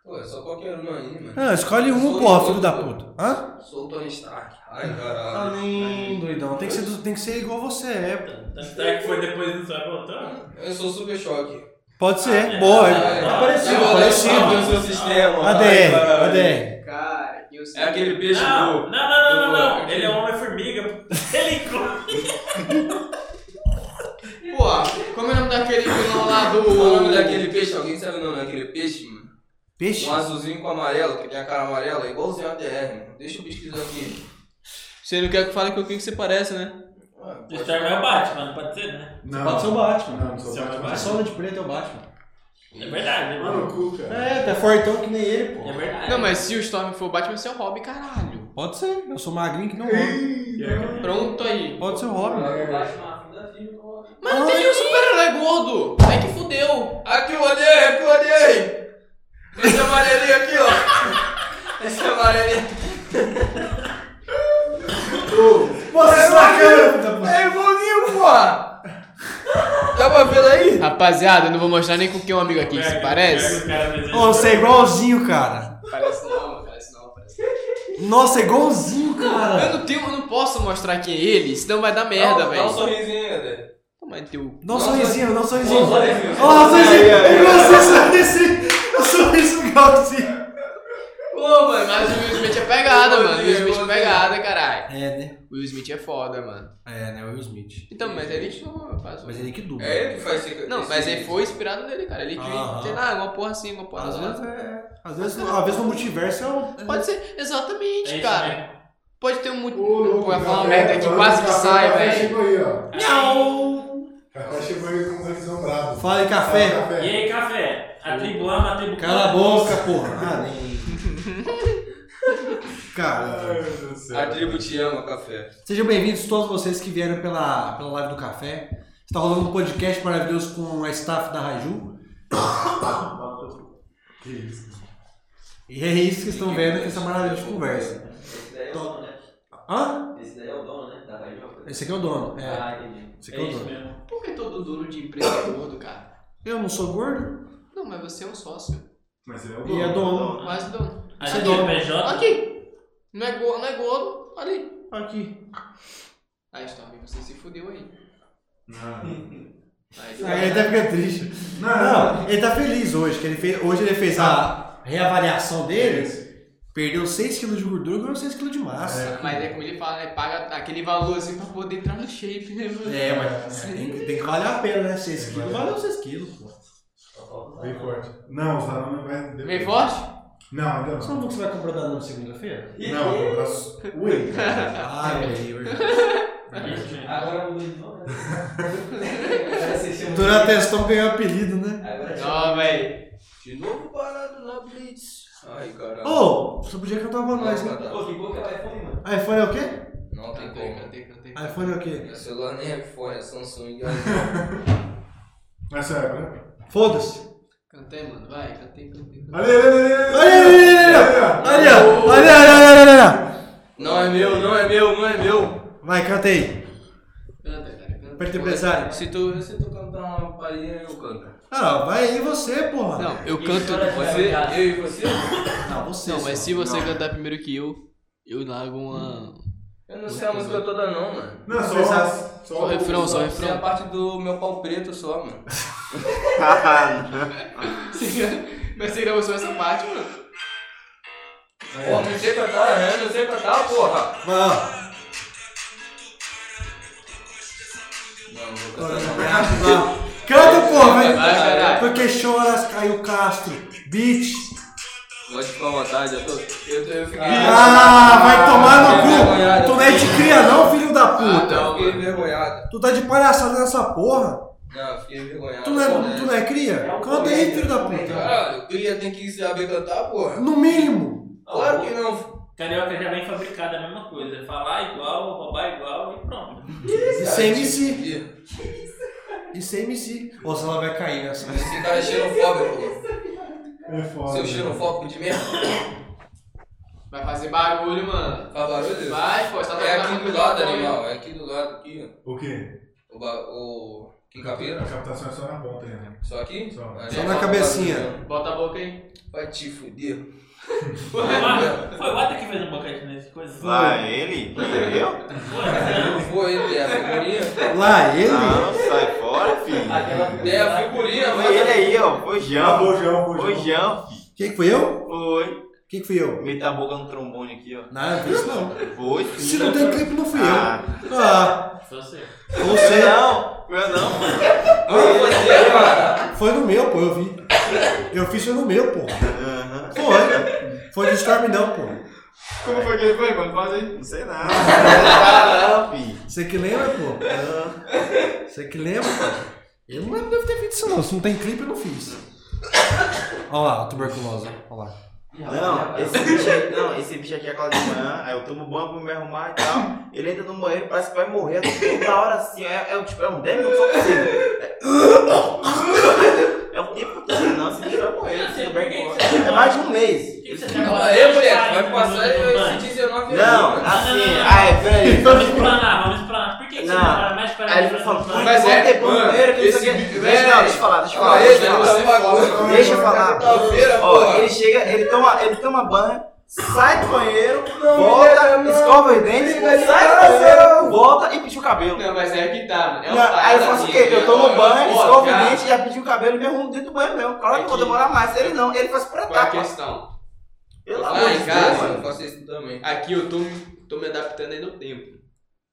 Pô, eu sou qualquer um aí, mano. Ah, escolhe um, porra, filho da puta. Hã? Sou o Tony Stark. Ai, caralho. Hum, doidão. Tem que, ser, do- tem que ser igual você é, pô. Será que foi depois do Sai voltando? Eu sou o Super Choque. Pode ser. Boa. é- Ah, Tá parecido, eu vou parecido. deixar o seu sistema. Ai, ADR, caralho. ADR. Cara, que eu sei. É aquele peixe Não, não, novo. não, não, não, não. Boa. Ele é um homem-formiga. Ele inclui. Pô, como é o nome daquele vilão lá do. Qual é o nome daquele peixe? Alguém sabe o nome daquele peixe, mano? Peixe? Um azulzinho com amarelo, que tem a cara amarela, igualzinho a DR, mano. Deixa eu pesquisar aqui. Você não quer que eu fale com quem que você parece, né? O Storm é o Batman, não pode ser, né? Não. Pode ser o Batman. Não, não sou Você é o Batman. Batman? A sombra de preto é o Batman. É verdade, né, Mano, mano? o cu, cara. É, tá fortão que nem ele, pô. É verdade. Não, mas se o Storm for o Batman, você é o Robin, caralho. Pode ser. Eu sou magrinho que não rola. Pronto aí. Pode ser o Robin. Eu acho uma funda firme com outra. Mas não tem nenhum super-herói gordo. É que fudeu. Aqui eu olhei, aqui eu olhei. Esse amarelinho aqui, ó. Esse amarelinho. Nossa, isso na câmera, puta porra. É evoluiu, porra. Dá pra ver aí? Rapaziada, eu não vou mostrar nem com quem é um amigo aqui, Pega- se parece. pega o cara desenhando. Ô, você é igualzinho, cara. Parece não, parece não, parece Nossa, é igualzinho, Eu cara. não tenho, eu não posso mostrar quem é ele, senão vai dar merda, Dá um- Dá um velho. sorrisinho ainda. Toma aí teu. Dá um sorrisinho, dá um sorrisinho. Dá um sorrisinho. Ó, um sorrisinho. Eu gostei desse sorrisinho. Um sorriso igualzinho. Pô, mano, mas o Will Smith é pegada, mano. O Will Smith é pegada, caralho. É, né? O Will Smith é foda, mano. É, né? O Will Smith. Então, mas ele que não faz. um- Mas ele que dubla. É ele que faz esse... Não, esse- mas ele foi inspirado nele, cara. Ele que, Aham. sei lá, uma porra assim, uma porra Às vezes lá. é. Às vezes, às vezes no multiverso é o. Pode ser, É exatamente, isso cara. mesmo. Pode ter um muito. Ô, louco, Vai falar uma café, merda que falando né? quase do que café, sai, o café velho. Chegou aí, ó. Não! O Café chegou aí com um revisão bravo. Fala aí, café. Fala, E aí, café? A tribo ama, a tribo Cala a ama. boca, porra. Ah, nem. Cara, Ai, meu Deus do céu. A tribo te ama, café. sejam bem-vindos todos vocês que vieram pela, pela live do café. Está rolando um podcast maravilhoso com a staff da Raju. Que isso. E é isso que estão vendo com essa maravilhosa conversa. Esse daí é o dono, né? Hã? Esse daí é o dono, né? Da Rajão. Esse aqui é o dono. É, Ah, entendi. esse É aqui é o isso dono. mesmo. Por que todo dono de empresa é gordo, cara? Eu não sou gordo Não, mas você é um sócio. Mas ele é o e é dono. dono. Quase dono. A Esse é gente dono. é PJ. Aqui! Não é gordo, não é gordo. Olha aí. Aqui. Aí, Storm, você se fudeu aí. Não. Aí, Ah, é ele até fica triste. Não. Não, ele tá feliz hoje, que ele fez, hoje ele fez a reavaliação dele. Perdeu 6kg de gordura e ganhou 6kg de massa. Mas é como ele fala, né? Paga aquele valor assim pra poder entrar no shape, né, mano? É, mas tem, tem que valer a pena, né? 6 quilos valeu 6 quilos, pô. Só falta Bem forte. Não, o Zanone vai... Vem forte? Não, ainda Você não. não viu que você vai comprar Danone segunda-feira? Não, vou comprar su- whey. Ah, É isso mesmo. Agora mudou de nome. né? Agora vocês chamam- Durante a testão ganhou apelido, né? Agora chama- Não, velho. De novo parado na Blitz. Ai, caralho. Ô, você podia cantar pra nós, né? Não, tá, Pô, que boca é o iPhone, mano. iPhone é o quê? Não tem Cantei, como. cantei, cantei. iPhone é o quê? Meu celular nem é iPhone, é Samsung. Nessa época. Foda-se. Cantei, mano. Vai, cantei, cantei. Olha, olha, olha, olha, Olha, olha, olha, olha. olha, olha, olha, olha, olha, olha. Não é meu, não é meu, não é meu. Vai, canta aí. Canta, cara, canta. Aperta o empresário. Se tu, se tu cantar uma palhinha, eu canto. Ah, vai aí você, porra. Não, eu E canto. chora de Você, gargalhada. eu e você? não você. Não, mas se você Não. cantar primeiro que eu, eu largo uma. Eu não sei a música toda não, mano. Não, só... Só, Só o refrão, só o Eu sei a refrão. parte do meu pau preto só, mano. Ah, Mas você gravou só essa parte, mano? Porra, não sei cantar, né? Não sei cantar, porra. Vai, ó. Não, não vou Vai, cantar não. vai. Canta, porra, Vai, vai. caralho. Porque choras, caiu Castro. Bitch. Pode ficar à vontade, eu tô... Eu, eu fiquei... Ah, vai tomar no Envergonhado. cu! Tu não é de cria não, filho da Ah, puta! Eu fiquei envergonhado. Tu tá de palhaçada nessa porra! Não, eu fiquei envergonhado. Tu não é, né? tu não é cria? Canta aí, filho da puta! Caralho, cria tem que saber cantar, porra. No mínimo! Claro que não. Carioca já vem fabricada a mesma coisa. Falar igual, roubar igual e pronto. Isso é MC! Ih, Isso é MC! Ou se ela vai cair nessa. Esse cara é xenofóbico, É pô. foda. Seu xenofóbico de merda. Vai fazer barulho, mano. Faz barulho? Vai, pô, você tá É tocando aqui do lado, animal. É aqui do lado, aqui. O quê? ó. O... ba- o... Que A caveira? captação é só na ponta aí, né? Só aqui? Só. Ah, Só né? na cabecinha. Bota a boca aí. Vai te fuder. Foi o Wata- foi o Wata que fez um boquete nessas coisas. Lá Ah, ele? Eu? Não foi, é a figurinha. Lá ele? Não, sai fora, filho. Aquela É a figurinha, Foi ele aí, ó. Foi o É Ah, Jão. bojão, Foi o bojão. Jão. Quem que foi eu? Foi. Quem que fui eu? Meta a boca no trombone aqui, ó. Não, não fiz isso não. Foi, filho. Se não tem clipe, não fui eu. Ah, Ah, Só você. eu você. Ah, não. Eu não. Não você, cara. Foi no meu, pô, eu vi. Eu fiz foi no meu, pô. Aham. Foi. Foi de Storm não, pô. Como foi que ele foi, mano? Faz aí. Não sei nada. Não, sei nada, não filho. Você que lembra, pô? Você que lembra, pô? Eu não lembro de eu ter feito isso, não. Se não tem clipe, eu não fiz. Olha lá, a tuberculose. Olha lá. é Não, é esse bicho aqui, não, esse bicho aqui acorda de manhã, aí eu tomo banho pra me arrumar e tal. Ele entra no banheiro, parece que vai morrer. Toda hora assim, é, é, tipo, é um 10 minutos só possível. É o tempo todo, não, esse bicho vai morrer. esse por que bem que você- É mais de um mês. que você Não, tá- Aí, moleque, vai passar esse 19 anos. assim, aí, peraí. Vamos explanar, vamos explanar. Por que que você Não. não para mais para Aí ele falou, explanar? mas é, é, tempo no mano, banheiro, que não esse sei o quê. bicho- Mas velho, não, Deixa eu falar, deixa eu falar. Olha Deixa ele, eu ele falar. tá pagando. Deixa eu falar. Quinta-feira, Ó, ele porra. chega, ele toma, ele toma banho, sai do banheiro, me volta, leva, não. escova os dentes, Me leva, sai do não. banheiro, volta e pinta o cabelo. Não, mas é que tá, mano. É Não, aí eu faço o quê? Eu tomo né? banho, escovo o dente, já pedi o cabelo e me arrumo dentro do banho mesmo. Claro que eu vou Aqui. demorar mais. Ele não, ele faz por Qual é a etapa. questão? é Pelo amor Lá de em Deus, casa, eu mano. faço isso também. Aqui eu tô, me- tô me adaptando ainda ao tempo.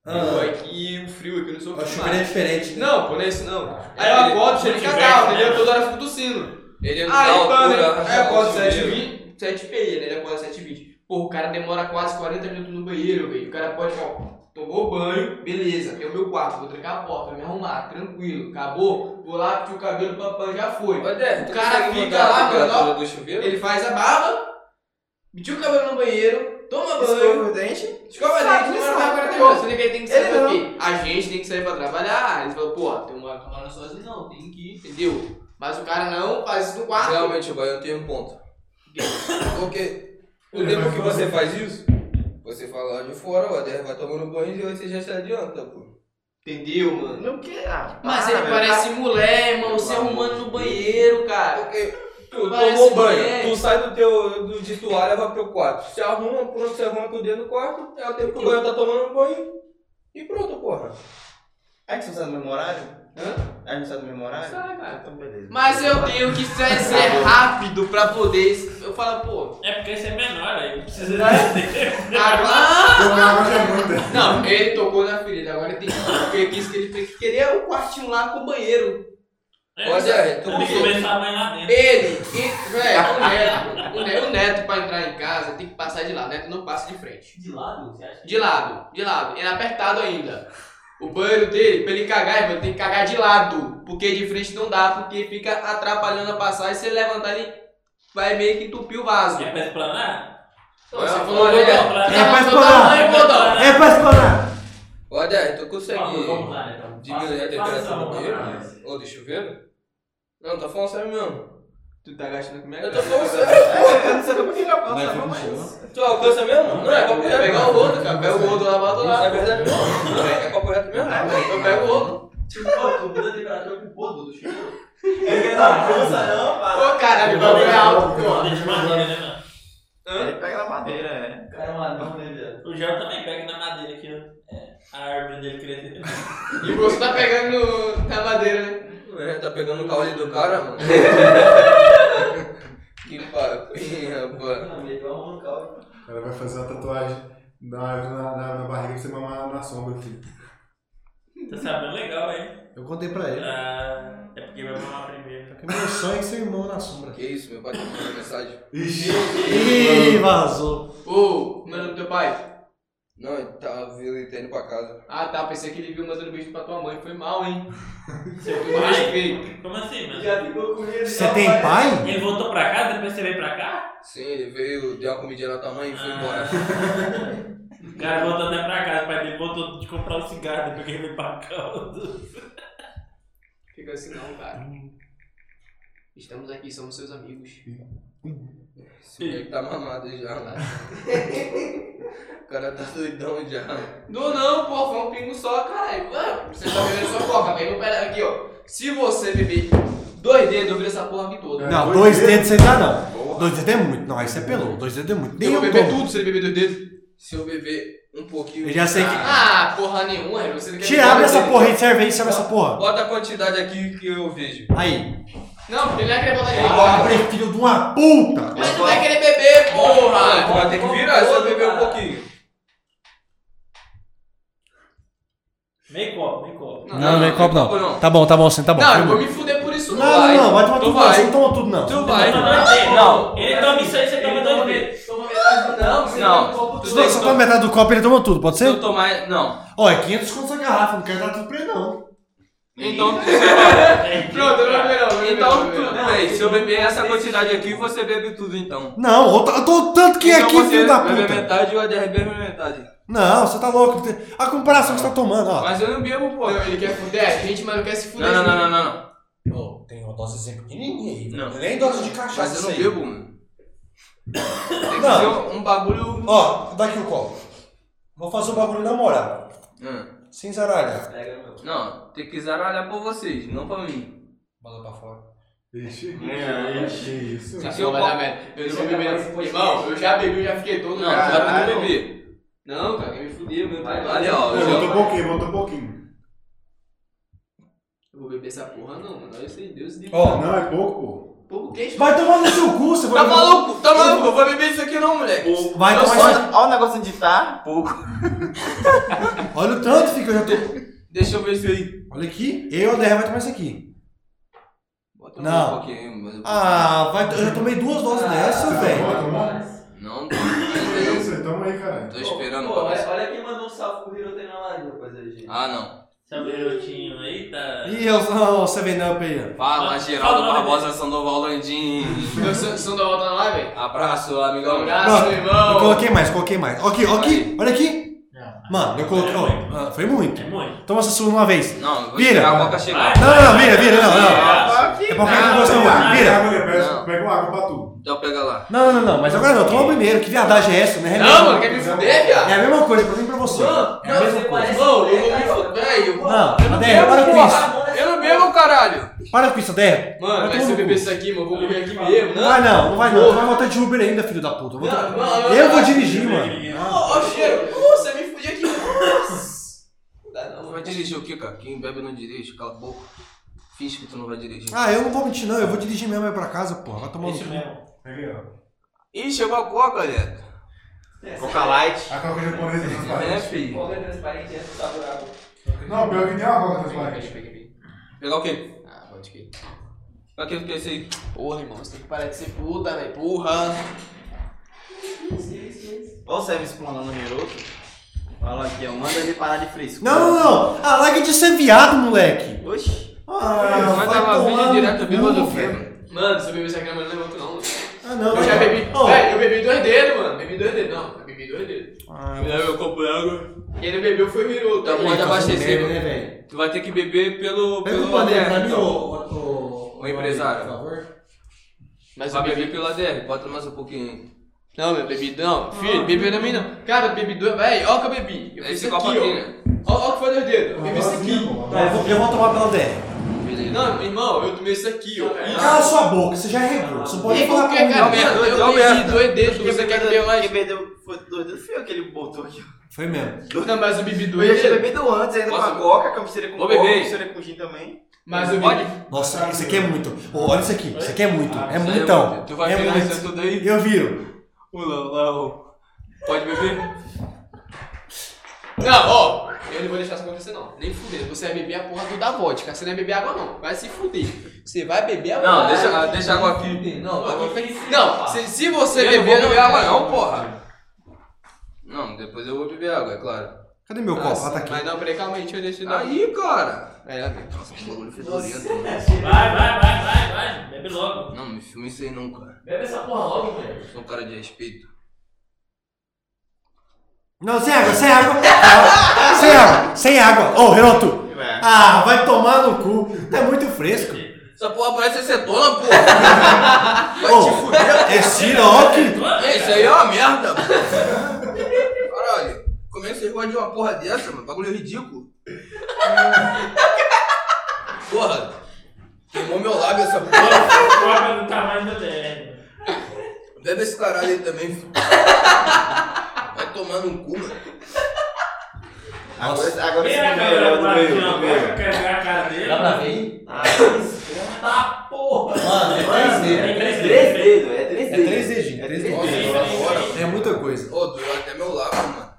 Ah. Eu aqui e o frio aqui, eu não sou A chuveira é acostumado. diferente, né? Não, pô, não é isso não. Aí eu acordo, cheiro de cagarro, entendeu? Toda hora eu fico tossindo. né? é Ele não Aí, dá um mano, altura. aí acorda altura. 7h20, 7h30, né? Ele acorda 7h20. Porra, o cara demora quase 40 minutos no banheiro, velho. O cara pode, ó, tomou banho, beleza, tem o meu quarto, vou trancar a porta, vou me arrumar, tranquilo. Acabou, vou lá, porque o cabelo papão já foi. Ô, Dé, é, O tu cara consegue fica mudar a lá, mano, temperatura do chuveiro? Ele faz a barba, metiu o cabelo no banheiro, toma banho, Escova o dente. escova a Sabe, dente, demora sabe, mais 40 acabou. minutos. Você que ele tem que sair Ele pra quê? A gente tem que sair pra trabalhar. Eles falam, pô, tem uma cama sozinho, não, tem que ir, entendeu? Mas o cara não faz isso no quarto. Realmente, vai, eu tenho um ponto. Porque o tempo que você faz isso, você fala lá de fora, o Adair vai tomando banho e você já se adianta, pô. Entendeu, mano? Não que. Ah, Mas para, ele velho, parece mulher, Pelo irmão, se amor arrumando de no Deus. banheiro, cara. Porque tu Parece tomou banho, mulher. tu sai do teu do, de toalha, vai pro quarto. Se arruma, pronto, se arruma pro dentro do quarto, é o tempo que o banho tá tomando banho. E pronto, porra. É que você está no mesmo horário? É Hã? A gente está no mesmo horário? Sai, cara. Então, beleza. Mas eu tenho que ser ser rápido pra poder. Eu falo, pô. É porque você é menor aí. Precisa Agora... Eu ganhava que é muita. Não, ele tocou na ferida, agora tem que. Ele quis que ele fez que queria o quartinho lá com o banheiro. É, Ô, Adair, tu Tem que começar a mãe lá dentro. Ele, e, velho, o neto, o neto, o neto pra entrar em casa tem que passar de lado, o neto não passa de frente. De lado, você acha? De lado, de lado. Ele é apertado ainda. O banheiro dele, pra ele cagar, irmão, ele tem que cagar de lado. Porque de frente não dá, porque fica atrapalhando a passagem. Se ele levantar, ele vai meio que entupir o vaso. É pra explanar? Então, você falou, olha, É é pra do seu explorar. tamanho, bodó. É pra escolar! Ô, Adair, tu Vamos vamos consegue lá, então. diminuir a Faça- faça temperatura do essa mão, banheiro? cara. Ou do chuveiro? Não, tô falando sério mesmo. Tu tá gastando comigo? Eu tô falando sério. Eu não sei como que ele Vai aponta, ver mas. contigo. Tu alcança mesmo? Não, é papo Eu reto. pegar o outro, cara. Pega o outro lá, bota Não, lá. é verdade mesmo. Não, é papo reto mesmo. Eu pego o outro. Pô, tu muda a temperatura pro povo do chuveiro. Ele não avança, não, para. Ô, caralho, o bagulho é alto, pô. Roda de madeira, né, mano? Ele pega na madeira, é. O cara é um anão, né, velho? O Jorge também pega na madeira aqui, ó. É, a árvore dele crescendo. E você tá pegando no- na madeira, né? É, tá pegando o caule do cara, mano. que papinha, pô. Não, meteu a mão no caldo. Ela vai fazer uma tatuagem na, na, na, na barriga pra você mamar na sombra, filho. Tá sabendo legal, hein? Eu contei pra ele. Ah, é porque vai mamar primeiro. Que meu sonho é que seu irmão na sombra. Que isso, meu pai tá mandando mensagem. Ixi, Ih, vazou. Ô, como é o nome do teu pai? Não, ele tá vindo ele tá indo pra casa. Ah, tá. Pensei que ele viu mandando beijo pra tua mãe. Foi mal, hein? Seu Eu me pai? respeito. Como assim, mano? Já ficou com medo. Você tem pai? Ele voltou pra casa, depois você veio pra cá? Sim, ele veio, deu uma comidinha na tua mãe e Ah, foi embora. O cara voltou até pra casa, o pai dele voltou de comprar um cigarro depois que ele veio pra caldo. Fica assim não, cara. Estamos aqui, somos seus amigos. Esse moleque tá mamado já, mano. O cara tá doidão já. Não, não, pô, foi um pingo só, caralho. Mano, você tá bebendo sua coca, bem no pé aqui, ó. Se você beber dois dedos, eu viro essa porra aqui toda. É Não, dois dedos você dá não. Dois dedos é muito. Não, aí você pelou. Dois dedos é muito. Eu Nem vou eu beber tomo. tudo se ele beber dois dedos. Se eu beber um pouquinho. Eu já sei que- Ah, porra nenhuma, Renan, você não quer Tira, beber abre dois essa dedos. porra aí, serve aí, serve essa porra. Bota a quantidade aqui que eu vejo. Aí. Não, porque ele não vai querer botar de Agora, graça. abre, filho de uma puta. Mas tu vai querer beber, Ah, tu porra! vai ter que virar se eu beber um pouquinho. Meio copo, meio copo. Não, não, não é copo não. Tá bom, tá bom, sim, tá bom. Não, foi eu bom. vou me fuder por isso, Não, tu não, vai. não, vai tomar Tu tudo não, vai. você não toma tudo não. Tu vai. Não, não, não, Não. Ele toma isso aí, você toma dois vezes. Toma metade do Não, você Não. toma um copo Se você todo. toma metade do copo, ele toma tudo, pode Se eu ser? tomar. Não. Ó, é 500 conto essa garrafa, não quero dar tudo pra ele, não. Então. Pronto, eu vou beber, eu vou beber, eu Então, vou beber. tudo bem. Se eu beber essa quantidade aqui, você bebe tudo então. Não, eu tô- eu tô tanto que é então aqui, você filho da bebe puta. metade e o ADR bebe metade. Não, você tá louco. A comparação que você tá tomando, ó. Mas eu não bebo, pô. Não, ele quer fuder a gente, mas não quer se fuder. Não, não, não, não, não. não. Ô, tem uma dose sempre pequenininha aí. é Não. Nem dose de cachaça. Mas eu não isso aí. bebo, mano. Tem que Não. ser um- um bagulho. Ó, daqui o copo. Vou fazer o bagulho na moral. Ah, Sem zaralhar. Pega meu. Não, tem que zaralhar pra vocês, não pra mim. Bola pra fora. Ixi, que É, isso. Tem que ser Não um vai ba- dar merda. Eu não vou Ele vai beber. acabar esse podcast. Irmão, eu já bebi, eu já fiquei todo. Não, cara. já pra não beber. Não, cara, me fudeu, meu Vai, pai. vai. Olha, ó. Não, eu- Volta um pouquinho, volta um pouquinho. Eu vou beber essa porra não, mano. Olha isso aí, Deus livre. Ó, Não, é pouco, Pouco queijo. vai tomar no seu cu, você vai. Tá maluco? Tá maluco? Eu vou beber isso aqui não, moleque. Vai Eu tomar só- isso aqui. Olha o negócio de tá, pouco. Olha o tanto, fica, eu já tô. Deixa eu ver isso aí. Olha aqui, eu e o ADR vai tomar isso aqui. Bota Não. um pouquinho, mas eu- Ah, vai. Eu já tomei duas doses dessa, Ah, pô. velho. Volta, volta. Não, tá Que não. isso, tamo aí, caralho. Tô esperando Pô, pra olha, você. olha quem mandou um salve pro Hiro na live, rapaziada. Ah, não. Seu garotinho aí tá. Ih, eu sou o 7-Up aí, ó. Fala, Ah, Geraldo fala, Barbosa Sandoval Landim. Meu São São da volta tá na live? Um Abraço, amigão. Abraço, meu Eu irmão. coloquei mais, coloquei mais. Aqui, ó, aqui, olha aqui. Não. Mano, eu é coloquei. ó, ah, foi muito. É muito. Toma essa sua uma vez. Não, eu vou Vira. esperar a boca chegar. Não, não, não, vira, vira, não, não. Ah, É pra quem não gosta, não. Pega Vira. água, aí, pega- Não. pega uma água pra tu. Então pega lá. Não, não, não, mas agora não, toma primeiro. Que viadagem é essa, né? ah. Não, mano, quer me fuder, É viado? a mesma coisa pra mim e pra você. É a mesma coisa. Irmão, eu vou me fuder. eu vou- Não, Derra, para com isso. Eu não bebo, caralho. Para com isso, Derra. Mano, mas se eu beber isso aqui, mano, eu vou morrer aqui mesmo. né? Não vai não, não vai não. Tu vai voltar de Uber ainda, filho da puta. Eu vou, Não, não, não, eu não. vou dirigir, mano. Ó, ó o cheiro. Nossa, me fudi aqui. Nossa. Não dá não, Tu mano. vai dirigir o quê, cara? Quem bebe não dirige, cala a boca. Finge que tu não vai dirigir. Ah, eu não vou mentir, não. Eu vou dirigir mesmo aí pra casa, porra. Vai tomar no Isso cu. mesmo. Aí, ó. Ih, chegou a coca, galera. Coca Light. A coca japonesa É, transparente. filho. Coca transparente é saudável. Não, pior que nem uma coca Peguei, transparente. peguei, peguei. Pegar o quê? Ah, pode que. Pra que fica esse aí? Porra, irmão, você tem que parar de ser puta, velho. Porra. Olha o serviço explanando o Hiroto. Fala aqui, ó. Manda ele parar de frescura. Não, não, não. Ah, larga de ser viado, moleque. Oxi. Ah, Mas vai tava tomar vindo no direto, bêbado cu, do velho. filme. Mano, se eu beber isso aqui, eu não levanto não. mano. Ah, não. Eu já bebi. Ó, Velho, eu bebi dois dedos, mano. Bebi dois dedos. Não, eu bebi dois dedos. Ah, Eu copo água. Quem não bebeu foi o Hiroto. Tá bom, Ele já tá fazendo abasteceu. merda, né, velho? Tu vai ter que beber pelo. Pega pelo um panela pra ADR, mim, então. ô- ô. ô- O empresário. Por favor. Mas eu Vai beber bebi. pelo ADR, bota mais um pouquinho. Não, meu bebi. Não, filho, bebeu também não. Cara, eu bebi dois. Velho, ó o que eu bebi. Eu Esse bebi isso copo aqui, aqui, né? ó. Ó ó o que foi dois dedos. Eu bebi isso aqui. Tá, eu vou, eu vou tomar pela DR. Não, irmão, eu tomei isso aqui, ó. é. Cala sua boca, você já errou. Você não pode E falar por pra que, mim, É cara? não. Mano, Alberto, eu Alberto. bebi dois dedos. Você quer beber mais? Quem perdeu foi dois dedos foi aquele que botou aqui. ó. Foi mesmo. Não, mas eu bebi Eu dois já tinha dedos. bebido antes, ainda com Posso- a coca, cabeceira com Vou coca, beber. cabeceira com gin também. Mas eu Pode? bebi. Nossa, isso aqui é muito. Ô, olha isso aqui, isso aqui é muito. É Ah, Isso aí, muitão. mano. Tu vai é virar muito. isso tudo aí? Eu viro. Pula, lá, ô. Pode beber? Não, ó, eu não vou deixar isso acontecer não. Nem fuder. Você vai beber a porra do da vodka. Você não vai beber água não. Vai se fuder. Você vai beber água. Não, deixa, ah, deixa a água aqui. Não, água água aqui sim, não pá. se, se você Eu não beber vou beber água não, porra. Não, depois eu vou beber água, é claro. Cadê meu copo? Ah, tá aqui. Mas não, peraí, calma aí, deixa eu deixar ele dar- Aí, cara. É, amigo. Nossa, que bagulho fedorento. Vai, vai, vai, vai, vai. Bebe logo. Não, me filma isso aí não, cara. Bebe essa porra logo, velho. Eu sou um cara de respeito. Não, sem água, sem água. Ah, sem água, sem água. Ô, Renato. É. Ah, vai tomar no cu. Tá muito fresco. Essa porra parece acetona, porra. Ô, é Ciroc. Isso aí é uma merda. Caralho, como é que vocês gostam de uma porra dessa, mano? Bagulho ridículo. Porra, queimou meu lábio essa porra. Coca do tamanho do DR. Bebe esse caralho aí também, filho. Vai tomar no cu, mano. Agora, agora Vem esse na do meio, câmera é o do do lado aqui, ó. meio, do Agora que meio. eu quero ver a cara dele. Dá pra ver aí? Ah, Tá, porra. Mano, é 3D. Tem três três dedos. dedos, é três É dedos. 3D, gente. 3D. É muita coisa. Ô, doeu até meu lábio, mano.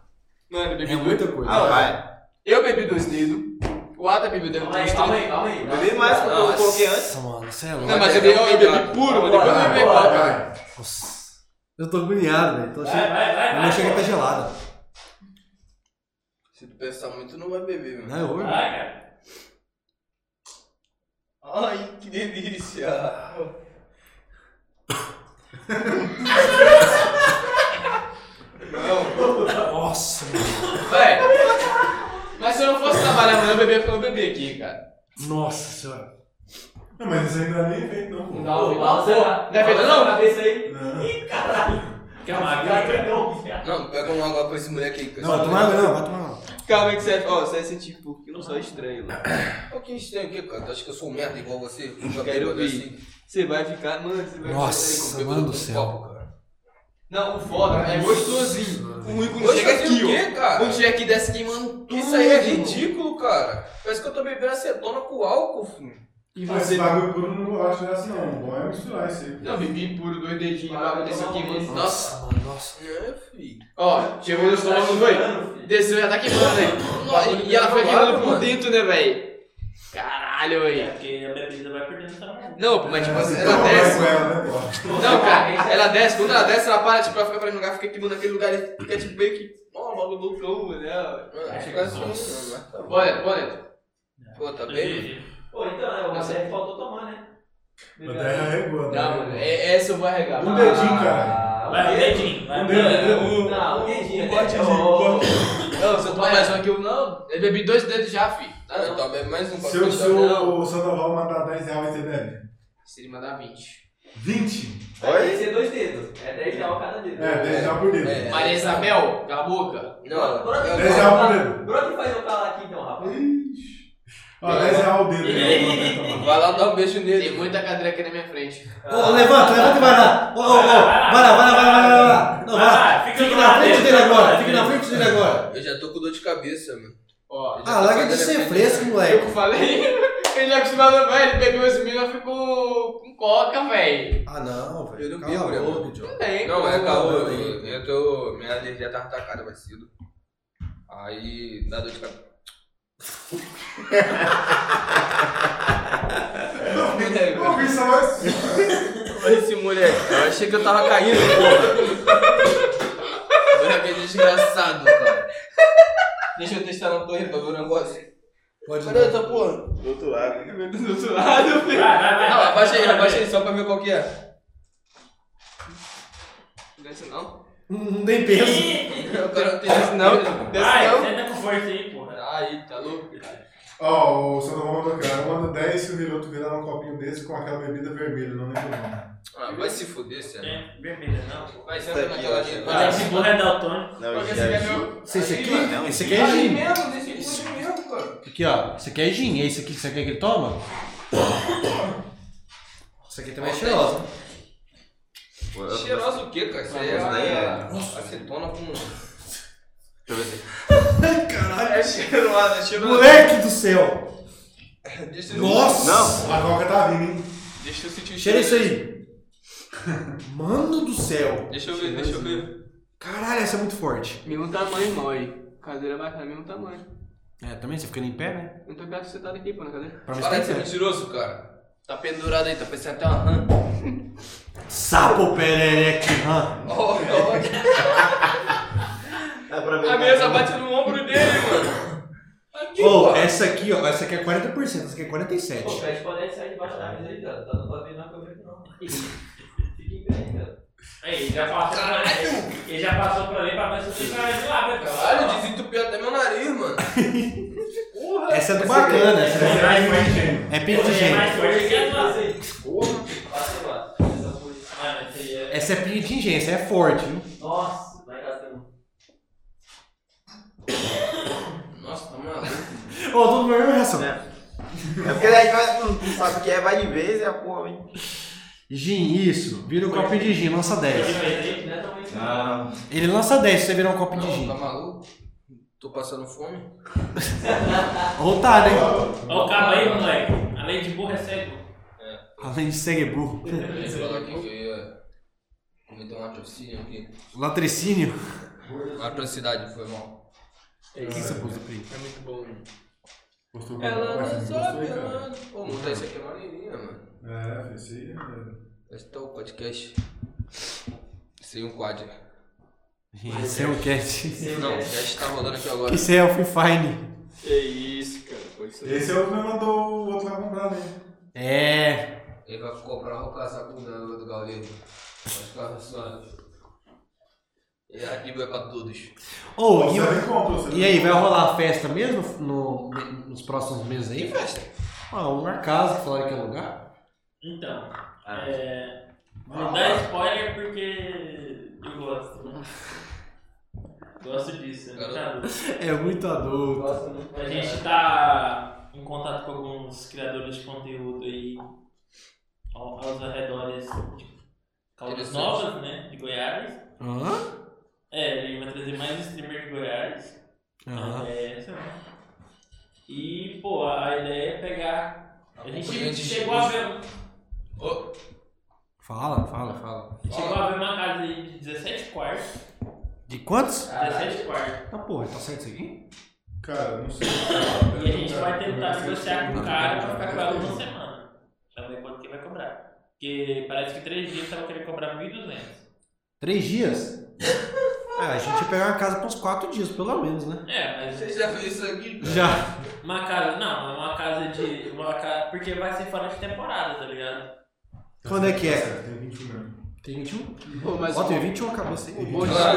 Mano, eu bebi É dois. muita coisa. Ah, vai. Eu bebi dois dedos. O Ada bebeu um dois Calma dedos. aí, calma aí, calma aí. Bebi mais que eu Nossa. coloquei antes. Nossa, mano, você é Não, louco. mas eu bebi, eu bebi puro, mas depois eu bebi Vai, copo. vai. Nossa. Eu tô agoniado, velho. Tô Vai, cheio... vai, vai. Minha vai, chega pô. tá gelada. Se tu pensar muito, não vai beber, mano. Não é ouro? Vai, cara. Ai, que delícia! Nossa, Véi, mas se eu não fosse trabalhar amanhã, eu bebia eu bebia aqui, cara. Nossa senhora. Não, mas isso ainda nem é feito, não, pô. Não dá Ô, ouvido. Balsa, Não é verdade, Balsa, não? cabeça aí. Não. Quer uma aguinha? Não, pega uma água pra esse moleque aí. que Não, esse vai tomar moleque- água, não, vai tomar água. Calma aí que você é. Ó, você é esse tipo, que não sou estranho, mano. Ô, que um estranho aqui, cara. Tu acha que eu sou um merda igual você? Nunca Quero bêbado ouvir. Você vai ficar. Mano, você vai Nossa, ficar. mano do céu. um Não, o foda é gostosinho. O ruim quando Hoje chega aqui, o ó. quê, cara? Quando chega aqui, desce queimando tudo. Isso aí é ridículo, cara. Parece que eu tô bebendo acetona com álcool, filho. E Ah, esse você. bagulho puro eu não gosto dessa, não. O bom é misturar isso aí. Não, bebi puro, dois dedinhos, bagulho desse aqui, mano. Nossa. mano, nossa. É, filho. Ó, chegou no Tá estômago, não foi? Desceu já tá queimando, Nossa, velho. E ela foi queimada, queimando por tá mano. dentro, né, velho? Caralho, É velho. porque a bebida vai perdendo essa mão. Não, mas É, tipo assim, Então, ela vai desce. com ela, né, pô? Não, cara, ela desce, quando ela desce, ela para, tipo, ela fica pra lugar, fica queimando naquele lugar, ele fica tipo meio que. Ó, bagulho loucão, né? Acho que é assim, né? Tá bom. Bora, bora. Pô, tá bem? Pô, então, né? O Balsa faltou tomar, né? Até arregou, Não, né? mano, é- essa eu vou arregar. Um dedinho, cara. Vai, um dedinho. Vai, Um um dedinho. dedinho. Não, um dedinho. né? Corte de- Ô, corte- Não, se eu tomar mais um aqui, eu não. Eu bebi dois dedos já, fi. Ah, não, tá bem. Mais um pra Se o fechar. seu Sandoval mandar 10 reais, você deve? Se ele mandar 20. 20? Vai ter que ser dois dedos. É 10 reais cada dedo. É, 10 reais por dedo. É. Maria Isabel, cala a boca. Não, Brota eu- que 10 faz reais por eu falar- dedo. brota que faz eu falar aqui então, rapaz. Ó, 10 reais o dedo. né? Vai lá dar um beijo Tem nele. muita cadreca na minha frente. Ô, ô, levanta, levanta e vai lá. Ô, ô, ô. Vai lá, vai lá, vai lá, vai lá, vai lá. Não, vai lá. Vai, fica Fique do na lado frente dele, dele tá do agora. lado Fique na dele. frente dele agora. Eu já tô com dor de cabeça, mano. Ó, Ah, larga de ser fresco, eu moleque. que falei. Ele é acostumado a velho, ele bebeu esse milho e ficou com coca, velho. Ah, não, velho. Eu não Cala bebo, a né, boca, mano? idiota. Não tem. Não, é como. calor. Eu, eu tô. Minha alergia tava atacada mais cedo. Aí dá dor de cabeça. Eu vi é só mais. Esse moleque, eu achei que eu tava caindo, porra. Olha que desgraçado, cara. Deixa eu testar na torre pra ver o negócio. Pode Cadê ir. essa porra? Do outro lado. Do outro lado, Vai, filho. vai, vai. Não, vai, abaixa aí, vai, abaixa aí só pra ver qual que é. Desce não. Não tem peso. O cara não tem isso, não. Desce Vai, não. senta com força aí, porra. Aí, tá louco? Ó, o Sandoval mandou aqui. Eu mando 10 se o Hiroto virar um copinho desse com aquela bebida vermelha, não lembro o nome. Ah, vai se fuder, sério. Tá É, vermelha, não. Vai, senta senta Isso aqui, naquela naquela ó, ali. ali. gente. Ah, Esse porra é daltônico. Não, Porque esse já aqui é vi. meu. Esse esse aqui? Não, Esse aqui gente. é Aí gin. mesmo, desse tipo mesmo, cara. Aqui, ó. Esse aqui é gin. É esse aqui que você quer que ele toma? Esse aqui também é cheirosa. Pô, eu- Cheirosa o quê, cara? Isso aí Isso daí é é. acetona com. Deixa eu ver se. É cheirosa, é cheirosa. Moleque do céu! Deixa eu- Nossa! A coca tá vindo, hein? Deixa eu sentir o Cheira cheiro. isso aí! Mano do céu! Deixa eu ver, deixa eu ver. Caralho, essa é muito forte. Mesmo tamanho, irmão, aí. Cadeira vai ficar mesmo tamanho. É, também você ficando em pé, né? Eu tô quieto sentado aqui, pô, na cadeira. Pra mim Para de ser você tá em pé. é mentiroso, cara. Tá pendurado aí, tá parecendo até uma rã. Sapo perereque, hã? Ó, ó, Dá pra ver. A mesa bate no ombro dele, mano. Aqui, Ô, pô. essa aqui, ó, essa aqui é 40%, essa aqui é Pô, 47%. pede pra sair debaixo da mesa aí, cara. Tá não tá vendo na câmera aqui, não. Fica em pé, cara. Aí, ele já passou pra mim. Ele já passou pra mim pra ver se você vai né, de lá, velho. Caralho, desentupiu até meu nariz, mano. Porra. Essa é do bacana, essa Ele é mais forte. é, é pinho de Ele é engenho. mais forte que a nossa, hein? Passa lá. Essa foi- Mano, esse aí é... Essa é pinho de engenho, essa é forte, viu? Nossa, vai gastando. Nossa, tá maluco. Ô, tudo bem, mesma reação. É porque daí vai, não não sabe o que é, vai de vez e a porra, hein? Gin, isso. Vira um copinho de gin, lança 10. Não é tamanho Não. Ele lança 10 se você virar um copinho de Não, tá gin. maluco? Tô passando fome? Ou tá, né? Ó o cabo aí, moleque. Além de burro, é cego. Além de cego é burro. Deixa eu falar aqui que eu ia cometer um latrocínio aqui. Latrocínio. Latrocidade, foi mal. O que você pôs, Pri? É muito bom. né? Gostou do Ela não sabe, cara? mano. Pô, montar isso aqui é maneirinha, mano. É, esse aí. é- Esse tá o podcast. Sem um quad. Esse é o cat. Sem o Não, o cash. cast tá rodando aqui agora. Que selfie fine. Que isso, cara. Pode ser. Esse é o que me mandou o outro lá comprar, né? É. Ele vai comprar o casaco do, do Gaulinho. Vai ficar suando. E a Bíblia é pra todos. Ô, Você e, nem compra, você e aí, vai rolar festa mesmo no- nos próximos meses aí? festa? Ah, uma casa que falaram que é lugar. Então, Ah. é, vou dar spoiler porque eu gosto. Gosto disso, é muito adulto. É muito adulto. Gosto muito. A gente tá em contato com alguns criadores de conteúdo aí ao- aos arredores de Caldas Interessante. Novas, né? De Goiás. Hã? É, ele vai trazer mais streamer de Goiás. Aham. É, sei lá. E, pô, a ideia é pegar. A gente componente chegou a de- ver, Ô, Fala, fala, fala. chegou a ver uma casa aí de 17 quartos. De quantos? 17 quartos. Tá porra, tá certo isso aqui? Cara, não sei. E a gente vai tentar negociar com o cara pra ficar com ela uma semana. Pra ver quanto que vai cobrar. Porque parece que 3 dias ela querer cobrar 1.200. Três dias? é, a gente ia pegar uma casa pra uns quatro dias, pelo menos, né? É, mas Você já fez isso aqui? cara? Já. uma casa. Não, é uma casa de. Uma casa, porque vai ser fora de temporada, tá ligado? Quando é que é? Tem 21 anos. Tem 21? Pô, mas Ó, tem 21 cabeça aí. o bom disso- tá Ah,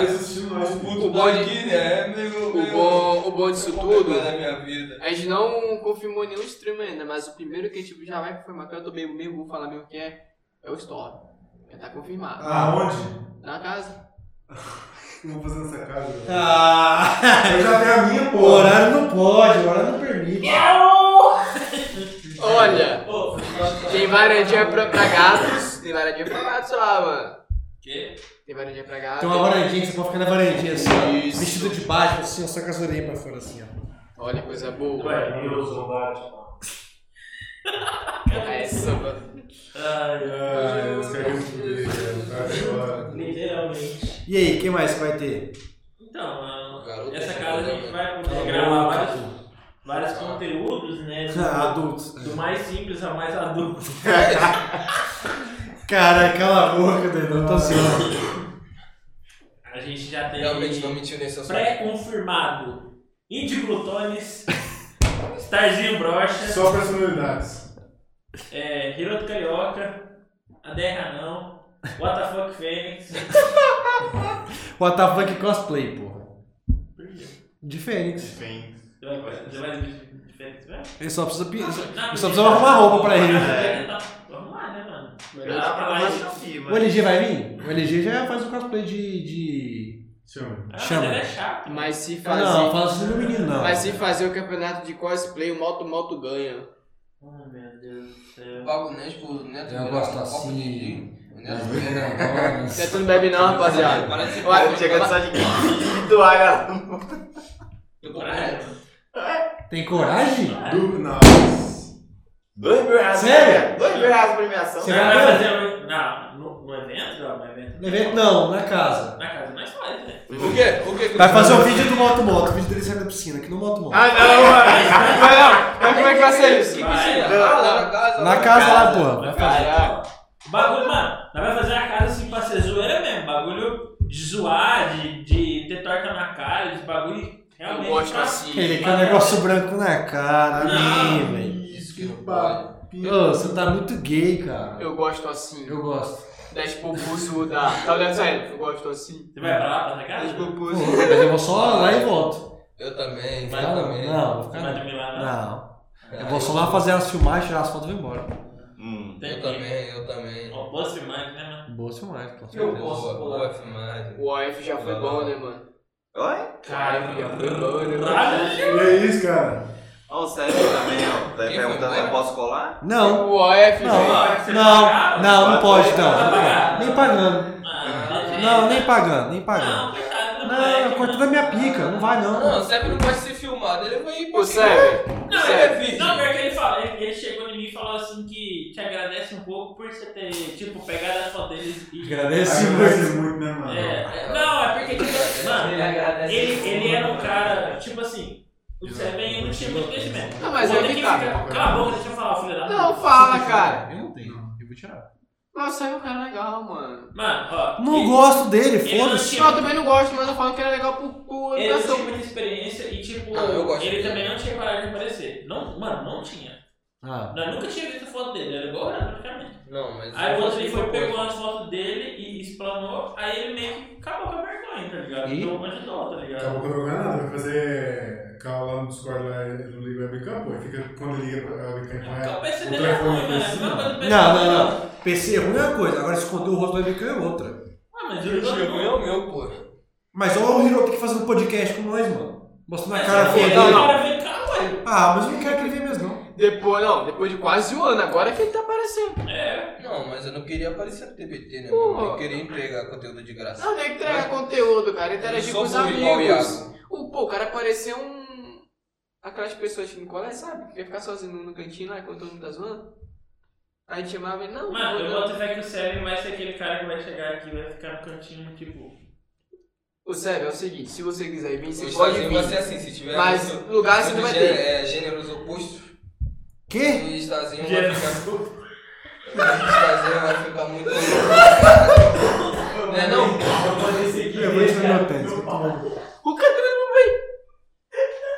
O o bom de- é, o bom- o bom disso tudo minha vida. A gente não confirmou nenhum stream ainda, mas o primeiro que a gente já vai confirmar, que eu tô meio, meio vou falar meio que é, é o Storm. Já tá confirmado. Aonde? Na casa. Não vou fazer nessa casa. um. velho. Ah, Eu já tenho a minha, o porra. horário não pode, o horário não permite. Olha, Pô, tem varandinha pra, pra gatos. Tem varandinha pra gatos lá, mano. que? Tem varandinha pra gatos. Tem uma varandinha que você pode ficar na varandinha assim, ó. Isso. Vestido de baixo, assim, ó, só com as orelhas pra fora, assim, ó. Olha, coisa boa. Ué, eu sou. É isso, mano. Ai, Ah, os caras me fuderam, velho. Vai embora. literalmente. E aí, quem mais que vai ter? Então, mano, Garoto, essa esse né? casa a programa. gente vai poder gravar vários, vários conteúdos, né? do- Ah, adultos. Do mais simples ao mais adulto. Cara, cala a boca, Dedão, tô assim, ó. A gente já tem Realmente não mentiu nesse assunto. pré-confirmado Indy Plutones, Starzinho Brocha, Só personalidades. é, Hiroto Carioca, André Ranão, WTF Fênix. WTF cosplay, porra. De Fênix. Você vai- Você vai de Fênix mesmo? Ele só precisa. pi- Não, Eu só menino, precisava arrumar roupa pra ele. É. Vamos lá, né, mano? Dá pra lá e confia, O LG vai vir? O LG já faz o cosplay de. de... Chama. Ah, Chama. mas ele é chato. Mas se Ah, não, fazer. fala assim do menino, não. Mas se fazer o campeonato de cosplay, o Moto Moto ganha. Oh, meu Deus do céu. Pago o Neto pro Neto. Eu virar gosto um copo assim. de- O Neto Você não bebe não, rapaziada. Para de ser Olha, pobre, chega para- Só de que doar, galera. Eu vou pro Coragem. Neto. Tem coragem? Du... Nossa. Dois mil reais. Sério? Dois mil reais de premiação. Você Você vai vai pra- fazer um- não, no, no evento? Não, no evento. No evento não, na casa. Na casa mais faz, né? O quê? O quê? que- Vai fazer o vídeo do Moto Moto, o vídeo dele sai da piscina, aqui no Moto Moto. Ah, não, mano. Vai não. Mas como é que vai ser isso? Vai. Ah, lá na casa. na lá. casa lá, porra. Vai fazer. Caraca. Bagulho, mano, nós vai fazer a casa assim pra ser zoeira mesmo. Bagulho de zoar, de, de ter torta na cara, de bagulho realmente. Eu gosto pra- assim. Ele quer um negócio branco na cara, Não. ali, velho. Isso que não pode. Ô, você tá muito gay, cara. Eu gosto assim. Eu gosto. Desce pro pulso da. Tá olhando só ele? Eu gosto assim. Você vai pra lá, pra essa casa? Desce pro Pô, pulso. mas eu vou só lá e volto. Eu também. Vai eu lá, também. Não, vou Você ficar vai não. dormir lá, não? Não. Eu vou só lá fazer as filmagens, tirar as fotos e vou embora. Hum. Tem Eu que. também, eu também. Ó, boas filmagens, né, mano? Boas filmagens, com Eu certeza. posso Boa pular. filmagem. O AF já foi bom, né, mano? Oi? Caralho, já foi bom, né, mano? Caralho! Que é isso, cara? Ó, o Sérgio também, ó. Tá Quem perguntando, foi? eu posso colar? Não, O AF, Não. velho. Você vai não, pagar? não, não pode, não. pagar? Nem pagando. Ah, gente. Não, nem pagando, nem pagando. Não, coitado do Não, moleque, eu cortando mano. a minha pica, não vai Não, não. o Sérgio não pode ser filmado, ele vai ir pra O Sérgio. Não, Sério, ele, filho? não, pior que ele fala, ele, ele chegou em mim e falou assim que te agradece um pouco por você ter, tipo, pegado a foto deles e. Agradeço muito. Agradece muito, né, mano? É, é, não, é porque, tipo, mano, Ele agradece. ele, ele é era um cara, tipo assim, o Seven não tinha muito conhecimento. Não, mas Vou é ter que que tá. ficar- Cala a boca, deixa eu falar, filha da puta. Não, fala, cara. Eu não tenho, eu vou tirar. Nossa, aí o cara é legal, mano. Mano, ó. Não ele- gosto dele, ele não foda-se. tinha- Não, eu também não gosto, mas eu falo que ele é legal por, por Ele não tinha educação. muita experiência e, tipo, Ah, eu gosto ele dele. também não tinha parado de aparecer. Não, mano, não tinha. Ah, Nós nunca tinha visto foto dele, era igual era praticamente. Não, mas. Aí o eu outro ele faço foi, outra pegou coisa. umas fotos dele e explanou, aí ele meio que acabou com a vergonha, tá ligado? E? Então ajudou, tá Acabou ligado? com o nada, vai fazer call lá no Discord lá do Liga Webcam, pô. Aí fica quando liga pra- a webcam lá. Então o PC o dele é ruim, telefone foi assim, mano. Mesma coisa do PC Não, dele, não, não. PC é ruim é uma coisa, agora esconder o rosto do webcam é outra. Ah, mas ele Eu não. meu, É meu, pô. Mas olha o Hiroto que fazendo podcast com nós, mano. Mostrando a Mas cara ele- feia tá ele- dele. o cara vem cá, ué. Ah, mas eu não quero que ele venha mesmo, não. Depois, não, depois de quase um ano, agora é que ele tá aparecendo. É. Não, mas eu não queria aparecer no TBT, né? Pô. mano? Eu queria entregar conteúdo de graça. Não, tem é que entregar conteúdo, cara, interagir Eu com os sou igual o amigos. Iago. O, pô, o cara parecia um. Aquelas pessoas que no colégio, sabe? Que ia ficar sozinho no cantinho lá quando todo mundo tá zoando. Aí a gente chamava ele, não, Mano, não, eu não. boto fé que o Seven vai ser aquele cara que vai chegar aqui e vai ficar no cantinho, tipo. Ô, Sérgio, é o seguinte, se você quiser vir, você Você pode pode vir. vai ser assim, se tiver. Mas muito- lugar você não muito vai gê- ter. É, gêneros opostos. Quê? O Estazinho Que vai é- ficar. O Estazinho vai ficar muito. Não é não? Eu vou lhe seguir. Eu vou te cara, dar meu tênis. meu vai pau. tomar no cu. O cara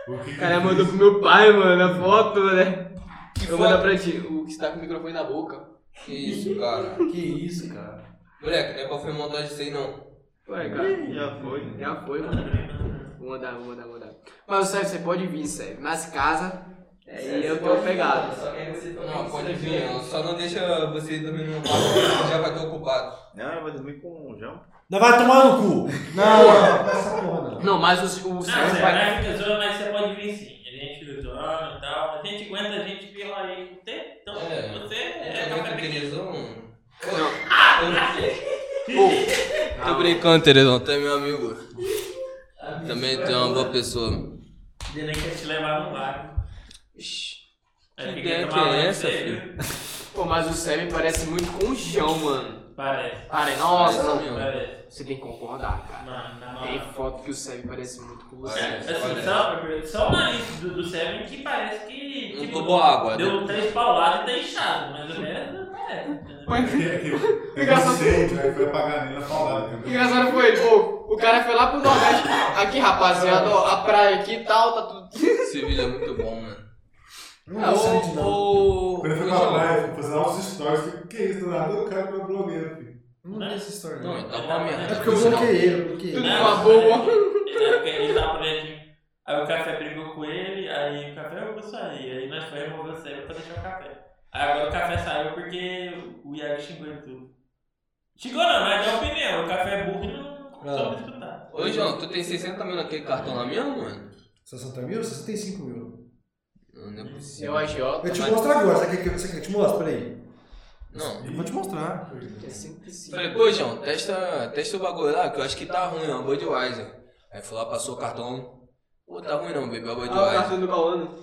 O que que O cara ele mandou fez? pro meu pai, mano, a foto, né? Que Eu vou mandar foda. pra ti. O que tá com o microfone na boca. Que isso, cara. Que isso, cara. Moleque, não é pra foi montagem isso aí não. Ué, cara. Já foi. Já foi, mano. Vou mandar, vou mandar, vou mandar. Mas, Sérgio, você pode vir, Sérgio. Mas casa, É, aí eu tenho pegado. Só que aí você também Não, é pode precisa vir. de- eu Só não deixa você dormir no quarto, você já vai estar ocupado. Não, eu vou dormir com o João. Não vai tomar no cu. Não, não, não, essa porra não. Não, mas o, o Não, Ah, Sérgio você né? vai. vai ficar zoando, mas você pode vir sim. A gente fica zoando e tal. A gente aguenta a gente vir lá e ter. Então, É. você É, é não café pequeno. Tô brincando, Terezão, tu é meu amigo. Também tu é uma boa pessoa. Ele quer te levar no barco. que Aí fica ideia tomando que é banho essa, sério. Pô, mas o Sérgio parece muito com o João, mano. Parece, Cara, é nossa, Parece não. mesmo. né? parece. Você tem que concordar, cara. Mano, na Tem moral. foto que o Sérgio parece muito com você. É, Assim, só, só o nariz do, do Seven que parece que. tipo, Não tomou água, né? Deu três pauladas e tá inchado, mas o resto parece. entendeu? É que- é que Engraçado. incêndio, aí foi apagar ali na paulada, O entendeu? engraçado foi ele, pô, o cara foi lá pro Nordeste. Aqui, rapaziada, ó, a praia aqui e tal, tá tudo. Esse vídeo é muito bom, mano. Não, isso aí de novo. o. Quando eu fui pra praia, fazer uns stories, eu falei, que é isso, do nada o cara meu blogueiro, filho. Não vi essa história. Não, Não. então tá merda. É porque eu bloqueei ele, eu bloqueei Tudo Né? ele. numa boa. Ele tava- Ele tava preso. tá Aí o café brigou com ele, aí o café eu vou sair. Aí nós foi remover o cérebro pra deixar o café. Aí agora o café saiu porque o Iago xingou ele tudo. Xingou não, mas é opinião. O café é burro e não soube Ah. escutar. Ô, João, tu tem 60 mil naquele Tá cartão lá mesmo, mano? 60 mil? 65 mil. Não, não é possível. Seu agiota. Eu te mostro agora. Você quer que você quer que eu te mostre? Peraí. Não. Eu vou te mostrar. É sempre assim. Falei, pô, João, testa, testa o bagulho lá, que eu acho que tá ruim, é uma Budweiser. Aí fui lá, passou o cartão. Pô, tá ruim não, bebeu a Budweiser. do Bauano.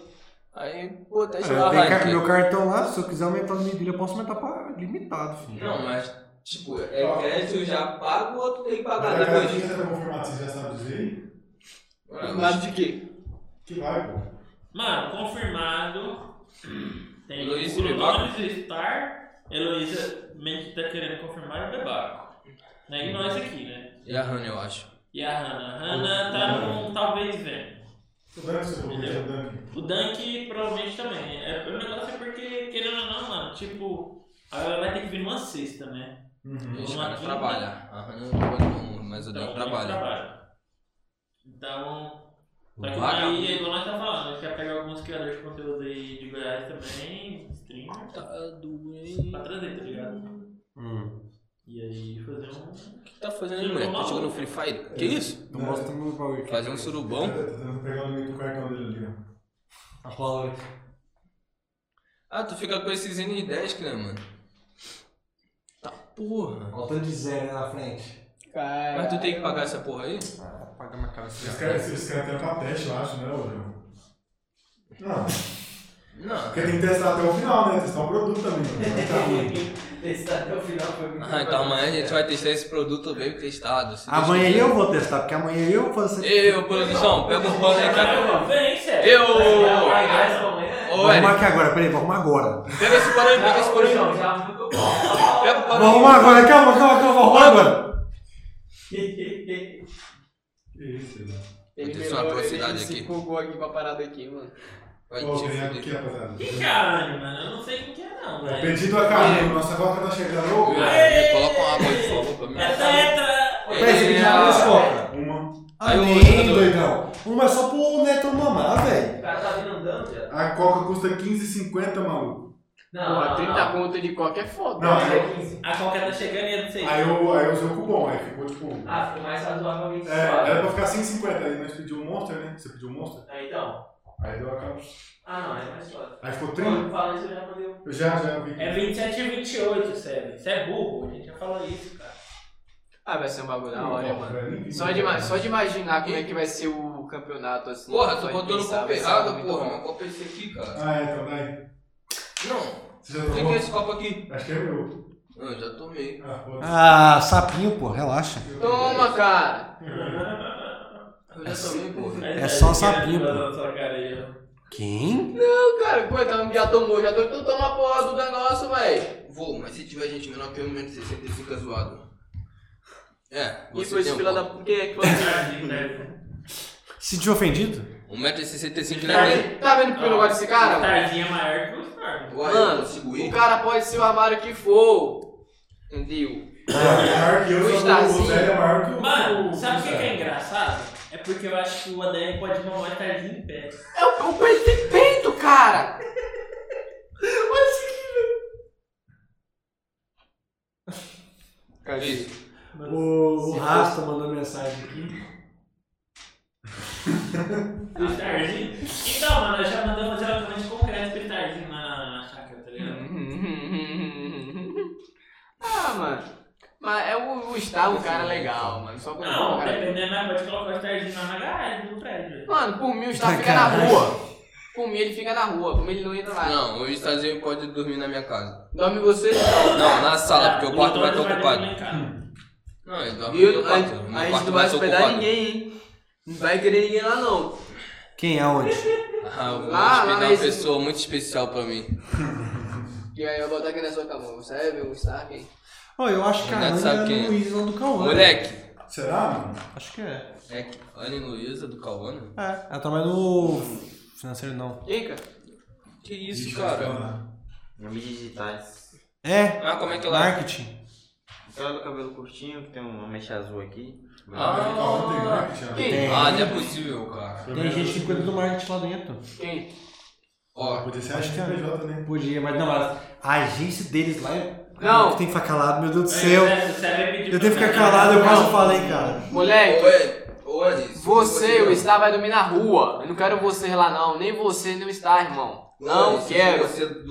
Aí, pô, Ah, É, testa eu lá, tenho car- Heineken. meu cartão lá, se eu quiser aumentar a medida, eu posso aumentar pra limitado, filho. Não, mas, tipo, é crédito já pago ou tu tem que pagar Mas a depois? cartinha tá confirmada, você já sabe dizer aí? Ué, mas Lado de quê? Que vai, pô. Mano, confirmado. Tem Heloísa o Bebaco. Luiz Star. Heloísa meio que tá querendo confirmar o Bebaco. Né? E nós aqui, né? E a Rani, eu acho. E a Hannah. Hannah tá num talvez vendo. O Dunk, seu tá blogueiro, o Dunk. O Dunk provavelmente também. É, o negócio é porque, querendo ou não, mano, tipo, a galera vai ter que vir numa sexta, né? Uhum. Os Uma caras quinta. trabalham. A Rani não trabalha não, mas eu Então, dou tem trabalho. trabalho. Então. Só que Vagabundo. daí, é igual nós tá falando, nós quer pegar alguns criadores de conteúdo aí de Goiás também, streamer, Tá doente. pra trazer, tá ligado? Hum. E aí fazer um. O que tá fazendo aí, moleque? Tá jogando Free Fire? Que isso? Eu mostro meu bagulho aqui. Fazer um surubom? Tá tentando pegar o limite do cartão dele ali, ó. A rola aqui. Ah, tu fica com esses N10, que né, mano? Tá porra. Falta de zero na frente. Cara. Mas tu tem que pagar essa porra aí? Paga minha cara. Esse cara, esse cara tem pra teste, eu acho, né, ô João? Não, Não. porque tem que testar até o final, né? Testar o produto também. né? Vai tá ruim. Testar até é o final foi muito Ah, então amanhã a gente vai testar esse produto bem testado. se Deus Amanhã quiser. eu vou testar, porque amanhã eu vou fazer. Ei, ô produção, pega um pano aí pra Vem, sério! Eu- Vai, vai, vai, vai, vai, vai. Ô, Ô, Vou arrumar Eric, aqui agora, peraí, vou arrumar agora. pega esse porão aí, pega esse porão aí. Já arruma que eu Pega o Vou porão arrumar aí. agora, calma, calma, calma, vou arrumar agora. compro. Ele né? Aconteceu uma melhorou, atrocidade ele se aqui. empolgou aqui com a parada aqui, mano. Vai te Ô, vem fuder. aqui, rapaziada. Que caralho, mano. Eu não sei como que é, não, velho. Pedido a carne, nossa coca tá chegando. É. Aí, É, Coloca uma água, por favor, pra mim. Essa é tra... Peraí, você já abriu as cocas. Uma. Aí o Amém, outro- Ah, doidão. Uma é só pro Neto mamar, velho. O cara tá vindo andando já. A coca custa 15,50, maluco. Não, Porra, não, 30 não. conto de coca é foda. Não, Mas é 15. A qualquer tá chegando é e eu não sei. Aí eu, aí eu usei o cupom, aí ficou tipo. Ah, ficou mais razoavelmente É, era suave. pra ficar 150, aí nós pedimos um Monster, né? Você pediu um Monster? Ah, então. Aí deu aquela. Ah, não, é mais suave. Aí ficou 30. Quando fala isso, eu já mandei um. Eu já, já vi. É 27 e 28, Sérgio. Você é burro, a gente já falou isso, cara. Ah, vai ser um bagulho da hora, mano. mano. Só de, ima- só de imaginar como é que vai ser o campeonato assim. Porra, só tu de botou no pensar, copo vai ser errado, muito porra. bom. Meu copo é esse aqui, cara. Ah, é, então daí. Não, Você já tem que tomou? esse copo aqui. Acho que é meu. Não, eu já tomei. Ah, foda-se. Ah, sapinho, pô, relaxa. Toma, cara. Eu já tomei, porra. Aí, É Sérgio, só que sapinho, era pô. na sua um cara aí, ó. Quem? Não, cara, coitado, já tomou, já tomou. Então toma a porra do negócio, véi. Vou, mas se tiver gente menor que eu, menos de 65 é zoado. É, E você foi tem esse um fila da... copo. Por que que você... Tadinho, né? Sentiu ofendido? 1,65m Tá né? vendo- Tá vendo que eu não gosto desse cara, mano? Tardinha é maior que o Storm. Uai, eu Tá. Mano, consigo O ir. cara pode ser o armário que for. Entendeu? É maior que eu, Luiz só que o Tarzinho. Zé é maior que o. Mano, sabe o que, que é Zé. engraçado? É porque eu acho que o ADM pode mamar o Tardinho em pé. É o, o peito tem peito, cara! Olha isso aqui, velho. Isso. O, o Rasta mandou Tá mensagem aqui. Do Tardinho. Então, mano, nós já mandamos fazer uma coisa concreta pro Tardinho lá na, na chácara, tá Hum. ligado? ah, mano. Mas é o o Gustavo, o cara é legal, mano. Só quando Não, é o cara. dependendo, nós pode colocar o Tardinho lá na garagem do prédio. Mano, por mim o Gustavo fica na Sacanagem. rua. Por mim ele fica na rua, por mim ele não entra lá. Não, o Estazinho pode dormir na minha casa. Dorme você? Não, na sala, porque o quarto vai Lutones estar ocupado. Hum. dormir lá em casa. Não, ele E dorme no meu eu, a, quarto. a Meu gente quarto não vai ser hospedar ocupado. ninguém, hein? Não vai querer ninguém lá, não. Quem? é Aonde? Ah, eu vou Lá, hospedar lá, uma esse- pessoa muito especial pra mim. E aí eu vou botar aqui na sua cama. um Você vai ver o Gustavo, hein? Ó, eu acho que a Não Anne sabe era quem é. do Luiz, não do Cauã. Moleque! Será, mano? Acho que é. É que Anne Luísa do Cauana? É, ela trabalha no financeiro, não. Quem, cara? Que isso, Ixi, cara? mano. Em mídias digitais. É, Ah, como é que ela. marketing. Aquela do cabelo curtinho, que tem uma mecha azul aqui. Ele fala, tem, Ah, né, Cristiano? Quem? ah, não é possível, cara. Tem gente que cuida do marketing lá dentro. Quem? Ó, Podia ser a Acho que é. XPJ, né? Podia, mas não, mas a agência deles lá é. Não. Tem que ficar calado, meu Deus do Aí, céu. Zé, você vai pedir Eu tenho que pra ficar mim, calado, eu né? quase falei, cara. Moleque, Oi, oi. se você, o Star vai dormir na rua. Eu não quero vocês lá, não. Nem você, nem o Star, irmão. Oi, Não se quero. Você é do.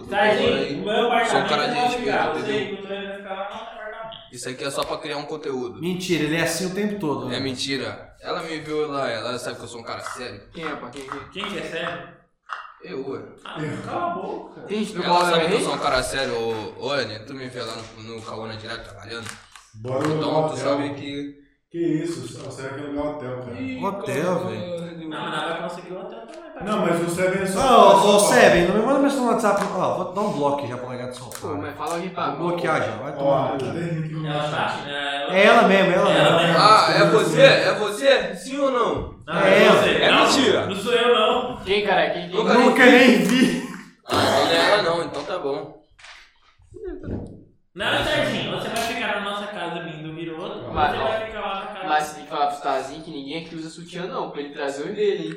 do Tá Cauana Tardinho, aí, o meu Sou um apartamento cara eu de vou ficar. esquerda, Você entendeu? e o Lutones vai ficar lá no apartamento. Isso aqui é só pra criar um conteúdo. Mentira, ele é assim o tempo todo. É né? mentira. Ela me viu lá, ela sabe que eu sou um cara sério. Quem é, pá? Quem, quem? Quem que é sério? Eu, ué. Ah, cala a boca. Gente, do Ela Paulo é sabe que eu Henrique? sou um cara sério, ô, ô Anne. Tu me vê lá no, no Cauana direto trabalhando. Bora Então no tu hotel. sabe que. Que isso, só será que é lugar hotel, cara? Hotel, velho. Não, mas nós vai conseguir o hotel também. pra Não, mim. mas o Seven é só. Ô, ô, Seven, não me manda mensagem no WhatsApp. Ó, vou dar um bloco já pra largar de soltar. Pô, mas fala Tá aqui pra ah, Vou mim. bloquear já, vai tomar. Ó, tá dentro aqui no meu Ela chat. tá? né, É ela mesmo, ela Ela mesmo. mesmo. Ah, é você? É você? Sim ou não? Não, É não ela. sei. É Não, mentira. Não sou eu, não. Quem, cara? Quem? quem? Nunca quem? Nunca nem vi. Ah, então não é ela não, então tá bom. Não, Serginho, você vai ficar na nossa casa, vindo virou outro. Você Vai, vai ficar lá na casa. Mas você tem que falar pro Starzinho que ninguém aqui usa sutiã, não. Pra ele trazer os dele, hein?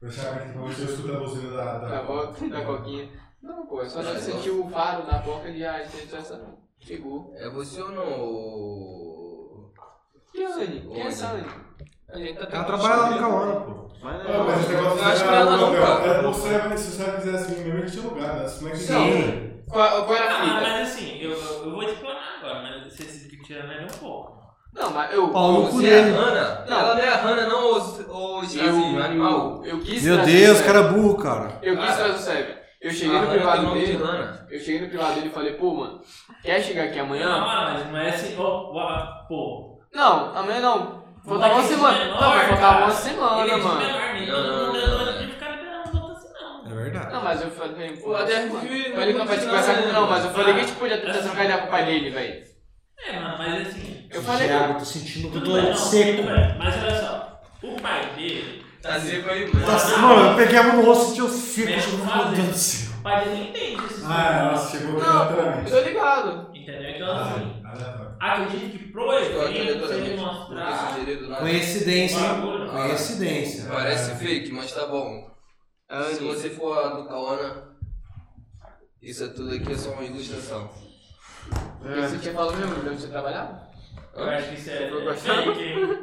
Vou deixar aqui pra você escutar a buzina da. Da, co- da coquinha. Não, pô, é só você sentir o faro na boca "Ah, e já entendeu essa. Chegou. É você ou não? ô- Quem é Sani? Quem é Onde? Sani? A gente tá Ela tentando trabalha um lá no descobrir. Cauana, pô. Mas Ah, mas esse negócio Eu acho que não é era ela não, hotel. cara. Era pro Seven, se o Seven quisesse vir mesmo, ele tinha lugar, né? Se não é que Sim. Qual, qual era a Ah, fita? mas assim, eu, eu vou explanar agora, mas vocês se divertiram né, um pouco. Não, mas eu. Paulo no cu Você é a dele. Hanna? Não. Ela não é a Hanna, não, ou o Estazinho, animal. Eu, eu quis Meu trazer Deus, o cara é burro, cara. Eu quis Cara. trazer o Seb. Eu A cheguei no Hanna Ah, tem o privado nome de dele. Hanna. Eu cheguei no privado dele e falei, pô, mano, quer chegar aqui Não, amanhã? mas não é assim, ó, ó, pô. Não, amanhã não. Faltava uma Moleque de semana. é menor, Não, vai faltar cara. uma Ele é semana, de mano. menor, nem Não, todo não, mundo é não, doido não. de ficar liberando os outros assim, não. É verdade. Não, mas mas eu falei, pô, O ADR ele não vai te conversar comigo não, mas eu falei que a gente podia tentar trocar ideia com o pai dele, velho. É, mano, mas assim. Eu falei, Thiago, tô sentindo que eu Tudo bem, tô não, seco. tudo bem, Mas olha só, o pai dele. Tá seco aí, mano. Nossa, assim, mano, eu peguei a mão no rosto e senti o seco. Mexe com Meu Deus do fazer. céu. O pai dele não entende esses Ah, negócios, nossa, chegou não, eu aleatoriamente. tô ligado. Entendeu? Então, assim. Ah, aleatório. Acredito que pro evento, se ele mostrar. Coincidência, hein? Bagulho. Coincidência. Parece fake, mas tá bom. Se você for a do Kaona, isso tudo aqui é só uma ilustração. Você tinha falado mesmo, lembra que você trabalhava? Eu acho que isso é. Tô é gostando. fake, hein?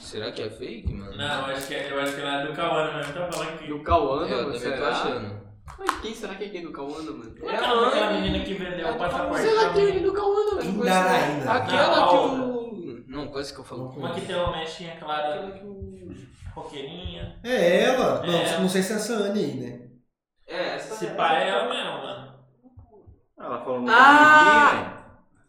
Será que é fake, mano? Não, eu acho que é, eu acho que ela é do Kawana, mas tá falando que. Do Cauana, É, Eu mano, também tô será? achando. tá Mas quem será que é quem do Cauana, mano? Tá É aquela menina que vendeu o passaporte. Sei lá quem é do Cauana, velho. Ainda, conheço não. ainda. assim. Aquela que o... Não, quase que eu falo. Uma que tem uma mechinha clara, roqueirinha. É ela? Não, É. não sei se é essa Anne aí, né? É, essa Se pá, é ela mesmo, mano. Ela falou muito Ah! amiguinho, velho.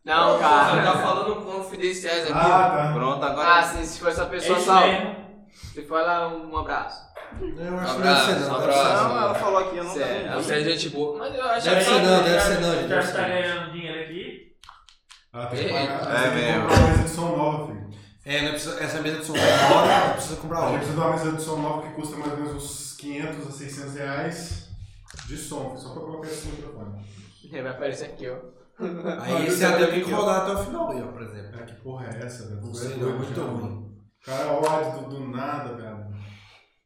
Não, Você cara. tá falando confidenciais aqui. Ah, Pronto, Ah, agora. sim, se for essa É pessoa, isso salve. mesmo. Se for lá, um abraço. Eu acho que deve Abraço, ser não. É deve abraço. ser não. Não, ela falou aqui, eu não Sério, É. sabia. Você é gente boa. Mas eu acho Deve que ser não, deve ser O não, deve Jorge tá ser não. ganhando dinheiro aqui. Ah, Ela tá. tem que É, pagar. é ela tem que mesmo. comprar uma mesa de som nova, filho. É, não precisa, essa mesa de som agora, não precisa comprar A gente outra. precisa de uma mesa de som nova que custa mais ou menos uns 500 a 600 reais de som, só pra colocar esse microfone. Ele vai aparecer aqui, ó. Aí você até tem que rodar até o final aí, ó, por exemplo. Cara, que porra é essa, velho? Não sei, não, muito cara. ruim. Cara, ódio do, do nada, velho.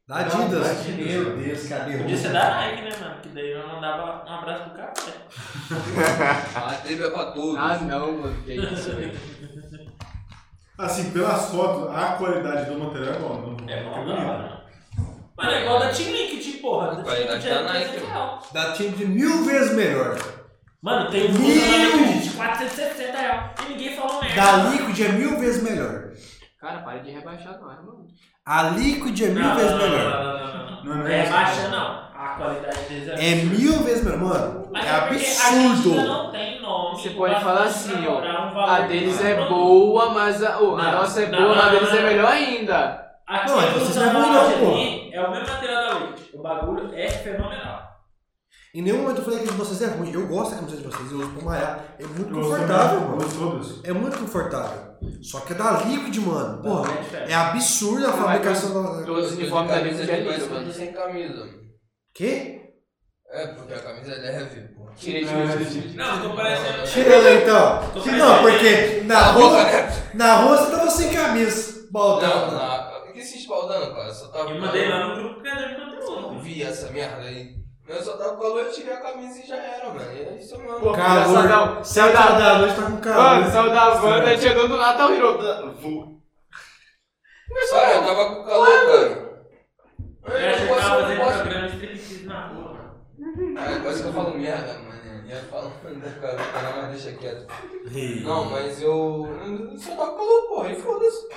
Da Adidas. é Adidas. Meu Deus, cadê Podia ser o da Nike, né, mano? Que daí eu mandava um abraço pro cara. né? A teve é pra todos. Ah, não, mano, que isso, velho. Assim, pelas fotos, a qualidade do material é boa. Não, É bom, não da bonito. né? hora. Mano, é igual da Team Link, tipo, porra. Da Team Link Qualidade já da é Nike. 300 real. Da time de mil vezes melhor. Mano, tem um Mil! blusa lá na Nike de 460 real. E ninguém falou merda. Da Liquid é mil vezes melhor. Cara, para de rebaixar nós, mano. A Liquid é mil Não, vezes não, não, melhor. não, não, não, não. Não, não é é isso. baixa, não. A qualidade deles é. É mil vezes melhor. Mano, Mas é porque A gente ainda absurdo. não tem nome. Você pode falar assim, ó, A deles é boa. boa, mas a, oh, a um Não, nossa é não, boa, mas não, a deles não. é melhor ainda. Aqui Não, é que vocês não usa é ruim na não, loja pô. ali É o mesmo material da Leite. O bagulho é fenomenal. Em nenhum momento eu falei que de vocês é ruim. Eu gosto da camiseta de vocês, eu uso pra malhar. É muito Eu sou confortável, mesmo, mano. Eu sou todos. É muito confortável. Só que é da Liquid, mano. Porra, É diferente. é absurda a Não, fabricação da. Todos os uniformes da Liga é lindo, mano. mano. sem camisa. mano. Quê? É, porque a camisa é leve, pô. Tirei de É, mim. gente. Não, eu tô parecendo. Tira ela então. Tô Não, parecendo- porque Tá, na rua, é na rua você tava sem camisa. Não, Baldão. não. O que né? se espaldando, cara? Só tava. Eu mandei lá no grupo criador de conteúdo. Vi essa merda aí. Eu só tava com calor, eu tirei a camisa e já era, mano. E é isso mesmo. Calor. Céu da, da noite tá com calor. Mano, saiu da banda e chegou do lado, tá o Hiroto. Cara, eu tava com calor, cara. Eu Eu acho não que eu posso, tava eu não fazendo posso. programa de striptease na rua, mano. Ah, quase que eu falo merda, mano. Eu falo merda, cara, cara, mas deixa quieto. Não, mas eu. eu Só tava com calor, porra, e foda-se.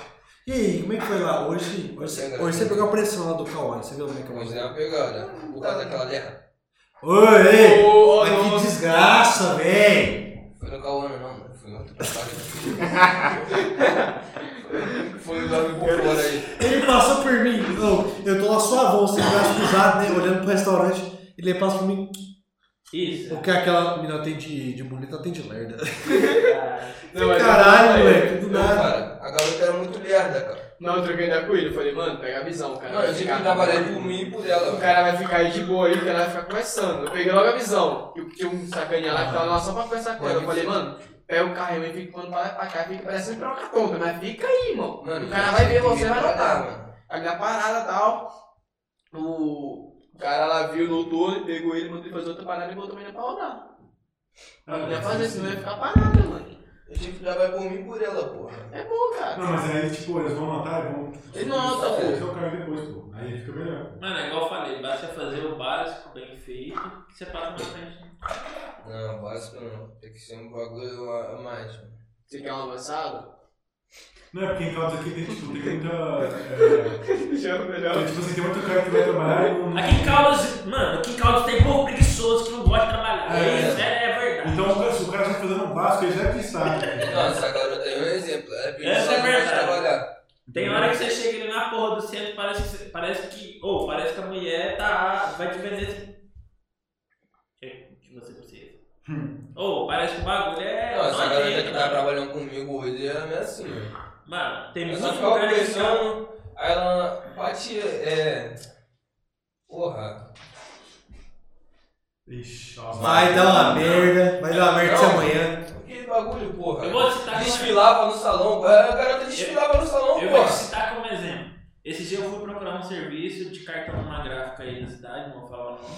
E aí, como é que foi lá? Hoje, hoje, hoje você pegou a pressão lá do Kawan, você viu como é que eu Mas mostrei? deu uma pegada. né? Por causa daquela guerra. Oi, ei! Ô, Mas que desgraça, véi! Foi no Cauana, não, mano. Foi em outro passado. Foi lá me por fora aí. Ele passou por mim. Não, eu tô lá suavão, sem braço cruzado, né? Olhando pro restaurante. Ele passa por mim. Isso. O que é aquela menina tem de, de bonita, ela tem de lerda. cara. Não, mas- Caralho, moleque, do Não, nada. cara, a garota era muito merda, cara. Não, eu troquei ideia com ele. Eu falei, mano, pega a visão, o cara. tá Não, vai eu tive ficar- que trabalhar por mim e por ela. O cara vai ficar aí de boa aí, porque ela vai ficar conversando. Eu peguei logo a visão. E tinha um sacaninha lá que tava lá só pra conversar com ela. Eu falei, mano, pega o carro aí, fica quando vai pra cá, fica parecendo troca tonta, mas fica aí, irmão. Mano, o cara vai ver eu tive você, que vai trabalhar, notar, mano. A minha parada e tal. O o cara lá viu, notou, ele pegou ele, mandou ele fazer outra parada e botou a menina pra rodar. Ela é não ia fazer isso, né? não ia ficar parada, mano. Eu tive que trabalhar por mim e por ela, porra. É bom, cara. Não, mas aí, tipo, eles vão notar e vão. Ele não nota, pô. Esse é o cara depois, pô. Aí fica melhor. Mano, é igual eu falei, basta fazer o básico bem feito, que você passa pra frente. Não, básico não. Tem que ser um bagulho a a mais, mano. Você quer um avançado? Não, é porque em casa aqui tem, tipo, tem muita. É, Já melhor. tem, tipo assim, tem muito cara que vai trabalhar e não. Aqui em Caldas, mano, aqui em Caldas tem povo preguiçoso que não gosta de trabalhar. É. Isso é, é verdade. Então, o cara- se o cara já tá fazendo um básico, ele já é pensado. Não, essa garota aí é um exemplo. Ela é Essa preguiçosa, não gosta é de verdade. trabalhar. Tem hora que você chega ali na porra do centro, parece que, parece que, ou parece que a mulher tá, vai te vender que você precisa. Ô, parece que o bagulho é. Hum. Não, essa só galera gente, que tá mano. trabalhando comigo hoje é meio assim, velho. Mano, tem muito né? Ela ficava lugar que não- conversando, aí ela batia, é. Porra. Ixi. Vai dar uma merda, vai dar uma merda Não. essa manhã. Que bagulho, porra. Eu vou citar né? como Desfilava no salão, a garota desfilava no salão, Eu vou te porra. citar como exemplo. Esse dia eu fui procurar um serviço de cartão numa gráfica aí na cidade, não vou falar o nome.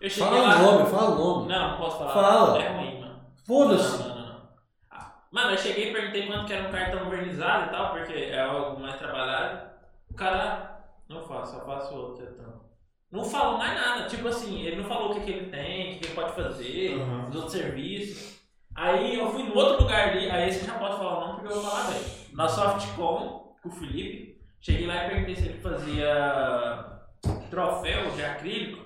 Eu cheguei Fala lá. o nome, fala o nome. Não, não posso falar. Fala. É ruim, mano. Foda-se. Não, não, não, não. Ah, Mano, eu cheguei e perguntei quanto que era um cartão vernizado e tal, porque é algo mais trabalhado. O cara, não faço, só faço outro então. Não falou mais nada, tipo assim, ele não falou o que, que ele tem, o que, que ele pode fazer, Uhum. os outros serviços. Aí eu fui no outro lugar ali, aí esse eu já posso falar o nome porque eu vou falar bem. Na Softcom, com o Felipe, cheguei lá e perguntei se ele fazia troféu de acrílico.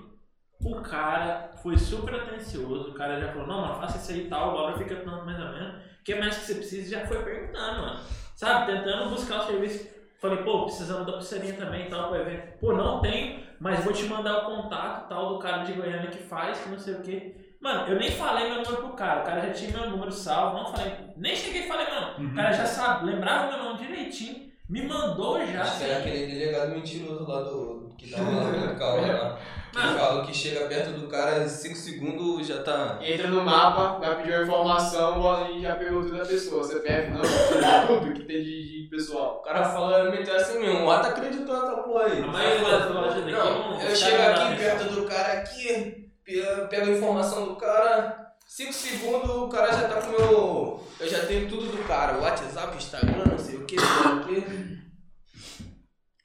O cara foi super atencioso, o cara já falou, não, mano, faça isso aí e tal, o valor fica tanto mais ou menos. O que mais que você precisa? Já foi perguntando, mano. Sabe, tentando buscar o serviço. Falei, pô, precisamos da pulseirinha também e tal, pro evento. Pô, não tem, mas vou te mandar o contato tal do cara de Goiânia que faz, que não sei o quê. Mano, eu nem falei meu número pro cara, o cara já tinha meu número salvo, não falei, nem cheguei e falei, mano. O cara já sabe, lembrava meu nome direitinho, me mandou já. Será é aquele delegado mentiroso lá do. que tava lá dentro do carro lá? Que falou que chega perto do cara 5 segundos já tá. Entra no mapa, vai pedir uma informação e já pegou tudo da pessoa. Você perde, não, tudo que tem de, de pessoal. O cara fala, meteu assim mesmo, o ato acreditou nessa porra aí. A maioria das lojas daqui não- Não, eu chego né? aqui perto do cara aqui, pe- pego a informação do cara, 5 segundos o cara já tá com o meu. Eu já tenho tudo do cara, WhatsApp, Instagram, não sei o que, não sei o que.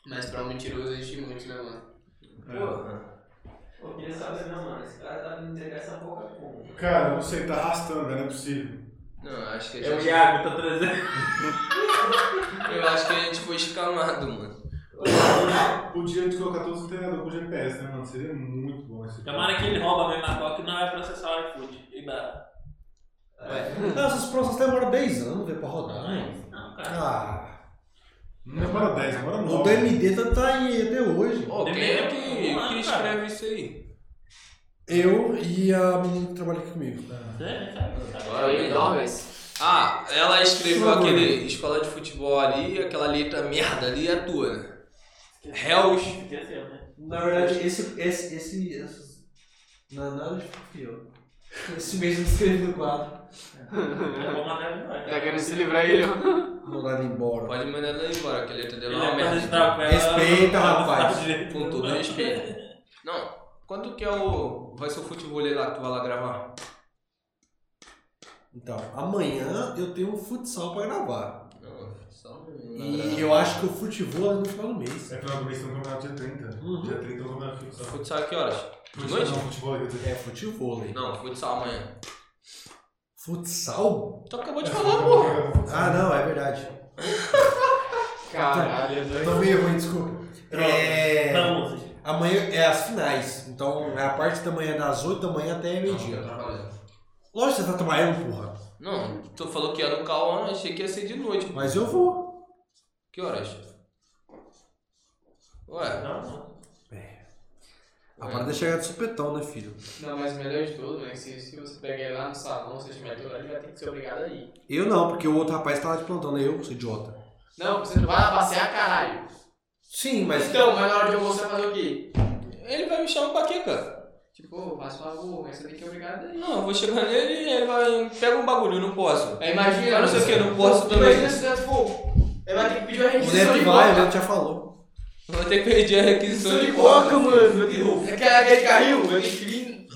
Mas pra um mentiroso existe muito, né, mano? É. Porra. Eu queria saber, né, mano? Esse cara tá me entregar essa boca como? Cara, não sei, tá arrastando, velho, não é possível. Não, acho que a É o gente. Iago, tá trazendo. Eu acho que a gente foi escamado, mano. Podia a gente colocar todos os treinadores com GPS, né, mano? Seria muito bom esse Tomara que ele rouba mesmo a coca e não vai processar o iFood. E dá. Não, esses processos demoram 10 anos, velho, pra rodar. né? Não, cara. Ah, Não demora 10, demora o 9. DMD tá, tá aí até hoje. Ô, quem é que, Demorou, que cara. escreve isso aí? Eu e a menina que trabalha aqui comigo. Sério, sabe? Agora eu me dou. Ah, ela escreveu Por favor. aquele escola de futebol ali, aquela letra merda ali é tua, né? Hells. Esqueceu, né? Na verdade, esse. esse, esse, esses- na nada de fio. Esse mês eu escrevi no quadro. Eu vou mandar ele embora. Tá querendo se livrar ele, ó. Mandar ele embora. Pode mandar ela embora, que a letra Ele dela é uma vai fazer isso merda. pra ela. Respeita, ela não rapaz. sabe direito. Com todo respeito. Não, quanto que é o. Vai ser o futebol aí lá que tu vai lá gravar? Então, amanhã eu tenho um futsal pra gravar. Não, só um E eu acho que o futebol é no final do mês. É final do mês tem um campeonato dia 30. Uhum. Dia 30 é um campeonato fixo. Futsal que horas? De noite? Não, futebol, quer dizer. É futebol, hein? Não, futsal amanhã. Futsal? Tu acabou de falar, pô. Ah, não, é verdade. Caralho, Eu doido. Tomei ruim, desculpa. Droga. É. Não use. Amanhã é as finais. Então é a parte da manhã das 8 da manhã até meio-dia. Lógico que você tá trabalhando, porra. Não, tu falou que era o Cauã, Então, achei que ia ser de noite. Mas eu vou. Que horas? Ué, Não, não. A parada é chegar de supetão, né, filho? Não, mas o melhor de tudo, né? Se, se você pegar ele lá no salão, se tiver aquilo ali, vai ter que ser obrigado a ir. Eu não, porque o outro rapaz tá lá de plantão, né? Eu sou idiota. Não, você não vai lá passear, caralho. Sim, mas. Então, mas na hora de almoço você vai fazer o quê? ele vai me chamar pra quê, cara? Tipo, ô, faz favor, mas você tem que ser obrigado a ir. Não, eu vou chegar nele e ele vai. Pega um bagulho, não posso. É, imagina. Eu não sei o que, não posso também. Imagina se você, pô, ele vai ter que pedir uma O requisição de Neto vai, o coca. Neto já falou. Vou ter que pedir a requisição de coca. coca, mano. Aquele, aquele carril, aquele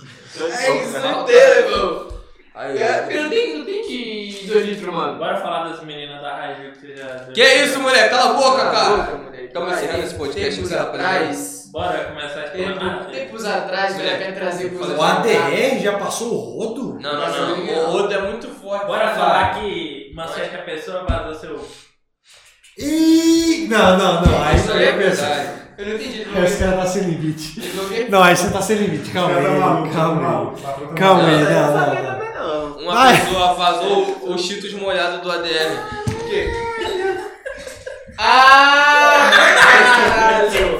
É isso Não, inteiro, irmão. Aí, É, filho, não tem, não tem de 2 litros, mano. Bora falar das meninas da Raiz que você já. Que isso, moleque? Cala a boca, cara! Tamo Tamo encerrando esse podcast, Tempos esse rapaziada. atrás, Bora começar a explorar. tempo- tempos atrás, vale a pena trazer o O ADR já passou o rodo? Não, não, não. O outro é muito forte. Bora falar que uma certa pessoa vazou seu. Ih! Não, não, não. Aí Isso aí é você verdade. Eu não entendi. não Esse cara tá sem limite. entendi. Não, aí você tá sem limite. Calma Cara, tá aí, maluco, tá calma maluco, tá aí. maluco. Calma aí, eu não, sabia não, não. também não. Uma Vai. pessoa vazou o Cheetos molhado do ADR. Ah! caralho.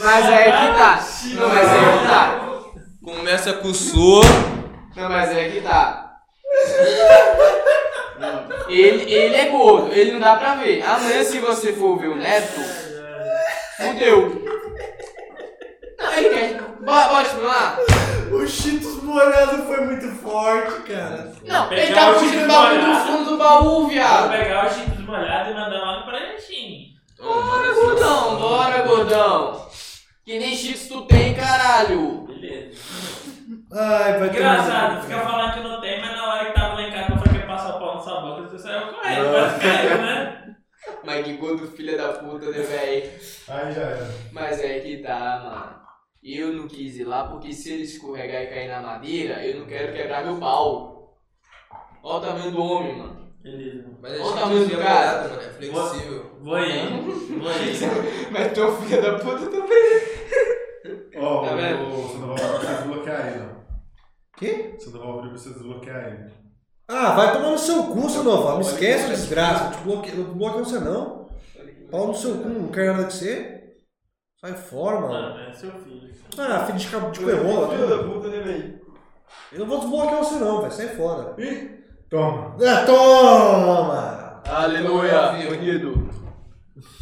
Mas aí que tá. Não, mas aí que tá. Como é conversa com o senhor. Não, mas é que tá. Ele, ele é gordo, ele não dá pra ver. Amanhã, se você for ver o neto, fudeu. Aí, quer- bora, bora estimular? O Cheetos Morado foi muito forte, cara. Não, ele Pegar tá o fugindo do Chico bagulho do molhado. fundo do baú, Vou viado. pegar o Chico molhado e mandar lá no Paranatim. Bora, gordão, bora, gordão. Que nem X tu tem, caralho. Beleza. Ai, vai ter um. Engraçado, muito- fica falando que não tem, mas na hora que tava lá em casa, eu falei que ia passar o pau na sua boca, você saiu correndo, Ah. quase caiu, né? Mas que gordo filha da puta, né, velho? Aí já era. Mas é que tá, mano. Eu não quis ir lá porque se ele escorregar e cair na madeira, eu não quero quebrar meu pau. Olha o tamanho do homem, mano. Beleza. Mas é Olha o gente tamanho do desviada, cara. mano. É flexível. Vou aí. Vou aí. Mas teu É filho da puta também. Ó, Tá vendo? o Sandoval vai precisar desbloquear ele, ó. Quê? O Sandoval Brito precisa desbloquear ele. Ah, vai tomar no seu cu, seu novo. Me esquece, desgraça. Eu te bloqueio, eu não bloqueio você não. Pau no seu cu, não quero nada de você. Sai fora, mano. Mano, é seu filho. Ah, filho de cabo de coerrola. tudo. Eu não vou desbloquear você não, velho. Sai fora. Toma. Ah, toma! Aleluia. Viu? Unido.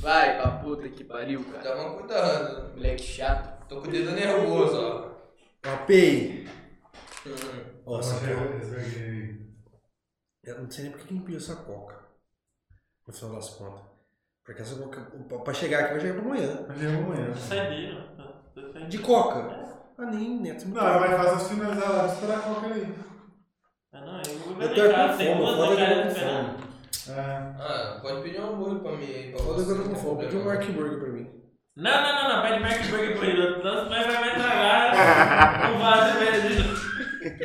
Vai pra puta que pariu, cara. Toma Tá cuidado. né? Moleque chato. Tô com o dedo nervoso, ó. Papei. Hum. Nossa, Uhum. cara. Resverguei. Eu não sei nem por que que não pediu essa coca. No final das contas. Porque essa coca, pra- pra chegar aqui, vai chegar pra amanhã. Mas chegou amanhã. Sai dele, Tá, mano. De coca. Ah, nem, neto. Não, é mais fácil finalizar lá, esperar qualquer aí. Ah, não, eu vou Eu ver tô na com casa, tem fome, duas foda na que eu cara tô do com Fernando. fome. É. Ah, pode pedir um hambúrguer pra mim aí. Pra Foda que você, né? eu tô com não tem fome. Pediu um problema. Mark Burger pra mim. Não, não, não, não, pede Mark Burger pro Hilo. Nós vai, vai, vai tragar. Não vaza, velho.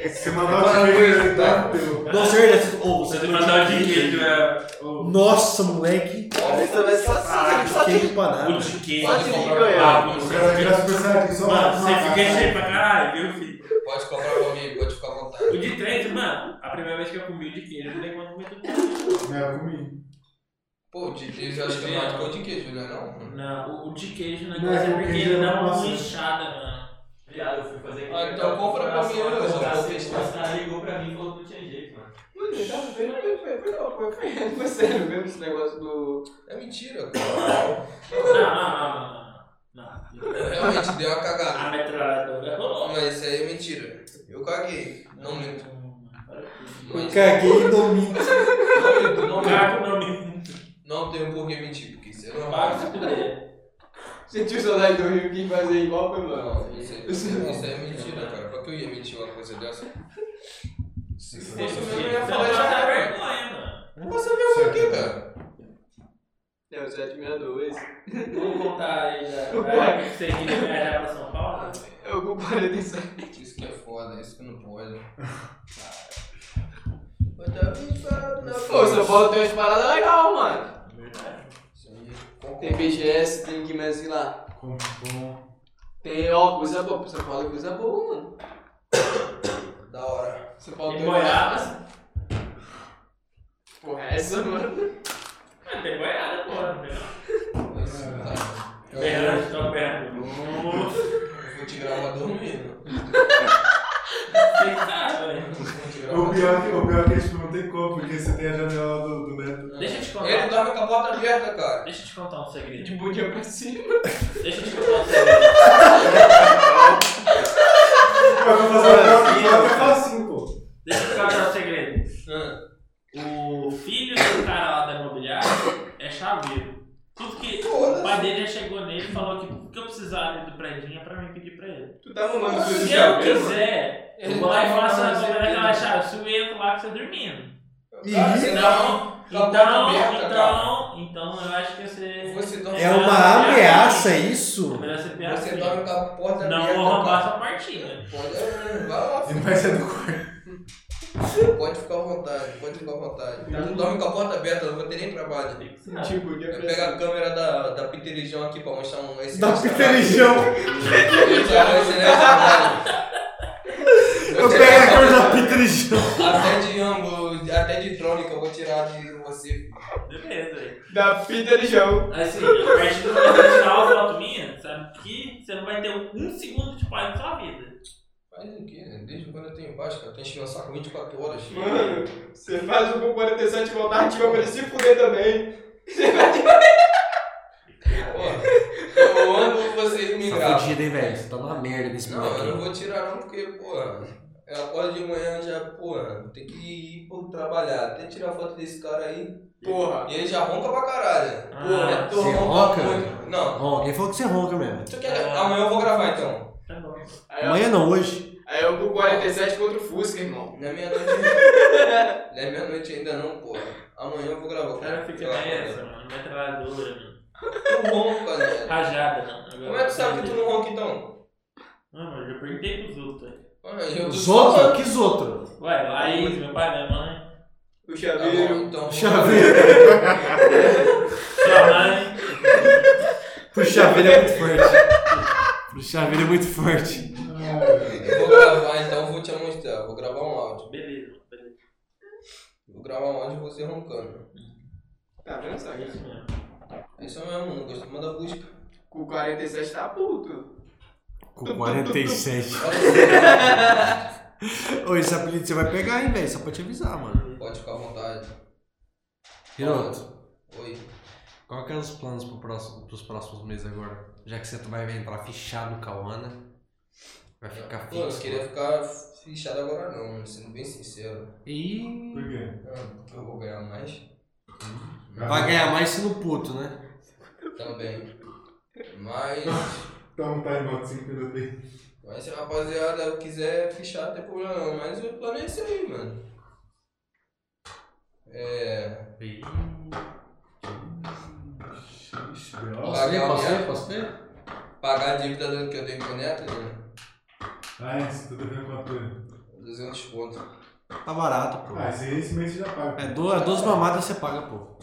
Você mandou o dinheiro, tá? Nossa, Ernesto. Ô, Você você é tem que mandar o dinheiro, né? O Nossa, moleque. é Isso vai só só Que de o empanada. dinheiro. só de Ah, ganhar. mano, O cara vai virar super saiyajin só pra- você fica cheio pra caralho, viu, filho? Pode comprar comigo, pode ficar à vontade. O de três, mano, a primeira vez que eu comi o de queijo, eu falei quanto comi tudo. isso. É, eu comi. Pô, o de queijo eu acho que é mais pão de queijo, né? Não? Não, o- o de queijo na Não, casa o porque queijo é ele eu dá não uma posso. inchada, mano. Viado, eu fui fazer Ah, então compra pra mim, eu já vou testar. O um cara ligou pra mim e falou que não tinha jeito, mano. Mano, eu tava vendo, foi, foi, foi, foi, foi, foi sério mesmo esse negócio do... É mentira, cara. Não, não, não, não, não. Não. Realmente deu uma A cagada. metralhadora rolou. Mas isso aí é mentira. Eu caguei. Não minto. Eu Mas caguei e domingo. não minto, não minto. Cago não me Não tenho por que mentir, porque isso é normal. paga se puder. Sentiu saudade do Rio que fazer igual, foi, mano. Não, isso é, isso é mentira, cara. Pra que eu ia mentir uma coisa dessa? Se fosse meu, eu ia falar já tá era. vergonha, mano. Você viu por quê, cara? É o 762. Vamos contar aí da da- que você queria viajar pra São Paulo? Eu com 47. Isso que é foda, isso que não pode. Mas tá avisado, né? Pô, São Paulo tem umas paradas legais, mano. Isso aí, concordo. Tem BGS, tem Guimarães lá. Como bom. Tem, ó, coisa boa. São Paulo é coisa boa, mano. Da hora. São Paulo Em tem Goiás? Porra, é essa, mano. Ah, tem boiada, porra, não tem não. Mas, tá. Eu, Berrante, só berrante. eu vou te gravar dormindo. Você sabe, velho. Eu vou te O pior, gravar. é que, o pior é que a gente não tem como, porque você tem a janela do, do neto. Deixa eu te Ele contar. dorme com a porta aberta, cara. Deixa eu te contar um segredo. De bundinha pra cima. Deixa eu te contar um segredo. Eu vou fazer uma pior que eu faço assim, pô. Deixa eu te contar um segredo. Ah, O filho do cara lá da imobiliária é chaveiro. Tudo que o pai dele já chegou nele e falou que tudo que eu precisar ali do predinho é pra mim pedir pra ele. Tu tá mamando Se eu quiser, eu vou lá e faço a né? Ele tá compra daquela falando chave, "Ah, se eu entro lá que você tá dormindo. Cara, Ah, você dorme Então, com a porta então, aberta, cara. então, então eu acho que você. Você dorme, É uma ameaça isso? Melhor você piar você dorme com a porta assim. Não aberta. vou roubar cara. essa partida. Pode, é, vai lá, E vai ser do quarto. Pode ficar à vontade, pode ficar à vontade. Não dorme com a porta aberta, não vou ter nem trabalho. De bundinha Eu pra pego cima. a câmera da, da Piterijão aqui pra mostrar um esse Da esse- religião. esse- esse- esse- Eu pego a câmera da pita religião. Até de ângulo, até de drone que eu vou tirar de você. Beleza. Da fita de jogo. Assim, a partir do momento que eu tirar uma foto minha, sabe que você não vai ter um segundo de paz na sua vida. Vai desde o quê? né? Desde quando eu tenho Vasco, eu tô enchendo o saco 24 horas. Mano, você faz o gol 47 e voltar ativa pra ele se fuder também. Você vai- Pô, eu amo vocês me Tá gravam. fudido, hein, velho? Você tá uma merda nesse Não, eu não moleque. vou tirar não, porque, pô, eu acordo de manhã já, pô, tem que ir pro trabalhar. Tem que tirar foto desse cara aí. Porra. então E ele já ronca pra caralho. Ah, Porra, tô você ronca? muito. Não. Ó, Tá alguém falou que você é ronca mesmo. Tu quer... Ah. Amanhã eu vou gravar então. Tá bom. Aí eu, Amanhã não, hoje. aí eu vou 47 contra o Fusca, irmão. Não é meia-noite. não é meia-noite ainda não, porra. Amanhã eu é. vou gravar. O cara fica nessa, mano. Metralhadora, mano. Tu ronca, né? Rajada, não. Agora- Como é que tu sabe que tu não ronca então? Não, mano, eu já perguntei pros outros. velho. Ah, eu tô Os só- outros? Que outros? Ué, Laís, meu pai, minha mãe, Tá O bom, chaveiro. então. Chaveiro. sua mãe. O chaveiro é muito forte. O chaveiro é muito forte. Eu vou gravar então, vou te mostrar. Vou gravar um áudio. Beleza, beleza. Vou gravar um áudio de você roncando. Tá vendo, É sabe? isso mesmo. É isso mesmo, não gostei da busca. Com 47 tá puto. Com 47. Ô, esse apelido você vai pegar, hein, velho? Só pra te avisar, mano. Pode ficar à vontade. Piroto, Oi. Qual que é os planos pro próximo, pros próximos meses agora? Já que você vai entrar fichado no Cauana, vai ficar Pô, eu não fixo. queria ficar fichado agora não, sendo bem sincero. E Por quê? Ah, Eu vou ganhar mais. vai ganhar mais se no puto, né? Também. Mas, Então tá, irmão, 5 minutos aí. mas se a rapaziada eu quiser fichar, não tem problema não. Mas o plano é esse aí, mano. É. E... Pagar, minha- posso ter? pagar a dívida do que eu tenho com o neto, né? Ah, é, você tá devendo quanto? é? 200 pontos. Tá barato, pô. Ah, esse, esse mês você já paga. É, do, é duas mamadas você paga, pô.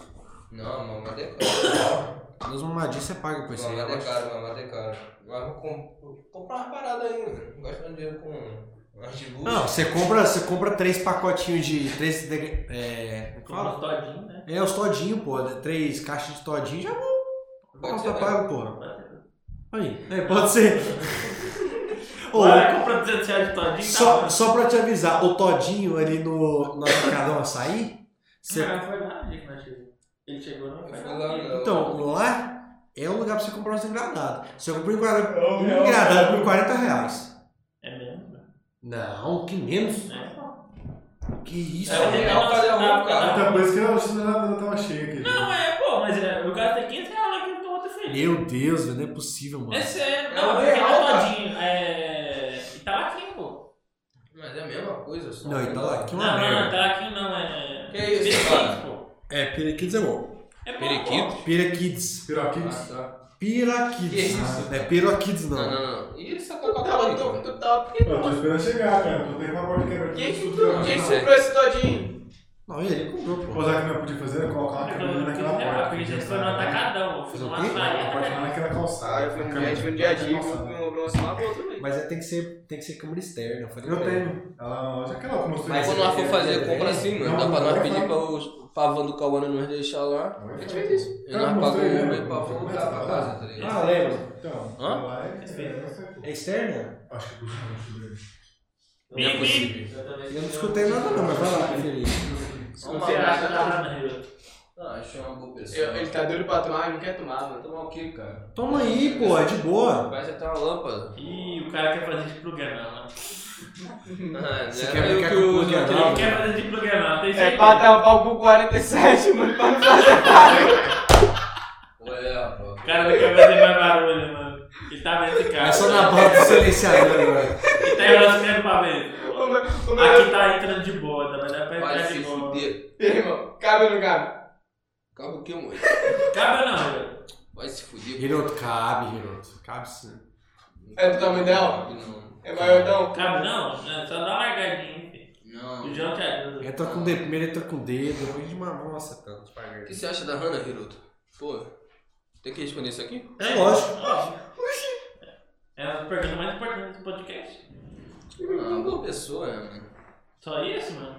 Não, mamada é caro. Duas mamadinhas você paga com isso aí. mamada eu é acho. caro, mamada é caro. Mas vou com- vou comprar uma parada aí, mano. Não gasto meu dinheiro com artigo. Não, você compra, você compra três pacotinhos de. Três. de- é. como Fala fala? todinho, né? É os todinho, pô. né? Três caixas de todinho já vão. Pode Pronto, ser, tá né? pago, porra. Aí. É, pode ser. Ô, Ué, compra 200 reais de todinho, só, tá? só pra te avisar, o todinho ali no. Na Mercadão Açaí. Você... Você Ah, foi lá, gente, mas chegou. Ele chegou, não Eu foi fui é lá, né. lá. não. Então, lá é um lugar pra você comprar uns engradados. Você compra um engradado, um engradado por 40 reais. É mesmo? Não, que menos. É. Que isso, É um velho. real cada um, né. cara. Então, por isso que eu acho que ela tava tá cheia aqui. Não, é, pô, mas é, o cara tem 500 reais lá que ele tomou outro filho. Meu Deus, velho, não é possível, mano. É sério, Não, não, é é real, cara. todinho. É. Italaquim, pô. Mas é a mesma coisa, só. Não, então lá, que Não, uma não, não, merda. Italaquim não, é. Que isso, Periquitos, cara? pô. É, Pirakids é bom. É bom, Periquito? Pira Kids. Piroquinhos? Que Pirakids. isso? Não é Pira Kids, não. Não, não, não. E essa Tu tava, Coca-Cola aí, tu, mano? tu tava Eu tô esperando chegar, cara. Tô tendo uma porta quebra aqui. Quem que tudo tu- bem. quem que comprou esse todinho? Não, ele comprou, pô. Pô, já que não podia fazer, era Ah, colocar uma tá É câmera porque naquela é, porta. né? porque a gente foi no atacadão, eu fui Fazer o no quê? Pode Açaí. falar naquela calçada. Ah, eu um fui no dia a dia, fui no dia a dia, fui Calçada. no bronze lá, pro outro também. Mas é, tem que ser, tem que ser câmera externa. Eu falei, é Eu tenho. Ela, já que ela mostrou Mas Quando isso. nós for fazer compra assim, Não, mano, dá pra não, nós não, pedir não. pra os pavão do Cauana nos deixar lá. Não, A gente não. fez isso. E Cara, nós eu pagamos mostrei, o Uber né? pra voltar pra casa, tá ligado? Ah, lembra? Então, Hã? lá é. É externa? Acho que puxa muito. Não é possível. Eu não escutei nada não, mas vai lá, conferir. Você acha nada, né, Rio? Não, achei Ah, é uma boa pessoa. Eu- Ele tá doido pra tomar, ele não quer tomar, Vai mano. tomar o quê, cara? Toma aí, pô, é de boa. Vai acertar tá uma lâmpada. Ih, o cara quer fazer de programa. Você quer brincar com Tá o Plug and Play? Ele quer fazer de programa, tem É pra travar o Gu 47, mano, pra não fazer nada. Ué, pô. O cara não quer fazer mais barulho, mano. Ele tá vendo esse cara. É só na bola do silenciador agora. Ele tá enrolando mesmo pra ver. O meu- o meu- Aqui tá entrando de boa, tá? Mas dá pra Vai entrar de se boa. fuder. Irmão, cabe ou não cabe? Acaba o quê, moço? Cabe ou não, Rio? Vai se fuder. Hiroto, cabe, Hiroto. Cabe sim. É do tamanho dela? Não. É maiorzão? Cabe não? É, Só dá uma largadinha, filho. O Não. João é te ajuda. Entra com o dedo, primeiro entra com o dedo, depois de uma mão acertando. O que você acha da Hannah, Hiroto? Pô, tem que responder isso aqui? É, lógico. lógico. É a pergunta mais importante do podcast. Ah, uma boa pessoa, é, mano. Só isso, mano?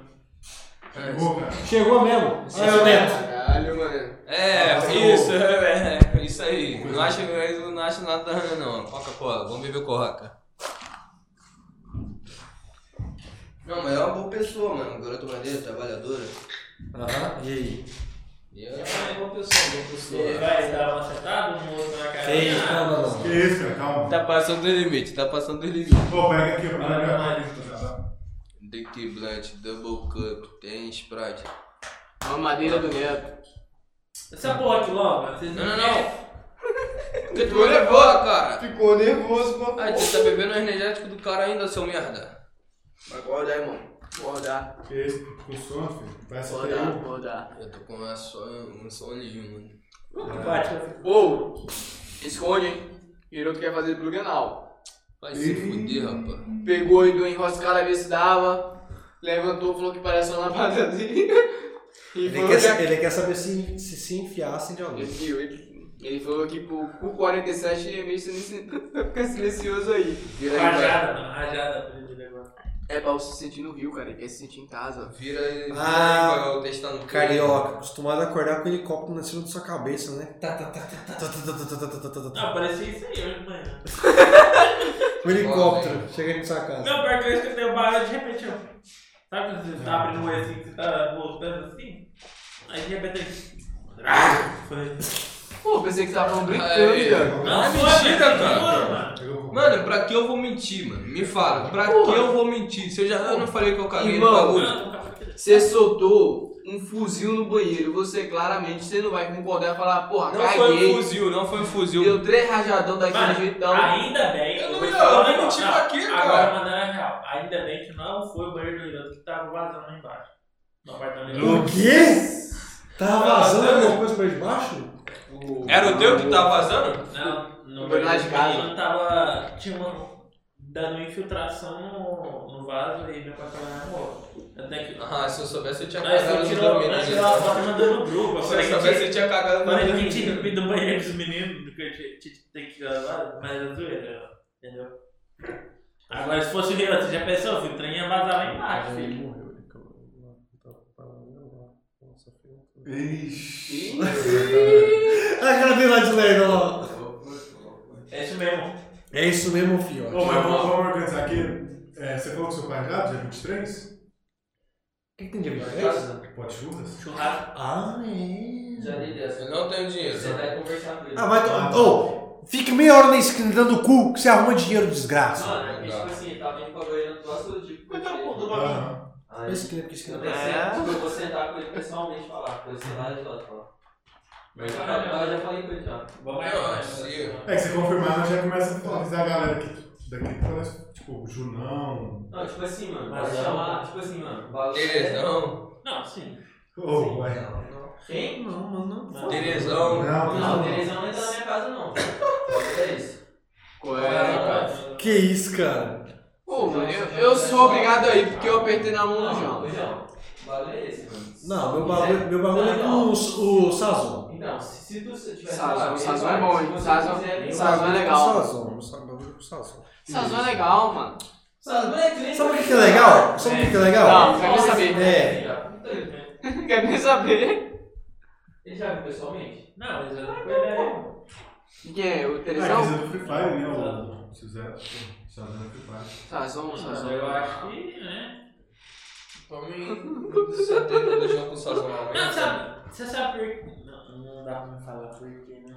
Chegou, cara. Chegou mesmo. Olha o neto. Caralho, mano. É, Ah, isso, é, é, isso aí. Não acho, eu não acho nada da Hannah, não. Coca-Cola, vamos beber Coca. Não, mas é uma boa pessoa, mano. Garota maneira, trabalhadora. Aham, e aí? E é uma boa pessoa, boa pessoa. Vai dar uma sentada, um outro na cara. Ei, calma, não. Que isso, cara, calma. Tá passando do limite, tá passando do limite. Pô, pega aqui, pega Olha pra aqui. nariz, tá vendo? Dick Blunt, Double Cup, tem Sprite. Uma madeira do neto. Essa porra aqui logo, vocês Não, não, querem. não. Ficou nervoso, cara. Ficou nervoso, pô. Ah, você tá bebendo o energético do cara ainda, seu merda. Mas Acorda aí, irmão. Acordar, Que isso, com sono, filho. Vai ser acordar, eu. acordar. Eu tô com uma sonho, um soninho, mano. tipo, Bate, Ou, esconde, hein? Hiro quer fazer plug anal. Vai se fuder, rapaz. Pegou e deu enroscada a ver se dava. Levantou, falou que parece uma lampadazinha. E Ele falou quer, que é- sa- ele quer saber se se, se enfiassem de alguém. Ele, ele- ele falou que pro, pro 47 é meio silencioso. Vai ficar silencioso aí. Vira aí, vai. Rajada, mano, rajada pra ele negócio. É pra se sentir no Rio, cara. Ele quer se sentir em casa. Vira aí, vira Ah, aí, vai, eu é testando. Carioca, acostumado a acordar com aquele copo na cima da sua cabeça, né? Tá, tá, tá, tá, tá, tá, tá, tá, tá, tá, tá, tá, tá, tá. Ah, parecia isso aí hoje de manhã. Um helicóptero chegando na sua casa. Não, pior que eu escutei o barulho de repente. ó. Sabe quando você tá abrindo o olho assim, que você tá voltando assim? Aí de repente. Ah! Foi. Pô, pensei que você tava falando brincando, Aí. viado. Não, é é mentira, foi, mas cara. eu juro, mano. Mano, pra que eu vou mentir, mano? Me fala, pra que eu vou mentir? Se eu já eu não falei que eu caguei no Irmão. bagulho. Mano, nunca foi. Você soltou um fuzil no banheiro. Você claramente você não vai concordar e falar, porra, Não foi um caguei. fuzil, não foi um fuzil. Deu três rajadão daquele Mano, jeitão. Ainda bem. Eu não vou te ia- eu falar não um negócio, tive não. aqui, Agora, cara. mandando a real. Ainda bem que não foi o banheiro do Irã que tava vazando lá embaixo. No apartamento O quê? Tá vazando alguma coisa pra debaixo? Era o teu que tava vazando? Não, no Foi lá de casa. menino tava. Tinha uma. dando infiltração no, no vaso e meu pai tava na rua. Até que. Ah, se eu soubesse eu tinha Nós cagado no tirou, né? domínio. nós tirou a foto e mandou no grupo. Se Eu eu falei que soubesse tinha- eu tinha cagado eu no falei que tinha domínio. ido do banheiro dos meninos, porque eu tinha tinha- tem que ir lá, mas é zoeira, entendeu? Agora, se fosse o Rio, você já pensou, filho? O trem ia vazar lá Ah, embaixo, filho. Ixi. Ah, cara vem lá de lerdo, ó. É isso mesmo. É isso mesmo, fio. Ô, mas vamos, vamos organizar aqui. É, você falou que seu pai já, dia 23? que, que tem de mais? Pode churras? Churrasco. É? Ah, é. Já dei dessa. Eu não tenho dinheiro. Você vai conversar com ele. Ah, vai tomar. Ô, fique meia hora na esquina dando o cu que você arruma dinheiro, desgraça. Mano, é que tipo assim, ele tava indo pra Goiânia do nosso tipo. Aham. Aí, Esquina, porque esquina. tipo, eu É. pensei, eu vou sentar com ele pessoalmente e falar. Vou sentar e falar. falar. Mas eu já- eu já falei com ele já. Vamos aí, Não, né? sim. É que se confirmar, já começa a avisar a galera aqui. Daqui que fala, tipo, Junão. Não, tipo assim, mano. Mas Vai não. chamar, tipo assim, mano. vai- Terezão. Não, sim. Ô, vai. Quem? Não, mano, não. Terezão. Não, Não, o não. Terezão não entra na minha casa, não. É isso. Qual é? Não, Que isso, cara? Pô, mano, eu, eu sou obrigado aí, porque eu apertei na mão do não, João. não, João. O bagulho é esse, mano. Não, Se meu tu bagulho, quiser- meu bagulho é com Não, o, não. o Sazon. Então, se, se tu se tiver. Sazão, se você Sazão é vai, bom, se hein? você Sazão- quiser vir, Sazão é legal. Sazon, meu sa- bagulho com Sazon. Sazão é legal, mano. Sazão é cliente. Sabe o que que é legal? Sabe o que que é legal? Não, quer nem saber. É. Quer nem saber? Ele já viu pessoalmente? Não, né? mas eu foi daí. Quem é? O Ah, Terezão? quer do Free Fire, né? O Suzano. Suzano é Free Fire. Sazão, Mas Sazão. Eu acho que, né? Tome 70 do João com sazonamento. Não, sabe, você sabe por quê? Não, não dá pra me falar por quê, né?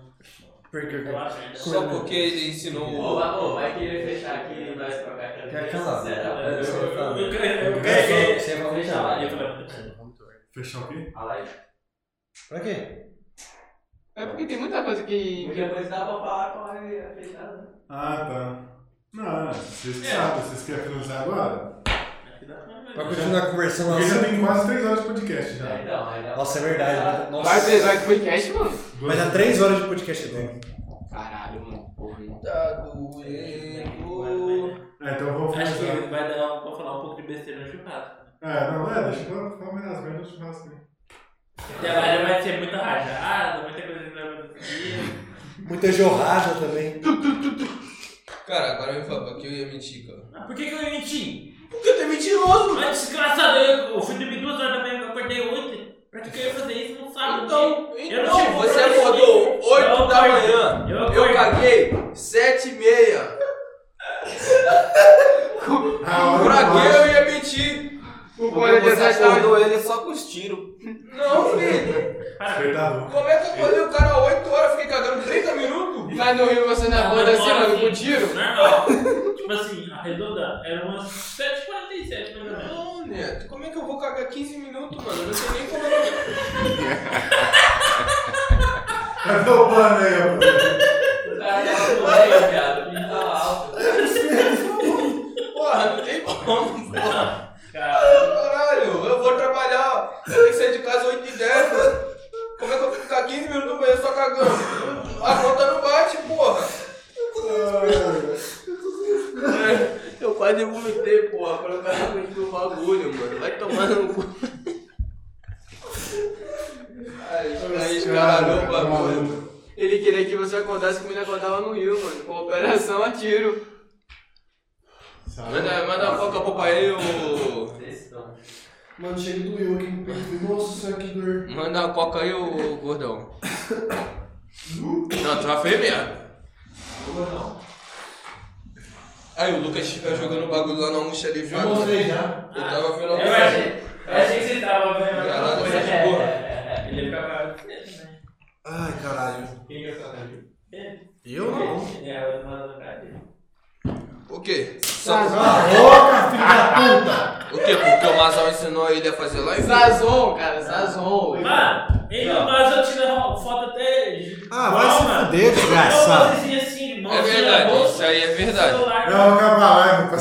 Por quê? Eu acho que- é Só porque ele ensinou Ô, o. vai, é? ô, vai querer fechar aqui e vai trocar aquela. Quer aquela- Será? É, você vai falar. Eu creio, eu creio. Você vai Fechar fechar. ali, mano. Fechar o quê? A live. Pra quê? É porque tem muita coisa que. E depois dá pra falar com a live fechada. né? Ah, tá. Não, vocês que sabem, vocês querem finalizar agora? Pra continuar conversando Porque já assim. tem quase 3 horas de podcast já. É, então, aí dá pra- Nossa, é verdade. né? Nossa. Vai ter, vai ter podcast, mano. Vai dar 3 horas de podcast agora. Caralho, mano. Porra, hein. Tá né?" doendo. É, então eu vou Acho que finalizar. vai dar pra falar um pouco de besteira no churrasco. É, não, é, deixa eu falar mais as merdas do churrasco. né? Até lá já vai ter muita rajada, muita coisa que Ah, não vai conseguir. Muita jorrada também. Cara, agora me fala, pra que eu ia mentir, cara? Ah, Por que que eu menti? Porque é eu tô mentiroso, Mas desgraçado, eu eu fui dormir duas horas da manhã, eu acordei ontem. Pra que que eu ia fazer isso? Não sabe. Então, Eu não então tive você problema acordou nenhum. 8 Eu da acordei. manhã. Eu Eu acordei. caguei 7 e meia. Ah, Pra eu que eu ia menti. O Porque você 47 tava. acordou ele só com os tiros. Não, filho. Despertador. Como é que eu acordei o cara 8 horas? Eu Fiquei cagando 30 minutos? Mas no Rio você não Não, acorda mas assim, fora mano, assim, com tiro? Normal. tipo assim, arredondando. Era umas 7h47 mais ou menos. Não, Neto. Como é que eu vou cagar 15 minutos, mano? Eu não sei nem como eu. Tá roubando aí, O cara tava no meio, viado. O menino tava alto. Porra, não tem como, porra. Cara, Caralho, eu vou trabalhar. Eu tenho que sair de casa 8 e 10, mano. Como é que eu vou ficar 15 minutos no banheiro só cagando? A conta não bate, porra. Eu quase vomitei, porra, pra ficar com um o bagulho, mano. Vai tomar no cu. Aí, ó. caralho, tá bagulho. maluco. Ele queria que você acordasse como ele acordava no Rio, mano. Com a operação a tiro. Sabe? Manda, manda uma foca pro pai, ô. Vocês estão. Mano, chega e doeu aqui no peito. Nossa, isso aqui dor. Manda uma coca aí, ô gordão. Não, tu já fez merda. Aí o Lucas fica jogando bagulho lá no almoxarife já. Eu mostrei já. Eu Ah, tava vendo eu achei, eu achei que você tava vendo Caralho, alguma coisa. essa É, porra. é, é, é. Ele ia ficar bravo com você, né? Ai, caralho. Quem que é o seu amigo? Ele. Eu não. Ele é o mano do cara dele. O quê? Cala a boca, filho da puta. O quê? Porque o Mazal ensinou ele a fazer live? Sazon, cara, Sazon. Mano, ele não mas eu tirei foto até. Ah, vai se mano. fuder, Eu desgraçado. vou dizer assim, mãozinha É na verdade, bolsa, isso aí é verdade. celular na Não, vou acabar a live, vou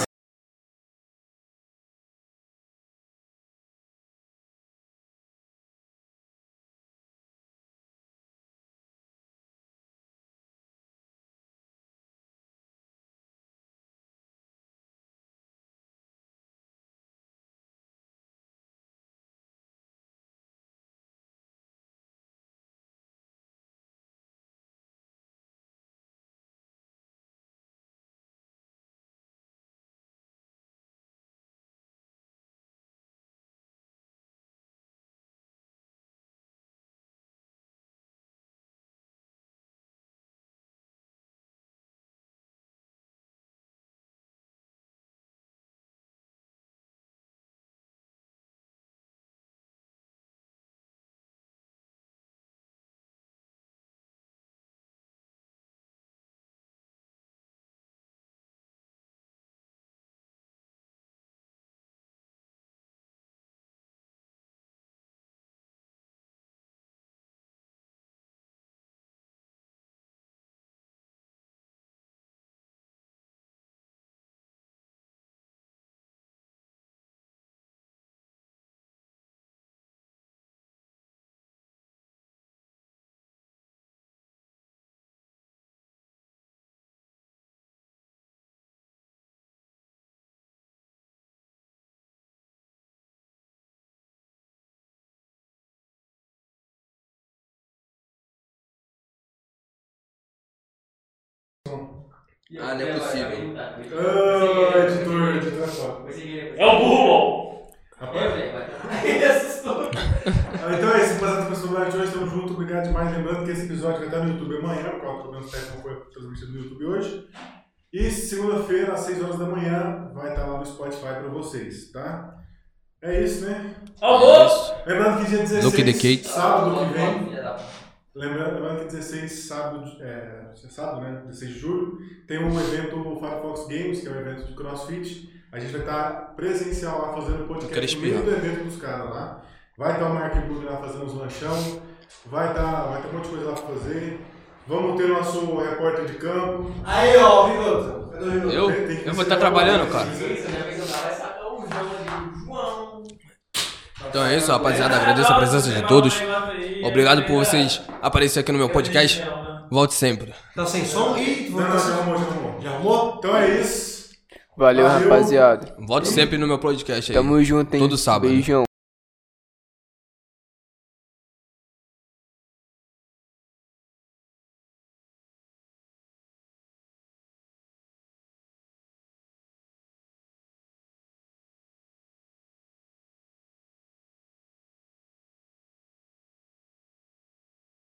Ah, não é possível. Ô, editor, editor é foda. É o burro! Rapaz, Então é isso, rapaziada, pessoal do Live de hoje, tamo junto, obrigado demais. Lembrando que esse episódio vai estar no YouTube amanhã, porque o problema técnico foi transmitido no YouTube hoje. E segunda-feira, às 6 horas da manhã, vai estar lá no Spotify pra vocês, tá? É isso, né? É o burro! Lembrando que dia 16, Look at the cake. sábado que vem, lembrando, lembrando que 16, sábado, é, você sabe, né? 16 de julho, tem um evento o Firefox Games, que é um evento de CrossFit. A gente vai estar presencial lá fazendo quero podcast no espirrar. meio do evento dos caras lá. Vai estar o Mark Burger lá fazendo os lanchão, vai estar, vai ter um monte de coisa lá pra fazer. Vamos ter nosso repórter de campo. Aí, ó, o Rigoto. Cadê o Rigoto? Eu? Tem- tem que Eu vou ser estar bom, trabalhando, né? cara. Isso, né? Porque senão vai sacar o João ali, o João. Então é isso, rapaziada. Agradeço a presença de todos. Obrigado por vocês aparecerem aqui no meu podcast. né? Volte sempre. Tá sem som? Ih, Não, não, já arrumou, já arrumou. já arrumou? Então é isso. Valeu, Valeu. rapaziada. Volte sempre no meu podcast aí. Tamo junto, hein? Todo sábado. né? Beijão.